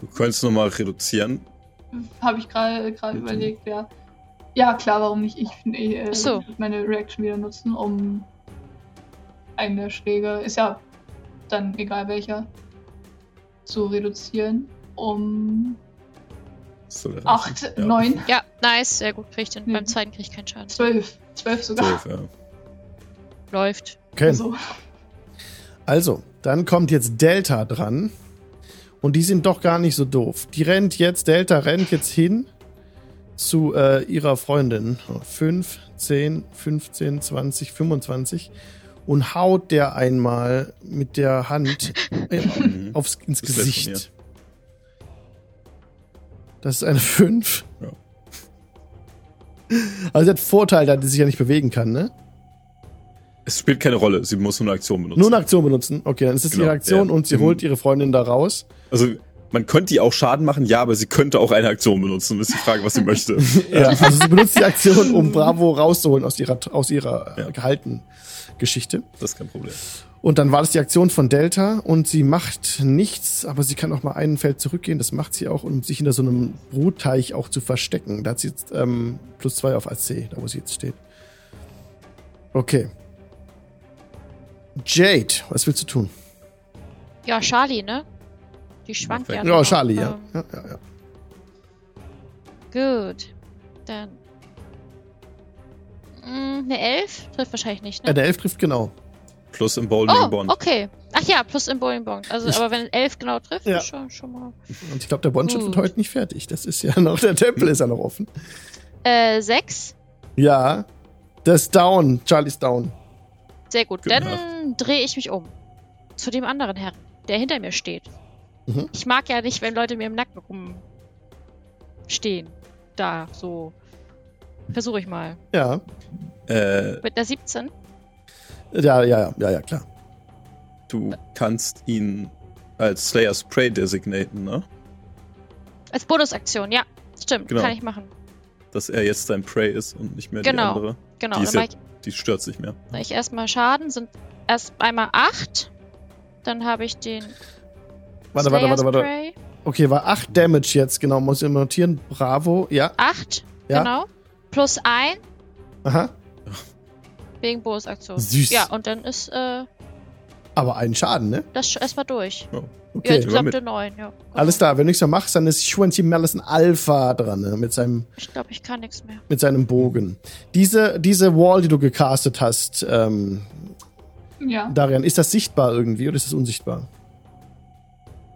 Speaker 2: Du könntest nochmal reduzieren.
Speaker 3: Habe ich gerade gerade
Speaker 2: Bitte.
Speaker 3: überlegt, ja. Ja, klar, warum nicht? Ich äh,
Speaker 4: Ach so.
Speaker 3: meine Reaction wieder nutzen, um einen der Schläge, ist ja dann egal welcher, zu reduzieren. Um
Speaker 2: Das soll reichen.
Speaker 3: 8,
Speaker 2: Ja.
Speaker 3: 9,
Speaker 4: Ja, nice, sehr gut. Kriegt den,
Speaker 3: Mhm.
Speaker 4: Beim zweiten krieg ich keinen Schaden.
Speaker 3: 12. 12 sogar. Also,
Speaker 2: Zwölf, ja.
Speaker 4: Läuft.
Speaker 1: Okay.
Speaker 3: So.
Speaker 1: Also, dann kommt jetzt Delta dran. Und die sind doch gar nicht so doof. Die rennt jetzt, Delta rennt jetzt hin zu äh, ihrer Freundin. 5, 10, 15, 20, 25. Und haut der einmal mit der
Speaker 2: [laughs]
Speaker 1: Hand äh,
Speaker 2: Mhm.
Speaker 1: aufs, ins
Speaker 2: Das letzte Mal,
Speaker 1: Gesicht. Das ist eine 5.
Speaker 2: Ja.
Speaker 1: Also, sie hat Vorteil, da die sich ja nicht bewegen kann, ne?
Speaker 2: Es spielt keine Rolle. Sie muss nur eine Aktion benutzen.
Speaker 1: Nur eine Aktion benutzen. Okay, dann ist es
Speaker 2: Genau,
Speaker 1: ihre Aktion
Speaker 2: ja.
Speaker 1: und sie
Speaker 2: Mhm.
Speaker 1: holt ihre Freundin da raus.
Speaker 2: also, man könnte ihr auch Schaden machen, ja, aber sie könnte auch eine Aktion benutzen. Das ist die Frage, was sie
Speaker 1: [laughs]
Speaker 2: möchte.
Speaker 1: Ja, also sie benutzt die Aktion, um Bravo rauszuholen aus ihrer, aus ihrer
Speaker 2: Ja.
Speaker 1: äh, gehaltenen Geschichte.
Speaker 2: Das ist kein Problem.
Speaker 1: Und dann war das die Aktion von Delta und sie macht nichts, aber sie kann auch mal einen Feld zurückgehen. Das macht sie auch, um sich hinter so einem Brotteich auch zu verstecken. Da hat sie jetzt ähm, plus zwei auf AC, da wo sie jetzt steht. Okay. Jade, was willst du tun?
Speaker 4: Ja, Charlie, ne? Die schwankt ja.
Speaker 2: Perfekt.
Speaker 1: Ja,
Speaker 4: noch,
Speaker 1: Oh, Charlie, ja.
Speaker 4: ähm,
Speaker 1: ja, ja, ja.
Speaker 4: Gut. Dann. Mm, Eine 11? Trifft wahrscheinlich nicht, ne?
Speaker 1: Äh, der Elf trifft genau.
Speaker 2: Plus im Bowling
Speaker 4: oh,
Speaker 2: Bond.
Speaker 4: okay. Ach ja, plus im Bowling Bond. Also,
Speaker 1: Ich-
Speaker 4: aber wenn 11 genau trifft,
Speaker 1: Ja.
Speaker 4: ist schon, schon mal.
Speaker 1: Und ich glaube, der One-Shot
Speaker 4: Gut.
Speaker 1: wird heute nicht [laughs] fertig. Das ist ja noch, der Tempel ist ja noch offen.
Speaker 4: Äh, 6?
Speaker 1: Ja, Der ist down. Charlie ist down.
Speaker 4: Sehr gut.
Speaker 2: Gute
Speaker 4: Dann drehe ich mich um. Zu dem anderen Herrn, der hinter mir steht.
Speaker 1: Mhm.
Speaker 4: Ich mag ja nicht, wenn Leute mir im Nacken rumstehen. Da, so. Versuche ich mal.
Speaker 1: Ja.
Speaker 2: Äh,
Speaker 4: Mit einer 17.
Speaker 1: Ja, ja, ja, ja, ja, klar.
Speaker 2: du kannst ihn als Slayer's Prey designaten, ne?
Speaker 4: Als Bonusaktion, ja. Stimmt,
Speaker 2: Genau.
Speaker 4: kann ich machen.
Speaker 2: Dass er jetzt dein Prey ist und nicht mehr
Speaker 4: Genau.
Speaker 2: die andere.
Speaker 4: Genau,
Speaker 2: Die
Speaker 4: dann
Speaker 2: ist ja-
Speaker 4: mache ich,
Speaker 2: Die stört sich mehr. [laughs]
Speaker 4: mach ich erstmal Schaden. Sind erst einmal 8. Dann habe ich den.
Speaker 1: Warte, warte, warte, warte.
Speaker 4: Spray.
Speaker 1: Okay, war 8 Damage jetzt, genau. Muss ich notieren. Bravo. Ja,
Speaker 4: 8,
Speaker 1: Ja.
Speaker 4: genau. Plus 1
Speaker 1: aha.
Speaker 4: wegen Bonusaktion.
Speaker 1: Süß.
Speaker 4: Ja, und dann ist äh,
Speaker 1: Aber einen Schaden, ne?
Speaker 4: das schon erstmal durch. Ja,
Speaker 1: Okay.
Speaker 4: die
Speaker 2: nehmen wir
Speaker 4: gesamte 9, ja. Genau.
Speaker 1: Alles da, wenn du nichts mehr machst, dann ist Shuanti Mallison Alpha dran, ne? mit, seinem,
Speaker 4: Ich glaube, ich kann nichts mehr.
Speaker 1: mit seinem Bogen. Diese, diese Wall, die du gecastet hast, ähm,
Speaker 2: Hm.
Speaker 3: Ja.
Speaker 1: Darian, ist das sichtbar irgendwie oder ist das unsichtbar?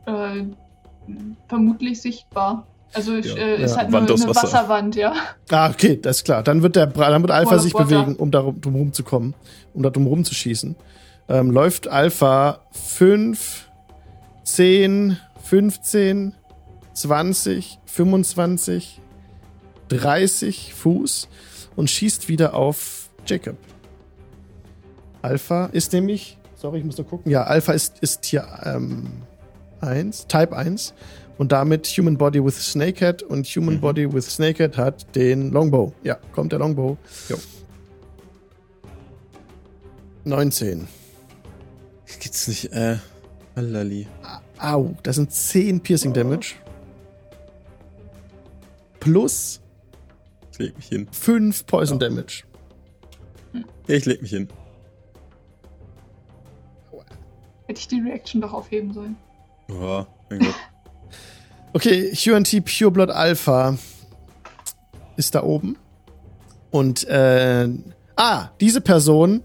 Speaker 3: Äh, mh, vermutlich sichtbar. Also ich,
Speaker 2: Ja.
Speaker 3: äh, es
Speaker 1: Ja,
Speaker 3: hat nur
Speaker 2: Wand aus
Speaker 3: eine
Speaker 2: Wasser.
Speaker 3: Wasserwand, ja.
Speaker 1: Ah, okay, das ist klar. Dann wird der Bra- dann wird Alpha
Speaker 3: Wall of
Speaker 1: sich
Speaker 3: Water.
Speaker 1: bewegen, um darum drum rumzukommen, um da drum rumzuschießen. Ähm, läuft Alpha 5, 10, 15, 20, 25, 30 Fuß und schießt wieder auf Jacob. Alpha ist nämlich, sorry, ich muss noch gucken. Ja, Alpha ist, ist Tier ähm, 1, Type 1. Und damit Human Body with Snakehead und Human
Speaker 2: Mhm.
Speaker 1: Body with Snakehead hat den Longbow. Ja, kommt der Longbow.
Speaker 2: Jo.
Speaker 1: 19.
Speaker 2: Geht's nicht, äh. Alali.
Speaker 1: Au, das sind 10 Piercing Damage. Plus
Speaker 2: Ich leg mich hin.
Speaker 1: 5 Poison Damage.
Speaker 2: Ich leg mich hin.
Speaker 3: Hätte ich die Reaction doch aufheben sollen.
Speaker 2: Oh, mein Gott.
Speaker 1: Okay, QNT Pure Blood Alpha ist da oben. Und, äh, ah, diese Person.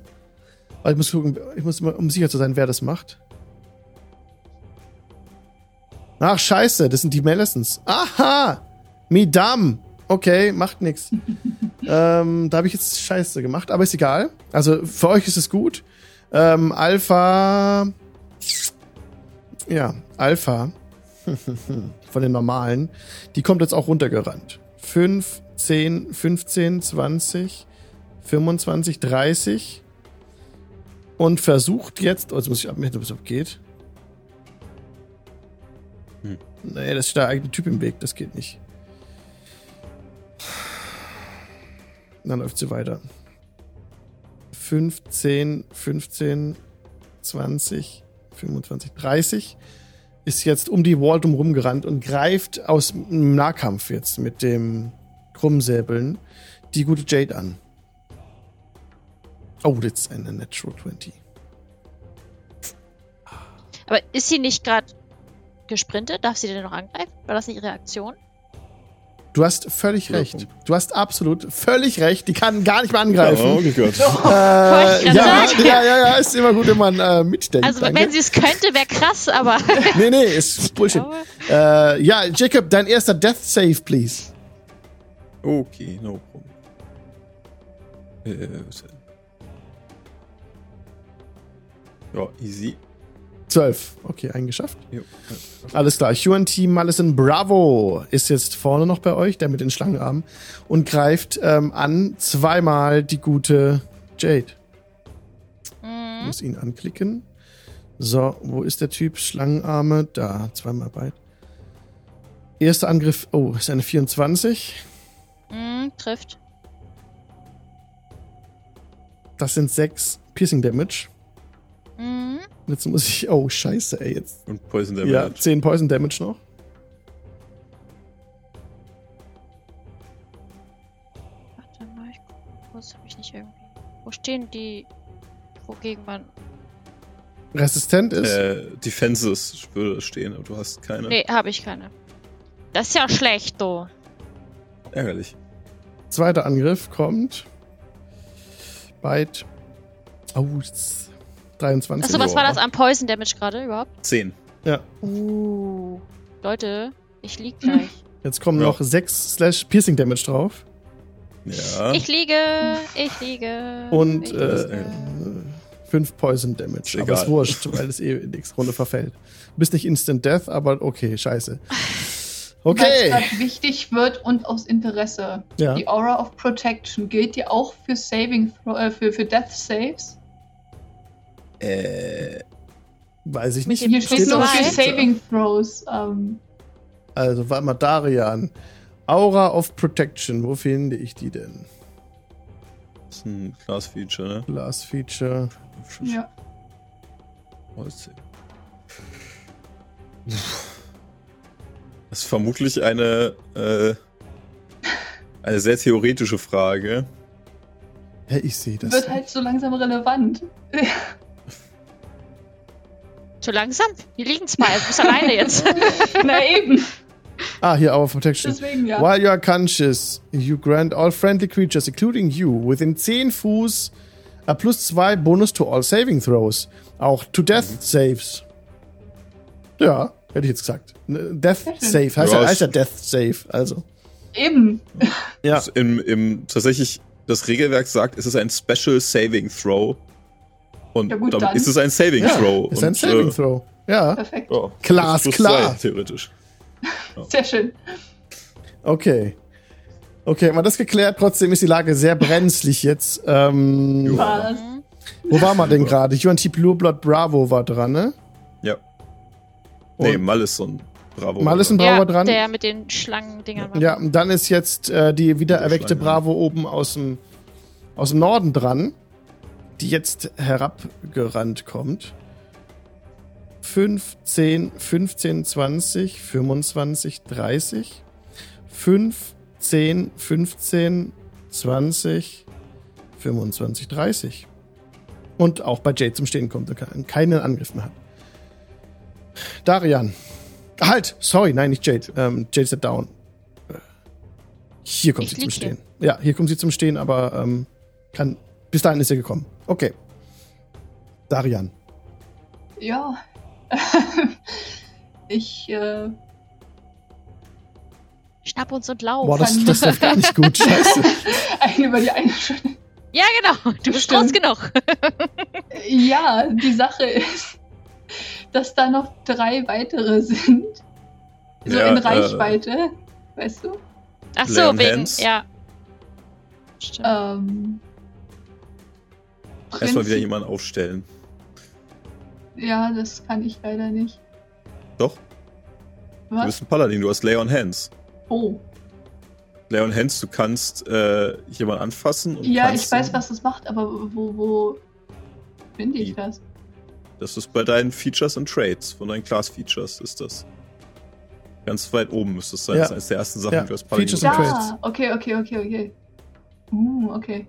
Speaker 1: Warte, Ich muss gucken, ich muss mal, um sicher zu sein, wer das macht. Ach, scheiße, das sind die Mellisons. Aha! Midam! Okay, macht nix. ähm, da habe ich jetzt Scheiße gemacht, aber ist egal. Also für euch ist es gut. Ähm, Alpha. Ja, Alpha. Von den normalen. Die kommt jetzt auch runtergerannt. 5, 10, 15, 20, 25, 30. Und versucht jetzt. Oh, jetzt muss ich abmessen, ob es überhaupt geht.
Speaker 2: Hm.
Speaker 1: Nee, das ist der eigene Typ im Weg. Das geht nicht. Dann läuft sie weiter. 15, 15, 20, 25, 30. Ist jetzt um die Wall drum rumgerannt und greift aus dem Nahkampf jetzt mit dem Krummsäbeln die gute Jade an. Oh, das ist eine Natural 20.
Speaker 4: Aber ist sie nicht gerade gesprintet? Darf sie denn noch angreifen? War das nicht ihre Aktion?
Speaker 1: Du hast völlig
Speaker 2: Ja,
Speaker 1: recht. Du hast absolut völlig recht. Die kann gar nicht mehr angreifen.
Speaker 2: Oh Gott.
Speaker 1: Äh,
Speaker 4: ich grad
Speaker 1: ja,
Speaker 4: sagen.
Speaker 1: ja, ja, ja, ist immer gut, wenn man äh, mitdenkt.
Speaker 4: Also,
Speaker 1: Danke.
Speaker 4: wenn sie es könnte, wäre krass, aber. [laughs]
Speaker 1: nee, nee, ist Bullshit.
Speaker 4: Aber-
Speaker 1: Äh, ja, Jacob, dein erster Death Save, please.
Speaker 2: Okay, no problem. Äh, was- ja, easy.
Speaker 1: Zwölf. Okay, einen geschafft.
Speaker 2: Jo. äh,
Speaker 1: Alles klar. Huan Team Malison Bravo ist jetzt vorne noch bei euch, der mit den Schlangenarmen, und greift ähm, an zweimal die gute Jade.
Speaker 4: Mhm.
Speaker 1: Muss ihn anklicken. So, wo ist der Typ? Schlangenarme. Da, zweimal bei. Erster Angriff. Oh, ist eine 24.
Speaker 4: Mhm, trifft.
Speaker 1: Das sind sechs Piercing Damage.
Speaker 4: Mhm.
Speaker 1: Und Jetzt muss ich. Oh, scheiße, ey. Jetzt
Speaker 2: Und Poison
Speaker 1: Ja,
Speaker 2: Damage.
Speaker 1: 10 Poison Damage noch.
Speaker 4: Warte mal, ich guck mal kurz, hab ich nicht irgendwie. Wo stehen die, wogegen man.
Speaker 1: Resistent ist.
Speaker 2: Äh, Defenses würde stehen, aber du hast keine.
Speaker 4: Nee, habe ich keine. Das ist ja schlecht, du.
Speaker 2: Ärgerlich.
Speaker 1: Zweiter Angriff kommt. Bite. Oh, s- 23.
Speaker 4: Achso, was
Speaker 2: Joa.
Speaker 4: war das am Poison Damage gerade überhaupt?
Speaker 2: Zehn.
Speaker 1: Ja.
Speaker 4: Uh. [laughs] Leute, ich lieg gleich.
Speaker 1: Jetzt kommen
Speaker 2: Ja.
Speaker 1: noch 6 Slash Piercing Damage drauf.
Speaker 2: Ja.
Speaker 4: Ich liege, ich
Speaker 3: Ah,
Speaker 4: liege.
Speaker 1: Und
Speaker 4: ich
Speaker 1: äh,
Speaker 4: liege.
Speaker 1: 5 Poison Damage.
Speaker 2: Ist
Speaker 1: aber
Speaker 2: egal.
Speaker 1: ist wurscht, weil es eh nächste Runde verfällt. Du bist nicht Instant Death, aber okay, scheiße.
Speaker 3: Weil es
Speaker 1: Okay.
Speaker 3: grad wichtig wird und aus Interesse.
Speaker 1: Ja.
Speaker 3: Die Aura of Protection gilt die auch für Saving Throw, äh, für, für Death Saves.
Speaker 2: Äh,
Speaker 1: Weiß ich nicht.
Speaker 4: Hier
Speaker 3: Hier
Speaker 4: steht
Speaker 3: steht nur für
Speaker 4: dabei.
Speaker 3: Saving Throws. Ähm,
Speaker 1: Also, warte mal, Darian. Aura of Protection, wo finde ich die denn?
Speaker 2: ist ein Class-Feature, ne?
Speaker 1: Last Feature.
Speaker 3: ja.
Speaker 2: Oh, Das ist vermutlich eine, äh, eine sehr theoretische Frage.
Speaker 1: Hä, ich sehe das.
Speaker 3: Wird halt so langsam relevant.
Speaker 1: äh,
Speaker 4: Zu langsam? Hier liegen zwei, Also, du bist
Speaker 1: [laughs]
Speaker 4: alleine jetzt.
Speaker 3: [laughs] Na eben,
Speaker 1: Ah, hier, Aura of Protection.
Speaker 3: deswegen ja.
Speaker 1: While you are conscious, you grant all friendly creatures, including you, within 10 Fuß a plus 2 Bonus to all saving throws. Auch to death
Speaker 2: Mhm.
Speaker 1: saves. Ja, hätte ich jetzt gesagt. Ne, Death
Speaker 3: Sehr schön.
Speaker 1: save. Heißt
Speaker 2: Ja,
Speaker 1: ja,
Speaker 2: ist-
Speaker 1: heißt ja Death save. Also.
Speaker 3: Eben.
Speaker 1: Ja.
Speaker 2: Das Im, im, tatsächlich, das Regelwerk sagt, es ist ein Special Saving Throw. Und
Speaker 3: Ja, gut,
Speaker 2: damit
Speaker 3: dann.
Speaker 2: ist es ein Saving
Speaker 1: ja
Speaker 2: Throw.
Speaker 1: Ist ein
Speaker 2: Und,
Speaker 1: saving
Speaker 2: äh,
Speaker 1: throw. Ja.
Speaker 3: Perfekt.
Speaker 2: ja,
Speaker 1: Klar,
Speaker 2: das
Speaker 1: ist
Speaker 2: plus
Speaker 1: klar.
Speaker 2: zwei, theoretisch.
Speaker 3: Sehr schön.
Speaker 1: Okay. Okay, haben wir das geklärt. Trotzdem ist die Lage sehr brenzlig jetzt. Ähm,
Speaker 2: Ja.
Speaker 3: Was?
Speaker 1: wo war man denn gerade? Juantip Lurblatt Bravo war dran, ne?
Speaker 2: Ja. Nee,
Speaker 1: Und-
Speaker 2: Mal ist so ein Bravo.
Speaker 1: Mal ist ein Bravo
Speaker 4: ja,
Speaker 1: dran.
Speaker 4: der mit den Schlangendingern. war-
Speaker 1: Ja, und dann ist jetzt äh, die wiedererweckte
Speaker 2: Schlange.
Speaker 1: Bravo oben aus dem, aus dem Norden dran, die jetzt herabgerannt kommt. 15, 15, 20, 25, 30. 5, 10, 15, 20, 25, 30. Und auch bei Jade zum Stehen kommt und kein- keinen Angriff mehr hat. Darian. Halt! Sorry, nein, nicht Jade. Ähm, Jade ist down. Äh, Hier kommt
Speaker 4: Ich
Speaker 1: sie zum
Speaker 4: lieg hier.
Speaker 1: Stehen. Ja, hier kommt sie zum Stehen, aber ähm, kann, bis dahin ist sie gekommen. Okay. Darian.
Speaker 3: Ja. [laughs] ich, äh, [laughs]
Speaker 4: Schnapp uns und lauf.
Speaker 1: Boah, das, das läuft gar nicht gut. Scheiße.
Speaker 3: ein über die eine Schulter.
Speaker 4: ja, genau. Du bist groß
Speaker 3: Stimmt.
Speaker 4: genug.
Speaker 3: Ja, die Sache ist, dass da noch drei weitere sind. So
Speaker 2: Ja,
Speaker 3: in
Speaker 2: äh,
Speaker 3: Reichweite. weißt du?
Speaker 4: Ach so,
Speaker 2: Leon
Speaker 4: wegen.
Speaker 2: Hans.
Speaker 4: Ja. Stimmt.
Speaker 3: Ähm,
Speaker 2: Erstmal wieder
Speaker 3: Prinzip-
Speaker 2: jemanden aufstellen.
Speaker 3: Ja, das kann ich leider nicht.
Speaker 2: Doch, du
Speaker 3: Was?
Speaker 2: bist ein Paladin, du hast Lay on Hands.
Speaker 3: Oh.
Speaker 2: Lay on Hands, du kannst äh, jemanden anfassen. Und
Speaker 3: Ja,
Speaker 2: kannst
Speaker 3: ich weiß,
Speaker 2: ihn-
Speaker 3: was das macht, aber wo, wo finde
Speaker 2: Die-
Speaker 3: ich das?
Speaker 2: Das ist bei deinen Features und Traits, von deinen Class-Features ist das. Ganz weit oben müsste es sein.
Speaker 1: Ja.
Speaker 2: Das ist eines der ersten Sachen,
Speaker 1: Ja,
Speaker 2: die du als Paladin
Speaker 1: Features und
Speaker 2: machen
Speaker 1: Traits.
Speaker 2: kannst.
Speaker 3: Ja, okay, okay, okay, okay. Uh,
Speaker 2: [laughs]
Speaker 3: okay.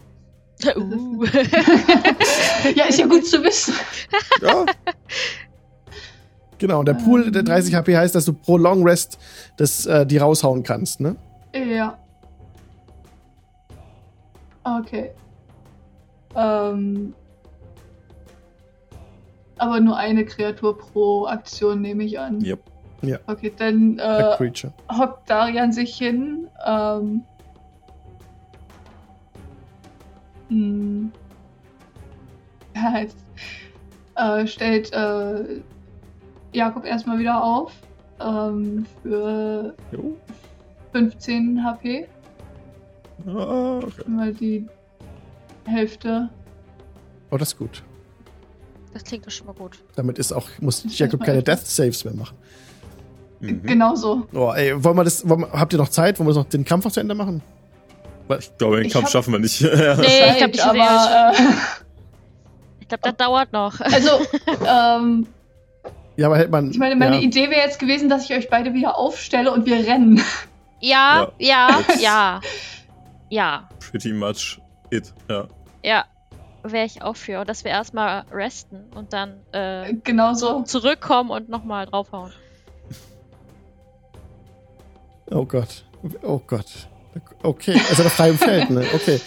Speaker 4: Uh. [laughs]
Speaker 3: Ja, ist ja gut zu wissen.
Speaker 2: Ja,
Speaker 1: Genau, und der
Speaker 3: Ähm.
Speaker 1: Pool der 30 HP heißt, dass du pro Long Rest das, äh, die raushauen kannst, ne?
Speaker 3: Ja. Okay. Ähm. Aber nur eine Kreatur pro Aktion nehme ich an.
Speaker 2: Yep.
Speaker 1: Ja.
Speaker 3: Okay, dann
Speaker 1: A
Speaker 3: äh,
Speaker 1: creature.
Speaker 3: hockt Darian sich hin. Ähm. Hm. [laughs] Ja, jetzt, äh, stellt äh, Jakob erstmal wieder auf. Ähm, für
Speaker 2: Jo.
Speaker 3: 15 HP.
Speaker 2: Ah, okay.
Speaker 3: Mal die Hälfte.
Speaker 1: Oh, das ist gut.
Speaker 4: Das klingt doch schon mal gut.
Speaker 1: Damit ist auch, muss
Speaker 3: Das
Speaker 1: Jakob
Speaker 3: muss man
Speaker 1: keine
Speaker 3: öffnen.
Speaker 1: Death Saves mehr machen.
Speaker 2: Mhm.
Speaker 3: Genau so.
Speaker 1: Oh, ey, wollen wir das, wollen, wir- habt ihr noch Zeit? Wollen wir noch den Kampf noch zu Ende machen? äh,
Speaker 2: Ich glaube, den
Speaker 3: Ich
Speaker 2: Kampf
Speaker 3: hab-
Speaker 2: schaffen wir nicht. [laughs] Ja.
Speaker 4: Nee, ich
Speaker 3: Zeit,
Speaker 4: glaube, ich,
Speaker 3: aber,
Speaker 4: ich glaub, das dauert noch.
Speaker 3: äh, also,
Speaker 4: [laughs]
Speaker 3: ähm,
Speaker 1: Ja, aber hätte man.
Speaker 3: ich meine, meine
Speaker 1: ja.
Speaker 3: Idee wäre jetzt gewesen, dass ich euch beide wieder aufstelle und wir rennen.
Speaker 4: Ja, ja, ja. Ja,
Speaker 2: Pretty much it. Ja.
Speaker 4: ja. Wäre ich auch für. Und dass wir erstmal resten und dann äh,
Speaker 3: Genau so.
Speaker 4: zurückkommen und nochmal draufhauen.
Speaker 1: Oh Gott. Oh Gott. Okay, also auf freiem Feld, ne? Okay.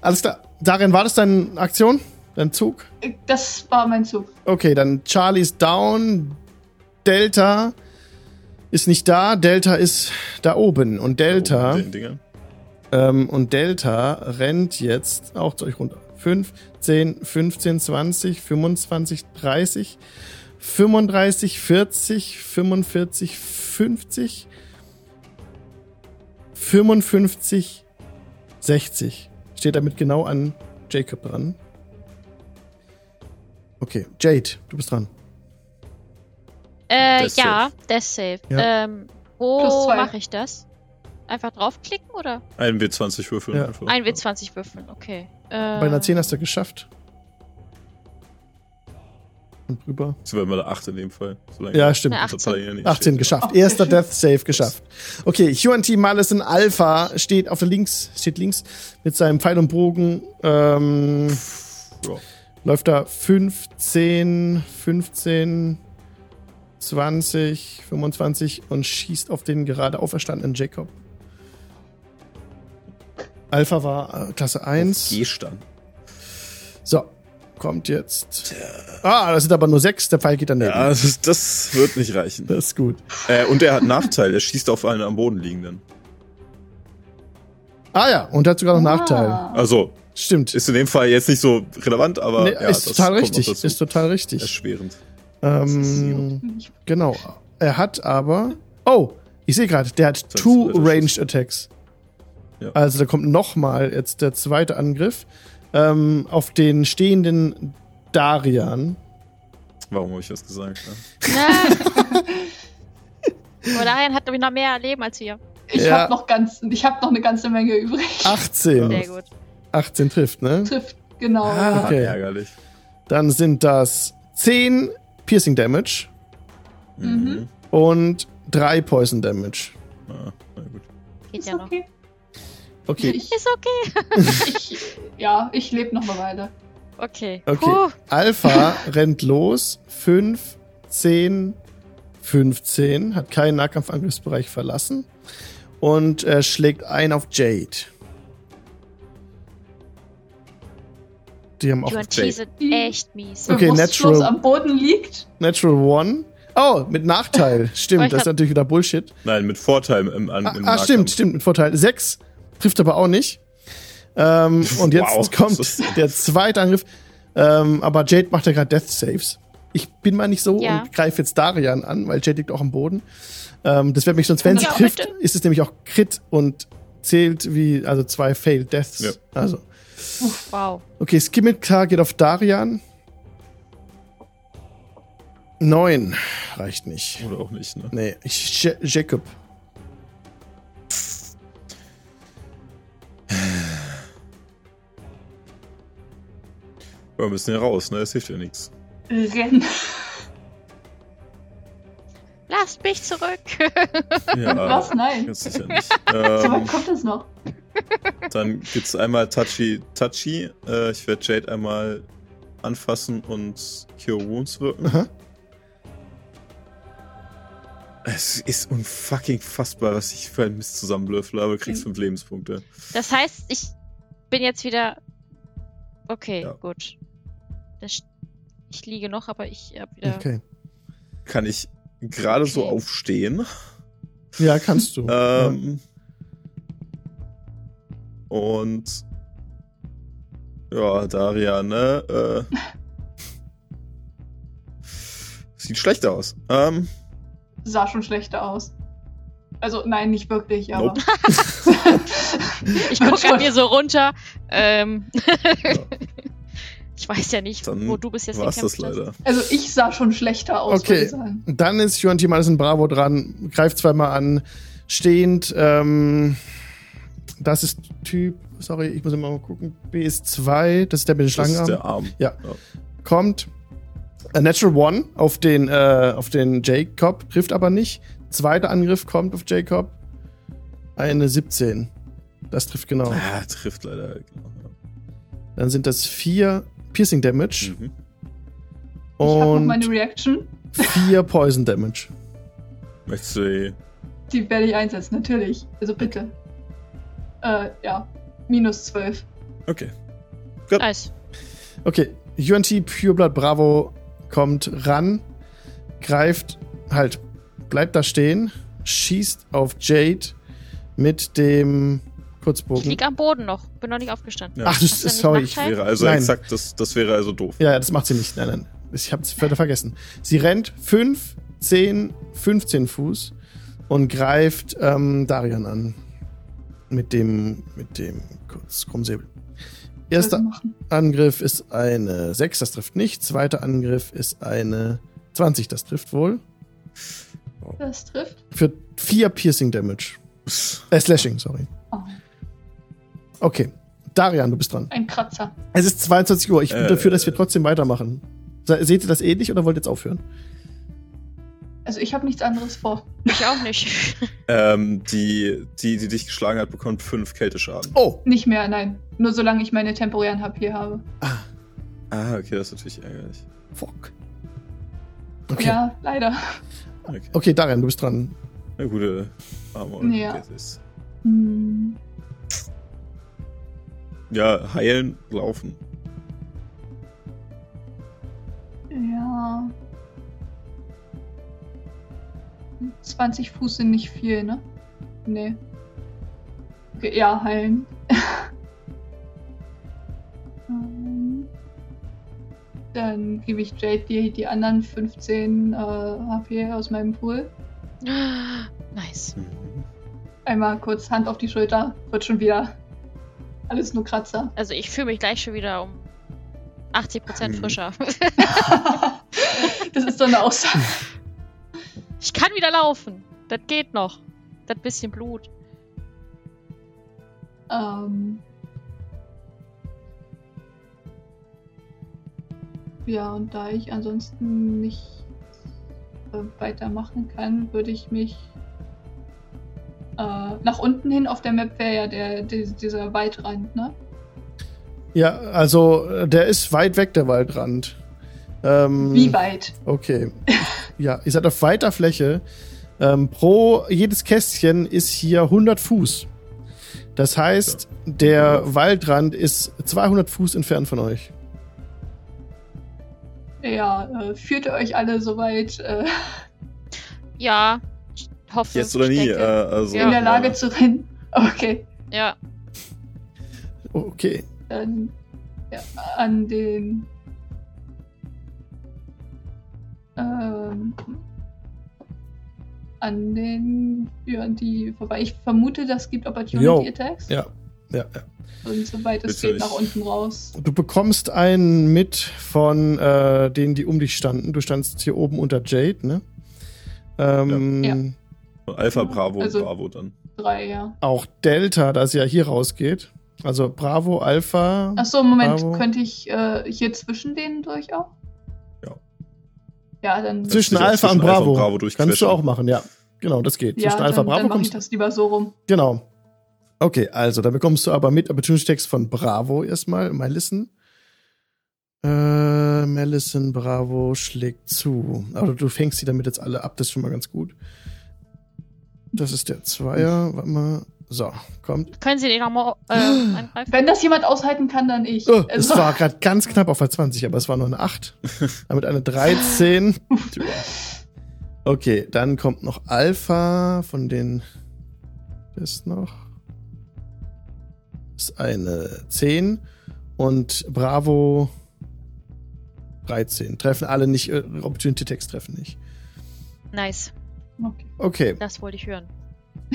Speaker 1: Alles klar. Darin, war das deine Aktion? Dein Zug?
Speaker 3: Das war mein Zug.
Speaker 1: Okay, dann Charlie ist down. Delta ist nicht da. Delta ist da oben. Und Delta.
Speaker 2: Oh, Den Dingern.
Speaker 1: Ähm, und Delta rennt jetzt auch zu euch runter. 5, 10, 15, 20, 25, 30, 35, 40, 45, 50, 55, 60. Steht damit genau an Jacob dran. Okay, Jade, du bist dran.
Speaker 4: Äh,
Speaker 2: Death
Speaker 4: ja, Death Save.
Speaker 1: Ja.
Speaker 4: Ähm,
Speaker 3: Plus
Speaker 4: wo
Speaker 3: zwei.
Speaker 4: mache ich das? Einfach draufklicken oder?
Speaker 2: Ein W20 würfeln.
Speaker 1: Ja.
Speaker 2: einfach.
Speaker 4: Ein W20 würfeln, okay. Äh,
Speaker 1: Bei einer 10 hast du geschafft. Und rüber.
Speaker 2: Das wäre mal der 8 in dem Fall. So lange
Speaker 1: Ja, stimmt.
Speaker 4: Eine
Speaker 2: das hat er ja nicht
Speaker 1: 18
Speaker 2: steht,
Speaker 1: geschafft.
Speaker 3: Oh,
Speaker 1: Erster
Speaker 3: sehr schön.
Speaker 1: Death Save geschafft. Okay, Huan T. Malison Alpha steht auf der links, steht links mit seinem Pfeil und Bogen. Ähm,
Speaker 2: Ja.
Speaker 1: läuft da 15, 15, 20, 25 und schießt auf den gerade auferstandenen Jacob. Alpha war äh, Klasse
Speaker 2: Auf
Speaker 1: 1.
Speaker 2: G-Stand.
Speaker 1: So, kommt jetzt. Ah, das sind aber nur 6, der Pfeil geht daneben.
Speaker 2: Ja, das, ist, das wird nicht reichen.
Speaker 1: Das ist gut.
Speaker 2: äh, und er hat Nachteil. Er schießt auf einen am Boden liegenden.
Speaker 1: Ah ja, und hat sogar noch Nachteil.
Speaker 3: Ah.
Speaker 2: Also,
Speaker 1: Stimmt.
Speaker 2: ist in dem Fall jetzt nicht so relevant, aber
Speaker 1: Nee,
Speaker 2: ja,
Speaker 1: ist,
Speaker 2: das
Speaker 1: total
Speaker 2: kommt noch
Speaker 1: richtig,
Speaker 2: dazu.
Speaker 1: ist total richtig.
Speaker 2: Erschwerend.
Speaker 1: Ähm, genau. Er hat aber. Oh, ich sehe gerade, der hat
Speaker 2: ist
Speaker 1: two
Speaker 2: ein dritter
Speaker 1: Ranged
Speaker 2: Schuss.
Speaker 1: Attacks.
Speaker 2: Ja.
Speaker 1: Also da kommt nochmal jetzt der zweite Angriff ähm, auf den stehenden Darian.
Speaker 2: Warum habe ich das gesagt? Ne?
Speaker 4: Ne? Aber Darian hat nämlich noch mehr Leben als wir.
Speaker 3: Ich
Speaker 1: Ja.
Speaker 3: habe noch ganz, ich habe noch eine ganze Menge übrig.
Speaker 1: 18.
Speaker 4: Sehr gut.
Speaker 1: 18 trifft, ne?
Speaker 3: Trifft genau.
Speaker 1: Ah. Okay.
Speaker 2: Ah, ärgerlich.
Speaker 1: Dann sind das 10 Piercing Damage
Speaker 3: Mhm.
Speaker 1: und 3 Poison Damage.
Speaker 2: Ah, na gut.
Speaker 4: Geht
Speaker 3: Ist
Speaker 4: ja noch.
Speaker 3: okay.
Speaker 1: Okay.
Speaker 3: Ich,
Speaker 4: Ist okay.
Speaker 3: ich, ja, ich lebe noch eine Weile.
Speaker 4: Okay.
Speaker 1: Okay.
Speaker 4: Puh.
Speaker 1: Alpha rennt los. 5, 10, 15. Hat keinen Nahkampfangriffsbereich verlassen. Und äh, schlägt ein auf Jade. Die haben auch
Speaker 4: Die
Speaker 2: Jade.
Speaker 4: T sind echt mies.
Speaker 1: Okay,
Speaker 3: Bewusstlos
Speaker 1: natural.
Speaker 3: am Boden liegt.
Speaker 1: Natural One. Oh, mit Nachteil.
Speaker 4: Aber
Speaker 1: Stimmt,
Speaker 4: ich
Speaker 1: das ist
Speaker 4: hab-
Speaker 1: natürlich wieder Bullshit.
Speaker 2: Nein, mit Vorteil im, an,
Speaker 1: Ah,
Speaker 2: im
Speaker 1: ah
Speaker 2: Nahkampf.
Speaker 1: stimmt, stimmt, mit Vorteil. 6 trifft aber auch nicht.
Speaker 2: [laughs]
Speaker 1: Ähm, und jetzt
Speaker 2: Wow.
Speaker 1: kommt der zweite Angriff. Ähm, aber Jade macht ja gerade Death Saves. Ich bin mal nicht so
Speaker 4: Ja.
Speaker 1: und greife jetzt Darian an, weil Jade liegt auch am Boden. Ähm, das wird mich sonst, wenn sie
Speaker 4: Ja,
Speaker 1: trifft,
Speaker 4: bitte.
Speaker 1: ist es nämlich auch Crit und zählt wie, also zwei Failed Deaths.
Speaker 2: Ja.
Speaker 1: Also.
Speaker 4: Wow.
Speaker 1: Okay, Skimitar geht auf Darian. Neun. Reicht nicht.
Speaker 2: Oder auch nicht, ne?
Speaker 1: Nee, ich, Ja- Jacob.
Speaker 2: Ja, Wir müssen ja raus, ne? Das hilft ja nichts.
Speaker 3: Renn.
Speaker 4: Lasst mich zurück. [laughs]
Speaker 2: Ja,
Speaker 3: Was? Nein.
Speaker 2: Ganz sicher nicht.
Speaker 3: So
Speaker 2: ähm,
Speaker 3: weit kommt das noch.
Speaker 2: dann gibt's einmal Touchy Touchy. Äh, ich werde Jade einmal anfassen und Cure Wounds wirken.
Speaker 1: Aha.
Speaker 2: Es ist unfucking fassbar, was ich für ein Mist zusammenwürfle, aber du kriegst fünf Lebenspunkte.
Speaker 4: Das heißt, ich bin jetzt wieder. Okay,
Speaker 2: Ja.
Speaker 4: gut. Das st- ich liege noch, aber ich hab wieder.
Speaker 1: Okay.
Speaker 2: Kann ich gerade so
Speaker 4: Okay.
Speaker 2: aufstehen?
Speaker 1: Ja, kannst du.
Speaker 2: Ähm, Und ja, Daria, ne? Äh, sieht schlecht aus. Ähm,
Speaker 3: Sah schon schlechter aus. Also, nein, nicht wirklich, aber.
Speaker 2: Nope.
Speaker 4: Ich gucke an mir so runter. Ähm. [laughs] ich weiß ja nicht,
Speaker 2: Dann
Speaker 4: wo du bis jetzt
Speaker 2: war's das
Speaker 4: gekämpft hast.
Speaker 2: leider.
Speaker 3: [laughs] also, ich sah schon schlechter aus,
Speaker 1: Okay.
Speaker 3: würde ich sagen.
Speaker 1: Dann ist Johann T. Madison Bravo dran, greift zweimal an, stehend. Ähm, das ist Typ, sorry, ich muss immer mal gucken. BS2, das ist der mit dem
Speaker 2: Das
Speaker 1: Schlangenarm.
Speaker 2: ist der Arm.
Speaker 1: Kommt. A Natural One auf den, äh, auf den Jacob, trifft aber nicht. Zweiter Angriff kommt auf Jacob. Eine 17. Das trifft genau.
Speaker 2: Ah, trifft leider. Genau.
Speaker 1: Dann sind das vier Piercing
Speaker 2: ja.
Speaker 1: Damage
Speaker 2: Mhm.
Speaker 3: Ich habe noch meine
Speaker 1: und
Speaker 3: Reaction.
Speaker 1: vier Poison Damage.
Speaker 2: Möchtest du die
Speaker 3: Die werde ich einsetzen, natürlich. Also, bitte. Äh, ja. Minus 12.
Speaker 2: Okay.
Speaker 4: Nice.
Speaker 1: Okay, UNT Pureblood Bravo kommt ran, greift, halt, bleibt da stehen, schießt auf Jade mit dem
Speaker 4: Ich
Speaker 1: Kurzbogen.
Speaker 4: lieg am Boden noch. Bin noch nicht aufgestanden.
Speaker 2: Ja.
Speaker 1: Ach, das
Speaker 4: Ist das
Speaker 1: ist,
Speaker 4: nicht
Speaker 1: sorry, ich,
Speaker 4: Nachteil?
Speaker 2: Wäre also
Speaker 1: Nein.
Speaker 2: exakt, das, das wäre also doof.
Speaker 1: ja, ja, das macht sie nicht. Nein, nein. Ich hab's ver- vergessen. Sie rennt 5, 10, 15 Fuß und greift ähm, Darian an. Mit dem, mit dem kurz Krummsäbel. Erster
Speaker 3: machen.
Speaker 1: Angriff ist eine 6, das trifft nicht. Zweiter Angriff ist eine 20, das trifft wohl.
Speaker 3: Das trifft.
Speaker 1: Für 4 Piercing Damage. Äh, Slashing, sorry.
Speaker 3: Oh,
Speaker 1: Okay. Darian, du bist dran.
Speaker 3: ein Kratzer.
Speaker 1: Es ist 22 Uhr. Ich bin
Speaker 2: Äh,
Speaker 1: dafür, dass wir trotzdem weitermachen. Se- Seht ihr das ähnlich oder wollt ihr jetzt aufhören?
Speaker 3: Also ich habe nichts anderes vor.
Speaker 4: Ich auch nicht. [laughs]
Speaker 2: Ähm, die, die, die dich geschlagen hat, bekommt fünf Kälteschaden.
Speaker 1: Oh!
Speaker 3: Nicht mehr, nein. Nur solange ich meine temporären HP habe.
Speaker 2: Ah, okay, das ist natürlich ärgerlich.
Speaker 1: Fuck. Okay.
Speaker 3: Ja, leider.
Speaker 2: Okay.
Speaker 1: Okay, Darian, du bist dran.
Speaker 2: Na äh, gute Armor.
Speaker 3: Ja.
Speaker 2: Das ist-
Speaker 3: Hm.
Speaker 2: Ja, heilen, laufen.
Speaker 3: Ja. 20 Fuß sind nicht viel, ne? Nee. Okay, ja, heilen. [laughs] Ähm, Dann gebe ich Jade die, die anderen 15 äh, HP aus meinem Pool.
Speaker 4: nice.
Speaker 3: Einmal kurz Hand auf die Schulter, wird schon wieder. Alles nur Kratzer. [laughs]
Speaker 4: Also ich fühle mich gleich schon wieder um 80%
Speaker 2: Hm.
Speaker 4: frischer. [laughs]
Speaker 3: das ist so eine Aussage.
Speaker 4: Ich kann wieder laufen. Das geht noch. Das bisschen Blut.
Speaker 3: Ähm. Ja, und da ich ansonsten nicht äh, weitermachen kann, würde ich mich äh, nach unten hin auf der Map wäre ja der, die, dieser Waldrand, ne?
Speaker 1: Ja, also, äh, der ist weit weg, der Waldrand. Ähm,
Speaker 3: Wie weit?
Speaker 1: Okay. ja, ihr seid auf weiter Fläche. Ähm, pro jedes Kästchen ist hier 100 Fuß. Das heißt, der Waldrand ist 200 Fuß entfernt von euch.
Speaker 3: Ja, äh, führt ihr euch alle so weit äh,
Speaker 4: Ja. Ich hoffe.
Speaker 2: Jetzt oder
Speaker 4: ich
Speaker 2: nie. Äh,
Speaker 4: denke.
Speaker 2: also,
Speaker 4: Ja.
Speaker 3: in der Lage zu rennen? Okay,
Speaker 4: Ja.
Speaker 1: Okay.
Speaker 3: dann ja, an den. Ähm, an den. Ja, an die vorbei. Ich vermute, das gibt Opportunity
Speaker 1: Jo.
Speaker 3: Attacks.
Speaker 1: Ja. Ja, ja.
Speaker 3: Und soweit es
Speaker 2: Bitte
Speaker 3: geht,
Speaker 2: nicht.
Speaker 3: nach unten raus.
Speaker 1: Du bekommst einen mit von äh, denen, die um dich standen. Du standst hier oben unter Jade, ne? Ähm,
Speaker 3: Ja.
Speaker 2: Alpha, Bravo,
Speaker 3: Also-
Speaker 2: Bravo dann.
Speaker 3: Drei, ja.
Speaker 1: Auch Delta, das ja hier rausgeht. Also Bravo, Alpha.
Speaker 3: Achso, Moment,
Speaker 1: Bravo.
Speaker 3: könnte ich äh, hier zwischen denen durch auch?
Speaker 2: Ja.
Speaker 3: Ja, dann.
Speaker 1: zwischen
Speaker 2: Zwischen steht auch
Speaker 1: Alpha
Speaker 2: zwischen
Speaker 1: und Bravo.
Speaker 2: Alpha und Bravo
Speaker 1: Kannst du
Speaker 2: durchquetschen.
Speaker 1: auch machen, ja. Genau, das geht.
Speaker 3: ja,
Speaker 1: zwischen Alpha und
Speaker 3: dann,
Speaker 1: Bravo
Speaker 3: dann mache ich
Speaker 1: kommst
Speaker 3: das lieber so rum.
Speaker 1: Genau. Okay, also, dann bekommst du aber mit Opportunity Text von Bravo erstmal, Malison. Äh, Malison Bravo schlägt zu. Aber du fängst sie damit jetzt alle ab, das ist schon mal ganz gut. Das ist der Zweier, warte mal. So, kommt.
Speaker 4: Können Sie den nochmal
Speaker 2: [gasps]
Speaker 4: äh, angreifen?
Speaker 3: Wenn das jemand aushalten kann, dann ich. Also,
Speaker 1: Oh, es war gerade ganz knapp auf der 20, aber es war nur eine [laughs] 8. Damit eine 13.
Speaker 2: Tja.
Speaker 1: Okay, dann kommt noch Alpha von den. Ist noch. Ist eine 10 und Bravo 13. Treffen alle nicht, äh, Opportunity Text treffen nicht.
Speaker 4: Nice.
Speaker 3: okay.
Speaker 1: Okay,
Speaker 4: Das wollte ich hören.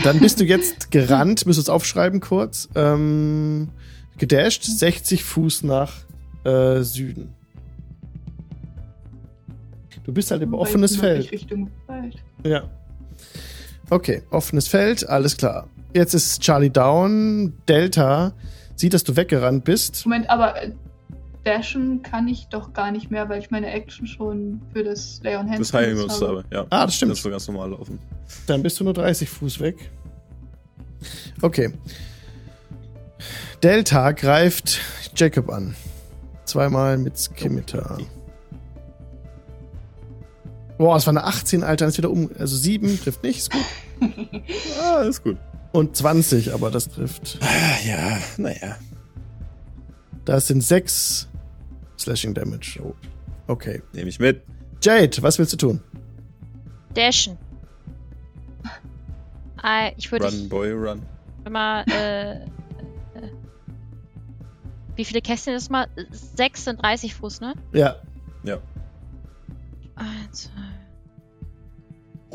Speaker 1: dann bist du jetzt gerannt, müsst du es aufschreiben kurz. Ähm, gedasht 60 Fuß nach äh, Süden. Du bist halt im
Speaker 3: Wobei
Speaker 1: offenes
Speaker 3: ich bin wirklich
Speaker 1: Feld.
Speaker 3: Richtung Wald.
Speaker 1: Ja. Okay, offenes Feld, alles klar. Jetzt ist Charlie down. Delta sieht, dass du weggerannt bist.
Speaker 3: Moment, aber äh, dashen kann ich doch gar nicht mehr, weil ich meine Action schon für das Lay on Hands
Speaker 2: Das heilen wir
Speaker 3: benutzt
Speaker 2: uns
Speaker 3: habe.
Speaker 2: dabei. Ja.
Speaker 1: Ah, das stimmt.
Speaker 2: Kannst du ganz normal laufen.
Speaker 1: Dann bist du nur 30 Fuß weg. Okay. Delta greift Jacob an. Zweimal mit Skimitar. Boah, es war eine 18, Alter. Ist wieder um. Also 7 trifft nicht, ist gut.
Speaker 2: Ah, ist gut.
Speaker 1: Und 20, aber das trifft.
Speaker 2: Ah, ja, naja.
Speaker 1: Das sind 6 Slashing Damage. Oh, Okay.
Speaker 2: Nehme ich mit.
Speaker 1: Jade, was willst du tun?
Speaker 4: Dashen. Äh, ich würde.
Speaker 2: Run, Boy, run.
Speaker 4: Immer, äh, äh, wie viele Kästchen ist mal? Sechs sind 30 Fuß, ne?
Speaker 1: Ja,
Speaker 4: Eins, zwei,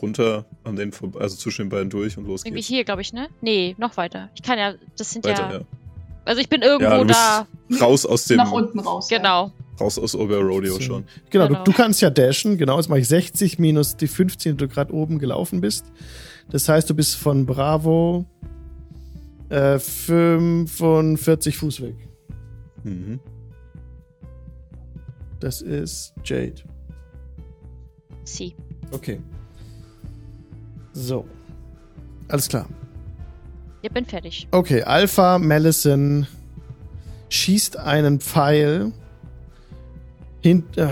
Speaker 2: Runter an den, vorb- also zwischen den beiden durch und los
Speaker 4: irgendwie
Speaker 2: geht's.
Speaker 4: hier, glaube ich, ne? Nee, noch weiter. Ich kann ja, das sind
Speaker 2: Weiter,
Speaker 4: ja,
Speaker 2: ja.
Speaker 4: Also ich bin irgendwo
Speaker 2: Ja, du bist
Speaker 4: da.
Speaker 2: raus aus dem,
Speaker 3: Nach unten raus. ja.
Speaker 4: Genau.
Speaker 2: raus aus Ober Rodeo schon.
Speaker 1: Genau,
Speaker 4: Genau.
Speaker 1: Du, du kannst ja dashen. Genau, jetzt mache ich 60 minus die 15, die du gerade oben gelaufen bist. Das heißt, du bist von Bravo äh, 45 Fuß weg.
Speaker 2: Mhm.
Speaker 1: Das ist Jade.
Speaker 4: Sie.
Speaker 1: Okay. So. Alles klar.
Speaker 4: Ich bin fertig.
Speaker 1: Okay, Alpha Mellison schießt einen Pfeil hin, äh,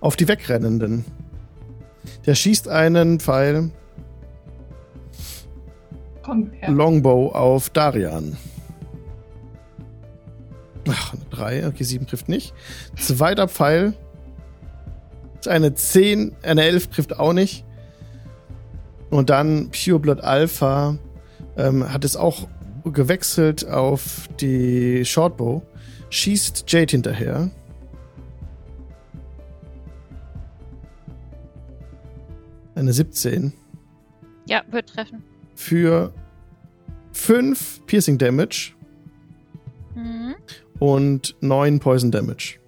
Speaker 1: auf die Wegrennenden. Der schießt einen Pfeil
Speaker 3: Komm her.
Speaker 1: Longbow auf Darian. Ach, eine 3, okay, 7 trifft nicht. Zweiter Pfeil. Ist Eine 10, eine 11 trifft auch nicht. Und dann Pure Blood Alpha ähm, hat es auch gewechselt auf die Shortbow. Schießt Jade hinterher. Eine 17
Speaker 4: Ja, wird treffen.
Speaker 1: für 5 Piercing Damage
Speaker 4: Mhm.
Speaker 1: und 9 Poison Damage.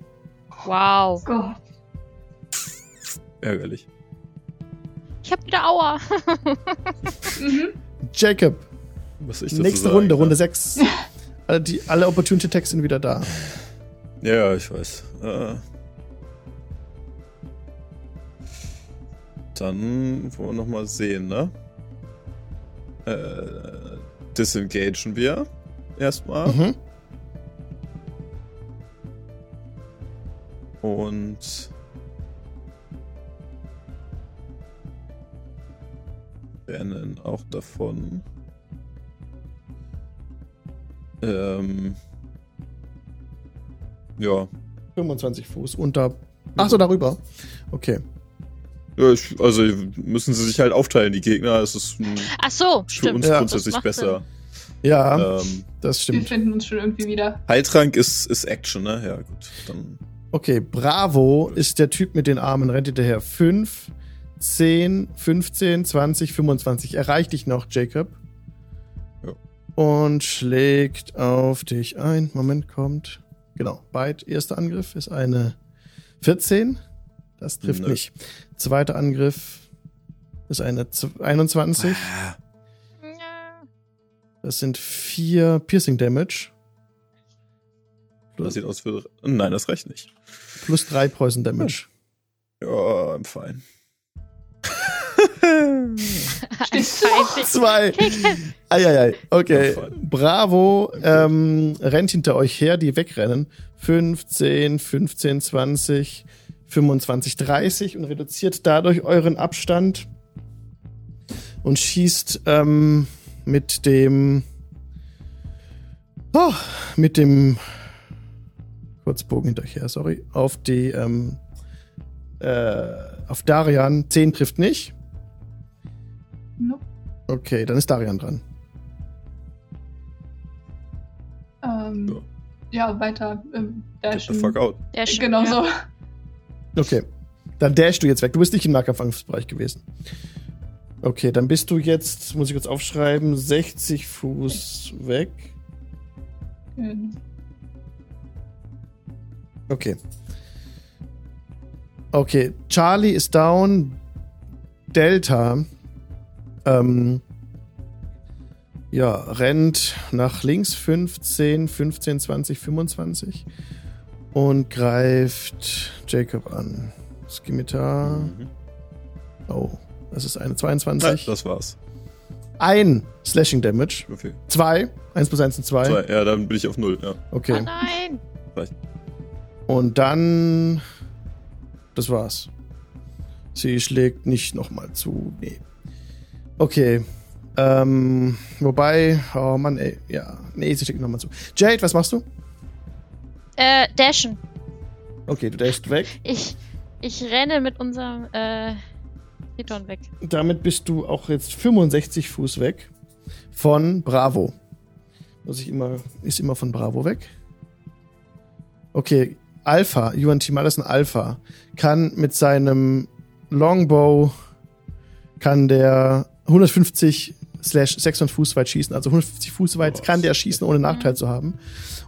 Speaker 4: Wow.
Speaker 3: Gott.
Speaker 2: Ärgerlich.
Speaker 4: Ich hab wieder Aua. [laughs]
Speaker 3: Mhm.
Speaker 1: Jacob,
Speaker 2: Was ich dazu
Speaker 1: nächste
Speaker 2: sagen
Speaker 1: Runde,
Speaker 2: ne? kann.
Speaker 1: Runde 6. alle, die, alle Opportunity Attacks sind wieder da.
Speaker 2: Ja, ja, ich weiß. Äh, dann wollen wir nochmal sehen, ne? Äh, disengagen wir erstmal.
Speaker 1: Mhm.
Speaker 2: Und. Rennen auch davon. Ähm. Ja.
Speaker 1: 25 Fuß unter. Achso, darüber. Okay.
Speaker 2: ja ich, also müssen sie sich halt aufteilen, die Gegner. Es ist hm,
Speaker 4: Ach so,
Speaker 2: für
Speaker 4: stimmt.
Speaker 2: uns
Speaker 1: Ja.
Speaker 2: grundsätzlich
Speaker 4: Das macht
Speaker 2: besser.
Speaker 1: Ja,
Speaker 2: Ähm,
Speaker 1: das
Speaker 3: Wir
Speaker 1: stimmt.
Speaker 3: finden uns schon irgendwie wieder.
Speaker 2: Heiltrank ist, ist Action, ne? Ja, gut. Dann.
Speaker 1: Okay, Bravo ist der Typ mit den Armen, rennt hinterher. 5, 10, 15, 20, 25. Erreicht dich noch, Jacob.
Speaker 2: Ja.
Speaker 1: Und schlägt auf dich ein. Moment, kommt. Genau, Bite, erster Angriff ist eine 14. Das trifft
Speaker 2: Nö.
Speaker 1: nicht. Zweiter Angriff ist eine zw- 21.
Speaker 2: Ah,
Speaker 4: Ja.
Speaker 1: Das sind 4 Piercing Damage
Speaker 2: Das sieht aus für. Nein, das reicht nicht.
Speaker 1: plus 3 Poison Damage.
Speaker 2: Ja, I'm fine.
Speaker 3: Stehst
Speaker 1: Zwei. Eieiei. Okay. Bravo ähm, rennt hinter euch her, die wegrennen. 15, 15, 20, 25, 30 und reduziert dadurch euren Abstand und schießt ähm, mit dem oh, mit dem Kurzbogen hinter euch her, sorry, auf die ähm, äh, auf Darian. 10 trifft nicht.
Speaker 3: Nope.
Speaker 1: Okay, dann ist Darian dran.
Speaker 3: Ähm, ja. weiter. Ähm,
Speaker 2: Get the
Speaker 3: dashen.
Speaker 2: fuck out.
Speaker 4: Der Sch-
Speaker 3: Genau so.
Speaker 1: Okay. Dann dash du jetzt weg. Du bist nicht im Nahkampfangriffsbereich gewesen. Okay, dann bist du jetzt, muss ich kurz aufschreiben, 60 Fuß weg.
Speaker 3: Genau.
Speaker 1: Okay. Okay, Charlie ist down. Delta ähm, ja, rennt nach links 15, 15, 20, 25 und greift Jacob an. Skimitar.
Speaker 2: Mhm.
Speaker 1: Oh, das ist eine
Speaker 2: Ja,
Speaker 1: 22.
Speaker 2: das war's.
Speaker 1: ein Slashing Damage.
Speaker 2: Okay.
Speaker 1: Zwei. Eins plus eins sind zwei.
Speaker 2: Zwei. Ja, dann bin ich auf null. Ja.
Speaker 4: Ah,
Speaker 1: Okay.
Speaker 4: nein.
Speaker 1: Und dann. Das war's. Sie schlägt nicht nochmal zu. Nee. Okay. Ähm, wobei. Oh Mann, ey. Ja. Nee, sie schlägt nochmal zu. Jade, was machst du?
Speaker 4: Äh, dashen.
Speaker 1: Okay, du dashst weg.
Speaker 4: Ich, ich renne mit unserem, äh, Triton weg.
Speaker 1: Damit bist du auch jetzt 65 Fuß weg von Bravo. Muss ich immer, ist immer von Bravo weg. Okay, Alpha, Yuan Timalason Alpha, kann mit seinem Longbow, kann der 150 slash 600 Fuß weit schießen, also 150 Fuß weit
Speaker 2: Boah,
Speaker 1: kann der
Speaker 2: ist okay.
Speaker 1: schießen, ohne Nachteil zu haben.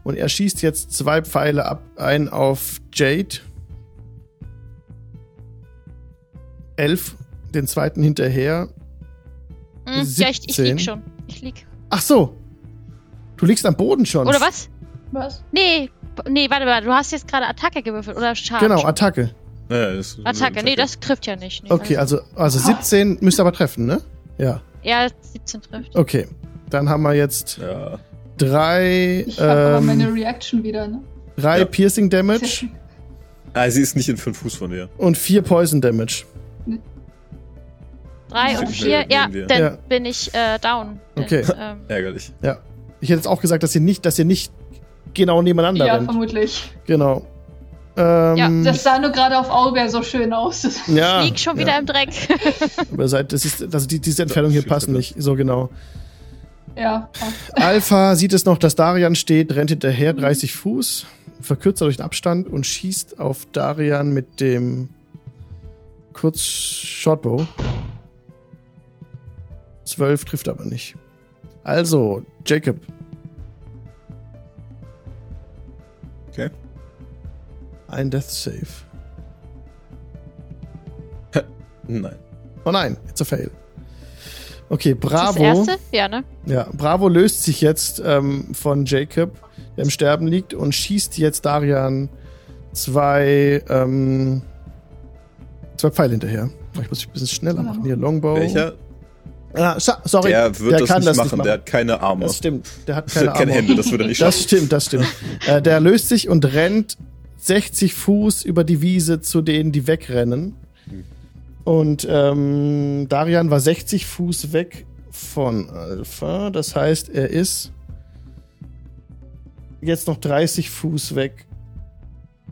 Speaker 1: Und er schießt jetzt zwei Pfeile ab, ein auf Jade, 11, den zweiten hinterher.
Speaker 4: Hm, ja, ich, ich
Speaker 1: 17.
Speaker 4: lieg schon. Ich lieg.
Speaker 1: Ach so, du liegst am Boden schon.
Speaker 4: Oder was?
Speaker 3: Was?
Speaker 4: Nee, b- nee, warte mal, du hast jetzt gerade Attacke gewürfelt oder Schaden.
Speaker 1: Genau, Attacke.
Speaker 2: Naja, das ist
Speaker 4: Attacke, nee, das trifft ja nicht. Nee,
Speaker 1: Okay,
Speaker 4: also,
Speaker 1: also, also 17 müsst ihr aber treffen, ne? Ja.
Speaker 4: ja, 17 trifft.
Speaker 1: Okay. Dann haben wir jetzt
Speaker 2: Ja,
Speaker 1: drei,
Speaker 3: Ich habe aber meine
Speaker 1: ähm,
Speaker 3: Reaction wieder, ne?
Speaker 1: drei
Speaker 2: Ja.
Speaker 1: Piercing Damage
Speaker 2: ah, sie ist nicht in fünf Fuß von dir.
Speaker 1: und vier Poison Damage.
Speaker 4: 3 und
Speaker 2: Sieben
Speaker 4: 4,
Speaker 2: nehmen
Speaker 4: ja,
Speaker 2: wir.
Speaker 4: dann
Speaker 1: Ja.
Speaker 4: bin ich äh, down. Dann,
Speaker 1: Okay.
Speaker 4: ähm,
Speaker 2: Ärgerlich.
Speaker 1: Ich hätte jetzt auch gesagt, dass ihr nicht, dass ihr nicht genau nebeneinander
Speaker 3: Ja,
Speaker 1: rennt.
Speaker 3: vermutlich.
Speaker 1: Genau. Ähm,
Speaker 3: Das sah nur gerade auf Auge so schön aus. [laughs]
Speaker 1: Ah, ja,
Speaker 4: lieg schon wieder
Speaker 1: [laughs]
Speaker 4: im Dreck.
Speaker 1: ja, aber seid, das ist, also die, diese Entfernung hier
Speaker 2: Schießt
Speaker 1: passen
Speaker 2: er
Speaker 1: nicht. So genau.
Speaker 3: ja.
Speaker 1: Alpha sieht es noch, dass Darian steht, rennt hinterher 30 Fuß, verkürzt dadurch den Abstand und schießt auf Darian mit dem kurz Shortbow. 12 trifft aber nicht. Also, Jacob.
Speaker 2: Okay.
Speaker 1: Ein Death Save.
Speaker 2: Nein.
Speaker 1: Oh nein, it's a fail. Okay,
Speaker 4: Das
Speaker 1: bravo.
Speaker 4: erste? Ja, ne?
Speaker 1: Ja, Bravo löst sich jetzt ähm, von Jacob, der im Sterben liegt, und schießt jetzt Darian zwei, ähm, zwei Pfeile hinterher. Oh, Ich muss mich ein bisschen schneller machen hier. Longbow.
Speaker 2: Welcher?
Speaker 1: Ah, so, Oh, sorry,
Speaker 2: Der wird das, nicht, machen. der hat keine Arme. [laughs]
Speaker 1: das stimmt, der hat
Speaker 2: Der
Speaker 1: keine
Speaker 2: hat keine
Speaker 1: Arme.
Speaker 2: Hände, das würde er nicht
Speaker 1: Das
Speaker 2: schaffen.
Speaker 1: stimmt, das stimmt. äh, der löst sich und rennt 60 Fuß über die Wiese zu denen, die wegrennen. Und ähm, Darian war 60 Fuß weg von Alpha. Das heißt, er ist jetzt noch 30 Fuß weg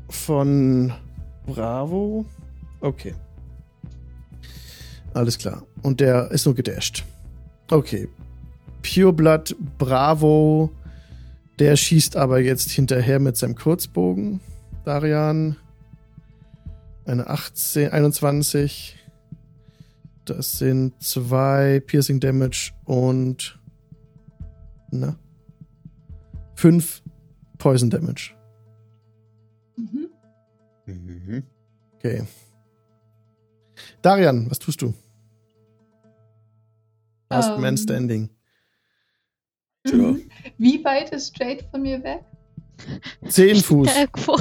Speaker 1: von Bravo. Okay. Alles klar. Und der ist nur gedasht. Okay. Pureblood Bravo. Der schießt aber jetzt hinterher mit seinem Kurzbogen. Darian. Eine 18, 21. Das sind zwei Piercing Damage und. Na? Fünf Poison Damage.
Speaker 3: Mhm.
Speaker 2: Mhm.
Speaker 1: Okay. Darian, was tust du? Last Man
Speaker 3: Ähm.
Speaker 1: Standing.
Speaker 2: Tja.
Speaker 3: Mhm. Wie weit ist Jade von mir weg?
Speaker 1: Zehn
Speaker 4: [laughs]
Speaker 1: Fuß.
Speaker 4: Irgendwo.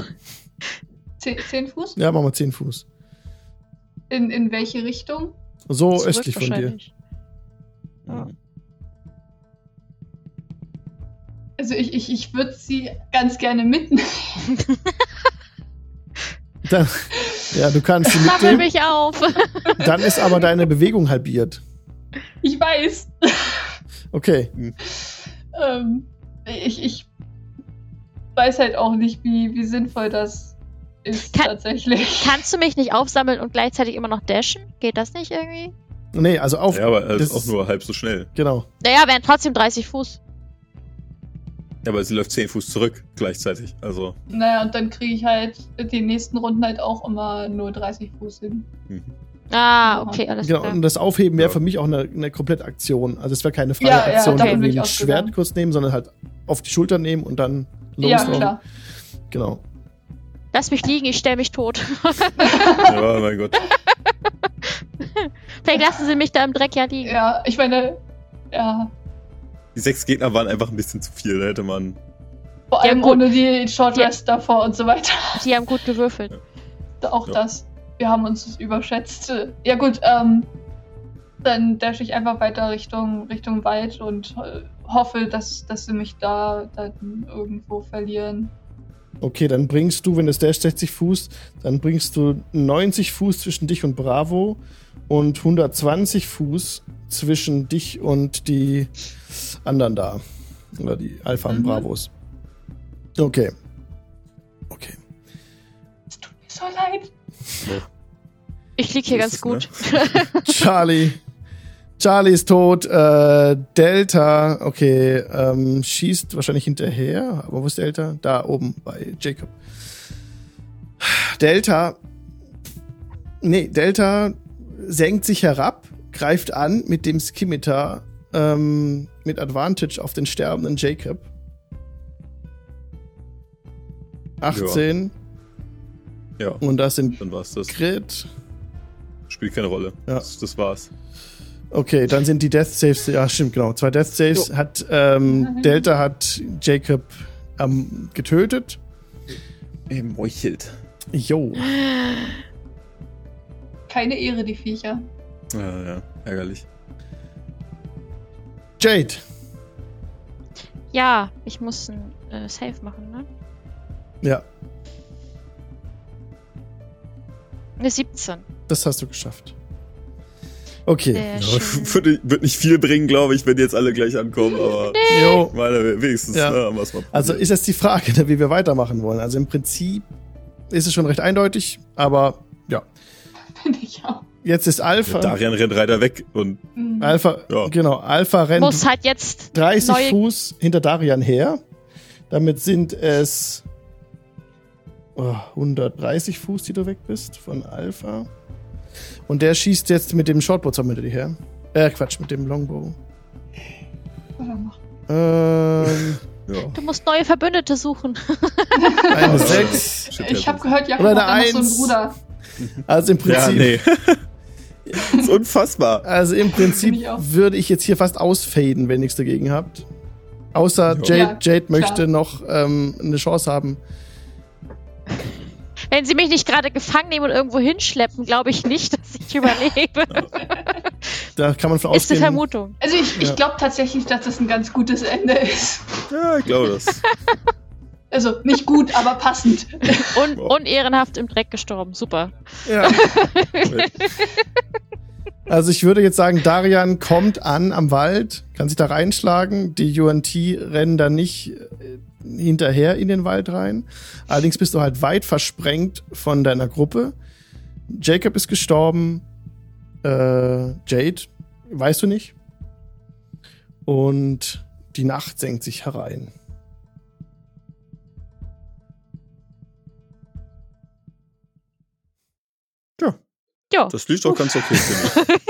Speaker 3: Ze zehn Fuß?
Speaker 1: Ja, machen wir zehn Fuß.
Speaker 3: In, in welche Richtung?
Speaker 1: So
Speaker 4: Zurück
Speaker 1: östlich von dir.
Speaker 4: wahrscheinlich.
Speaker 3: Also ich, ich, ich würde sie ganz gerne mitnehmen.
Speaker 1: Dann, ja, du kannst sie
Speaker 4: [laughs]
Speaker 1: mitnehmen.
Speaker 4: Sammel mich auf.
Speaker 1: Dann ist aber deine Bewegung halbiert.
Speaker 3: [laughs] Ich weiß. [laughs]
Speaker 1: Okay.
Speaker 3: Ähm, ich, ich weiß halt auch nicht, wie, wie sinnvoll das ist
Speaker 4: Kann-
Speaker 3: tatsächlich.
Speaker 4: Kannst du mich nicht aufsammeln und gleichzeitig immer noch dashen? Geht das nicht irgendwie?
Speaker 1: Nee, also auf.
Speaker 2: Ja, aber er
Speaker 1: das
Speaker 2: ist auch nur halb so schnell.
Speaker 1: Genau.
Speaker 4: Naja, wären trotzdem 30 Fuß.
Speaker 2: Ja, aber sie läuft 10 Fuß zurück gleichzeitig. Also,
Speaker 3: Naja, und dann kriege ich halt die nächsten Runden halt auch immer nur 30 Fuß hin.
Speaker 4: Ah, okay, alles
Speaker 1: genau.
Speaker 4: klar.
Speaker 1: Und das Aufheben wäre
Speaker 2: Ja.
Speaker 1: für mich auch eine, eine komplette Aktion. Also es wäre keine freie
Speaker 3: Ja, ja,
Speaker 1: Aktion,
Speaker 3: davon bin
Speaker 1: irgendwie
Speaker 3: ich
Speaker 1: ein
Speaker 3: ausgegangen.
Speaker 1: Schwert kurz nehmen, sondern halt auf die Schulter nehmen und dann
Speaker 3: ja,
Speaker 1: loslaufen.
Speaker 3: klar.
Speaker 1: Genau.
Speaker 4: Lass mich liegen, ich stelle mich tot. [laughs]
Speaker 2: ja, mein Gott.
Speaker 4: Vielleicht lassen sie mich da im Dreck ja liegen.
Speaker 3: Ja, ich meine, ja.
Speaker 2: Die sechs Gegner waren einfach ein bisschen zu viel. Da hätte man.
Speaker 3: Vor
Speaker 4: Ja,
Speaker 3: allem
Speaker 4: gut.
Speaker 3: ohne die Shortrest davor und so weiter.
Speaker 4: Die haben gut gewürfelt.
Speaker 3: Auch
Speaker 2: Ja.
Speaker 3: das. Wir haben uns überschätzt. Ja gut, ähm, dann dash ich einfach weiter Richtung, Richtung Wald und äh, hoffe, dass, dass sie mich da dann irgendwo verlieren.
Speaker 1: Okay, dann bringst du, wenn es Dash 60 Fuß, dann bringst du 90 Fuß zwischen dich und Bravo und 120 Fuß zwischen dich und die anderen da. Oder die Alpha und
Speaker 3: Mhm.
Speaker 1: Bravos. Okay. Okay.
Speaker 3: Es tut mir so leid.
Speaker 4: Ich ich lieg hier
Speaker 2: So
Speaker 4: ganz
Speaker 2: ist ne?
Speaker 4: gut.
Speaker 1: Charlie. Charlie ist tot. Äh, Delta, okay, ähm, schießt wahrscheinlich hinterher. Aber wo ist Delta? Da oben bei Jacob. Delta. Nee, Delta senkt sich herab, greift an mit dem Skimitar ähm, mit Advantage auf den sterbenden Jacob. 18.
Speaker 2: Ja,
Speaker 1: Und das sind
Speaker 2: dann war's das.
Speaker 1: Crit.
Speaker 2: Spielt keine Rolle.
Speaker 1: Ja.
Speaker 2: Das, das war's.
Speaker 1: Okay, dann sind die Death Saves, ja stimmt, genau. Zwei Death Saves hat ähm, Delta hat Jacob ähm, getötet.
Speaker 2: Ey, meuchelt.
Speaker 1: Jo.
Speaker 3: Keine Ehre, die Viecher. [laughs]
Speaker 2: Ja, ja, ärgerlich.
Speaker 1: Jade.
Speaker 4: [laughs] Ja, ich muss ein äh, Save machen, ne?
Speaker 1: Ja,
Speaker 4: Eine 17.
Speaker 1: das hast du geschafft. Okay.
Speaker 4: Sehr
Speaker 2: Ja, genau. [laughs]
Speaker 4: schön.
Speaker 2: würde, wird nicht viel bringen, glaube ich, wenn die jetzt alle gleich
Speaker 1: [laughs]
Speaker 2: ankommen, aber
Speaker 1: Jo.
Speaker 2: meine, wenigstens
Speaker 1: Ja.
Speaker 2: ne, haben wir's mal
Speaker 1: Also ist jetzt die Frage, ne, wie wir weitermachen wollen. Also im Prinzip ist es schon recht eindeutig, aber ja.
Speaker 3: Finde ich auch.
Speaker 1: Jetzt ist Alpha.
Speaker 2: Darian rennt Reiter weg und
Speaker 3: Mhm.
Speaker 1: Alpha,
Speaker 2: Ja.
Speaker 1: genau, Alpha rennt
Speaker 4: Muss halt jetzt
Speaker 1: 30
Speaker 4: neue-
Speaker 1: Fuß hinter Darian her. Damit sind es oh, 130 Fuß, die du weg bist von Alpha. Und der schießt jetzt mit dem Shortbow zwar hinter dir her. Äh, Quatsch, mit dem Longbow.
Speaker 3: Oder noch.
Speaker 2: [laughs]
Speaker 1: Ähm,
Speaker 2: ja.
Speaker 4: Du musst neue Verbündete suchen. [laughs]
Speaker 1: eine
Speaker 2: Ja.
Speaker 1: 6.
Speaker 2: äh, Shit
Speaker 3: Ich habe gehört, Jakob
Speaker 1: Oder
Speaker 3: hat
Speaker 1: eine
Speaker 3: da noch so einen
Speaker 1: Eins.
Speaker 3: Bruder.
Speaker 1: Also im
Speaker 2: Ja,
Speaker 1: Prinzip,
Speaker 2: nee.
Speaker 1: [laughs]
Speaker 2: ist unfassbar.
Speaker 1: also im Prinzip
Speaker 3: Finde ich auch.
Speaker 1: würde ich jetzt hier fast ausfaden, wenn ihr nichts dagegen habt. Außer
Speaker 2: Ja.
Speaker 1: Jade,
Speaker 3: Ja,
Speaker 1: Jade möchte
Speaker 3: klar.
Speaker 1: noch ähm, eine Chance haben.
Speaker 4: Wenn sie mich nicht gerade gefangen nehmen und irgendwo hinschleppen, glaube ich nicht, [laughs] dass
Speaker 2: [laughs]
Speaker 4: ich überlebe.
Speaker 1: Da kann man von
Speaker 4: Ist eine
Speaker 1: ausgehen.
Speaker 4: Vermutung.
Speaker 3: Also ich,
Speaker 1: Ja.
Speaker 3: ich glaube tatsächlich, dass das ein ganz gutes Ende ist.
Speaker 2: Ja, ich glaube das.
Speaker 3: Also nicht gut, aber passend.
Speaker 1: Also
Speaker 4: Und
Speaker 2: Wow.
Speaker 4: unehrenhaft im Dreck gestorben. Super.
Speaker 1: Ja. [laughs] Also ich würde jetzt sagen, Darian kommt an am Wald, kann sich da reinschlagen. Die UNT rennen da nicht äh, hinterher in den Wald rein. Allerdings bist du halt weit versprengt von deiner Gruppe. Jacob ist gestorben. Äh, Jade, weißt du nicht. Und die Nacht senkt sich herein.
Speaker 4: Ja.
Speaker 2: Das liegt doch ganz okay, finde ich.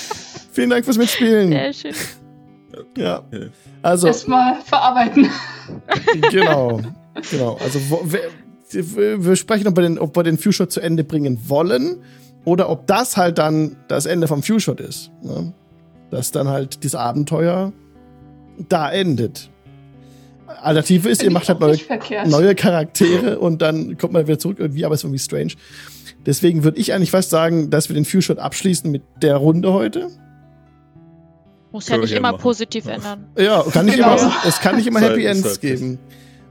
Speaker 1: [laughs] Vielen Dank fürs
Speaker 2: Hm.
Speaker 1: Mitspielen.
Speaker 4: Sehr schön.
Speaker 1: Ja. Also,
Speaker 3: Erstmal verarbeiten.
Speaker 1: genau. genau. Also wo, wer- wir, wir sprechen, ob wir, den, ob wir den Future zu Ende bringen wollen oder ob das halt dann das Ende vom Future ist. Ne? Dass dann halt dieses Abenteuer da endet. Alternative ist, ihr
Speaker 3: Finde
Speaker 1: macht
Speaker 3: ich
Speaker 1: halt
Speaker 3: auch
Speaker 1: neue,
Speaker 3: nicht verkehrt.
Speaker 1: neue Charaktere und dann kommt man wieder zurück irgendwie, aber ist irgendwie strange. Deswegen würde ich eigentlich fast sagen, dass wir den Future abschließen mit der Runde heute.
Speaker 4: Muss ja
Speaker 2: Können wir
Speaker 4: nicht
Speaker 2: gerne
Speaker 4: immer
Speaker 2: machen.
Speaker 4: positiv
Speaker 2: Ja.
Speaker 4: ändern.
Speaker 1: Ja, kann nicht
Speaker 3: Genau.
Speaker 1: immer, es kann nicht immer Happy
Speaker 2: Sollten-
Speaker 1: Ends
Speaker 2: sollten.
Speaker 1: geben.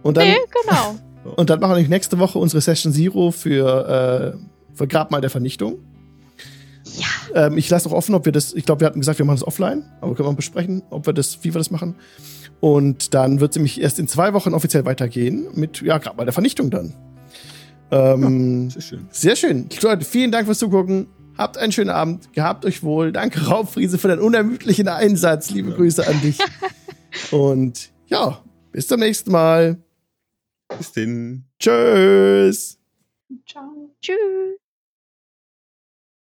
Speaker 1: Und dann
Speaker 4: Nee,
Speaker 2: [laughs]
Speaker 4: genau.
Speaker 1: Und dann machen wir nämlich nächste Woche unsere Session Zero für, äh, für Grabmal der Vernichtung. Ja. Ähm, ich lasse noch offen, ob wir das, ich glaube, wir hatten gesagt, wir machen das offline, aber können wir mal besprechen, ob wir das, wie wir das machen. Und dann wird es nämlich erst in zwei Wochen offiziell weitergehen mit, ja, Grabmal der Vernichtung dann. Ähm,
Speaker 2: Sehr schön.
Speaker 1: sehr schön. Leute, vielen Dank fürs Zugucken. Habt einen schönen Abend. Gehabt euch wohl. Danke, Raubfriese, für deinen unermüdlichen Einsatz. Liebe
Speaker 2: Ja.
Speaker 1: Grüße an dich. Und ja, bis zum nächsten Mal.
Speaker 2: Bis denn.
Speaker 1: Tschüss.
Speaker 3: Ciao.
Speaker 4: Tschüss.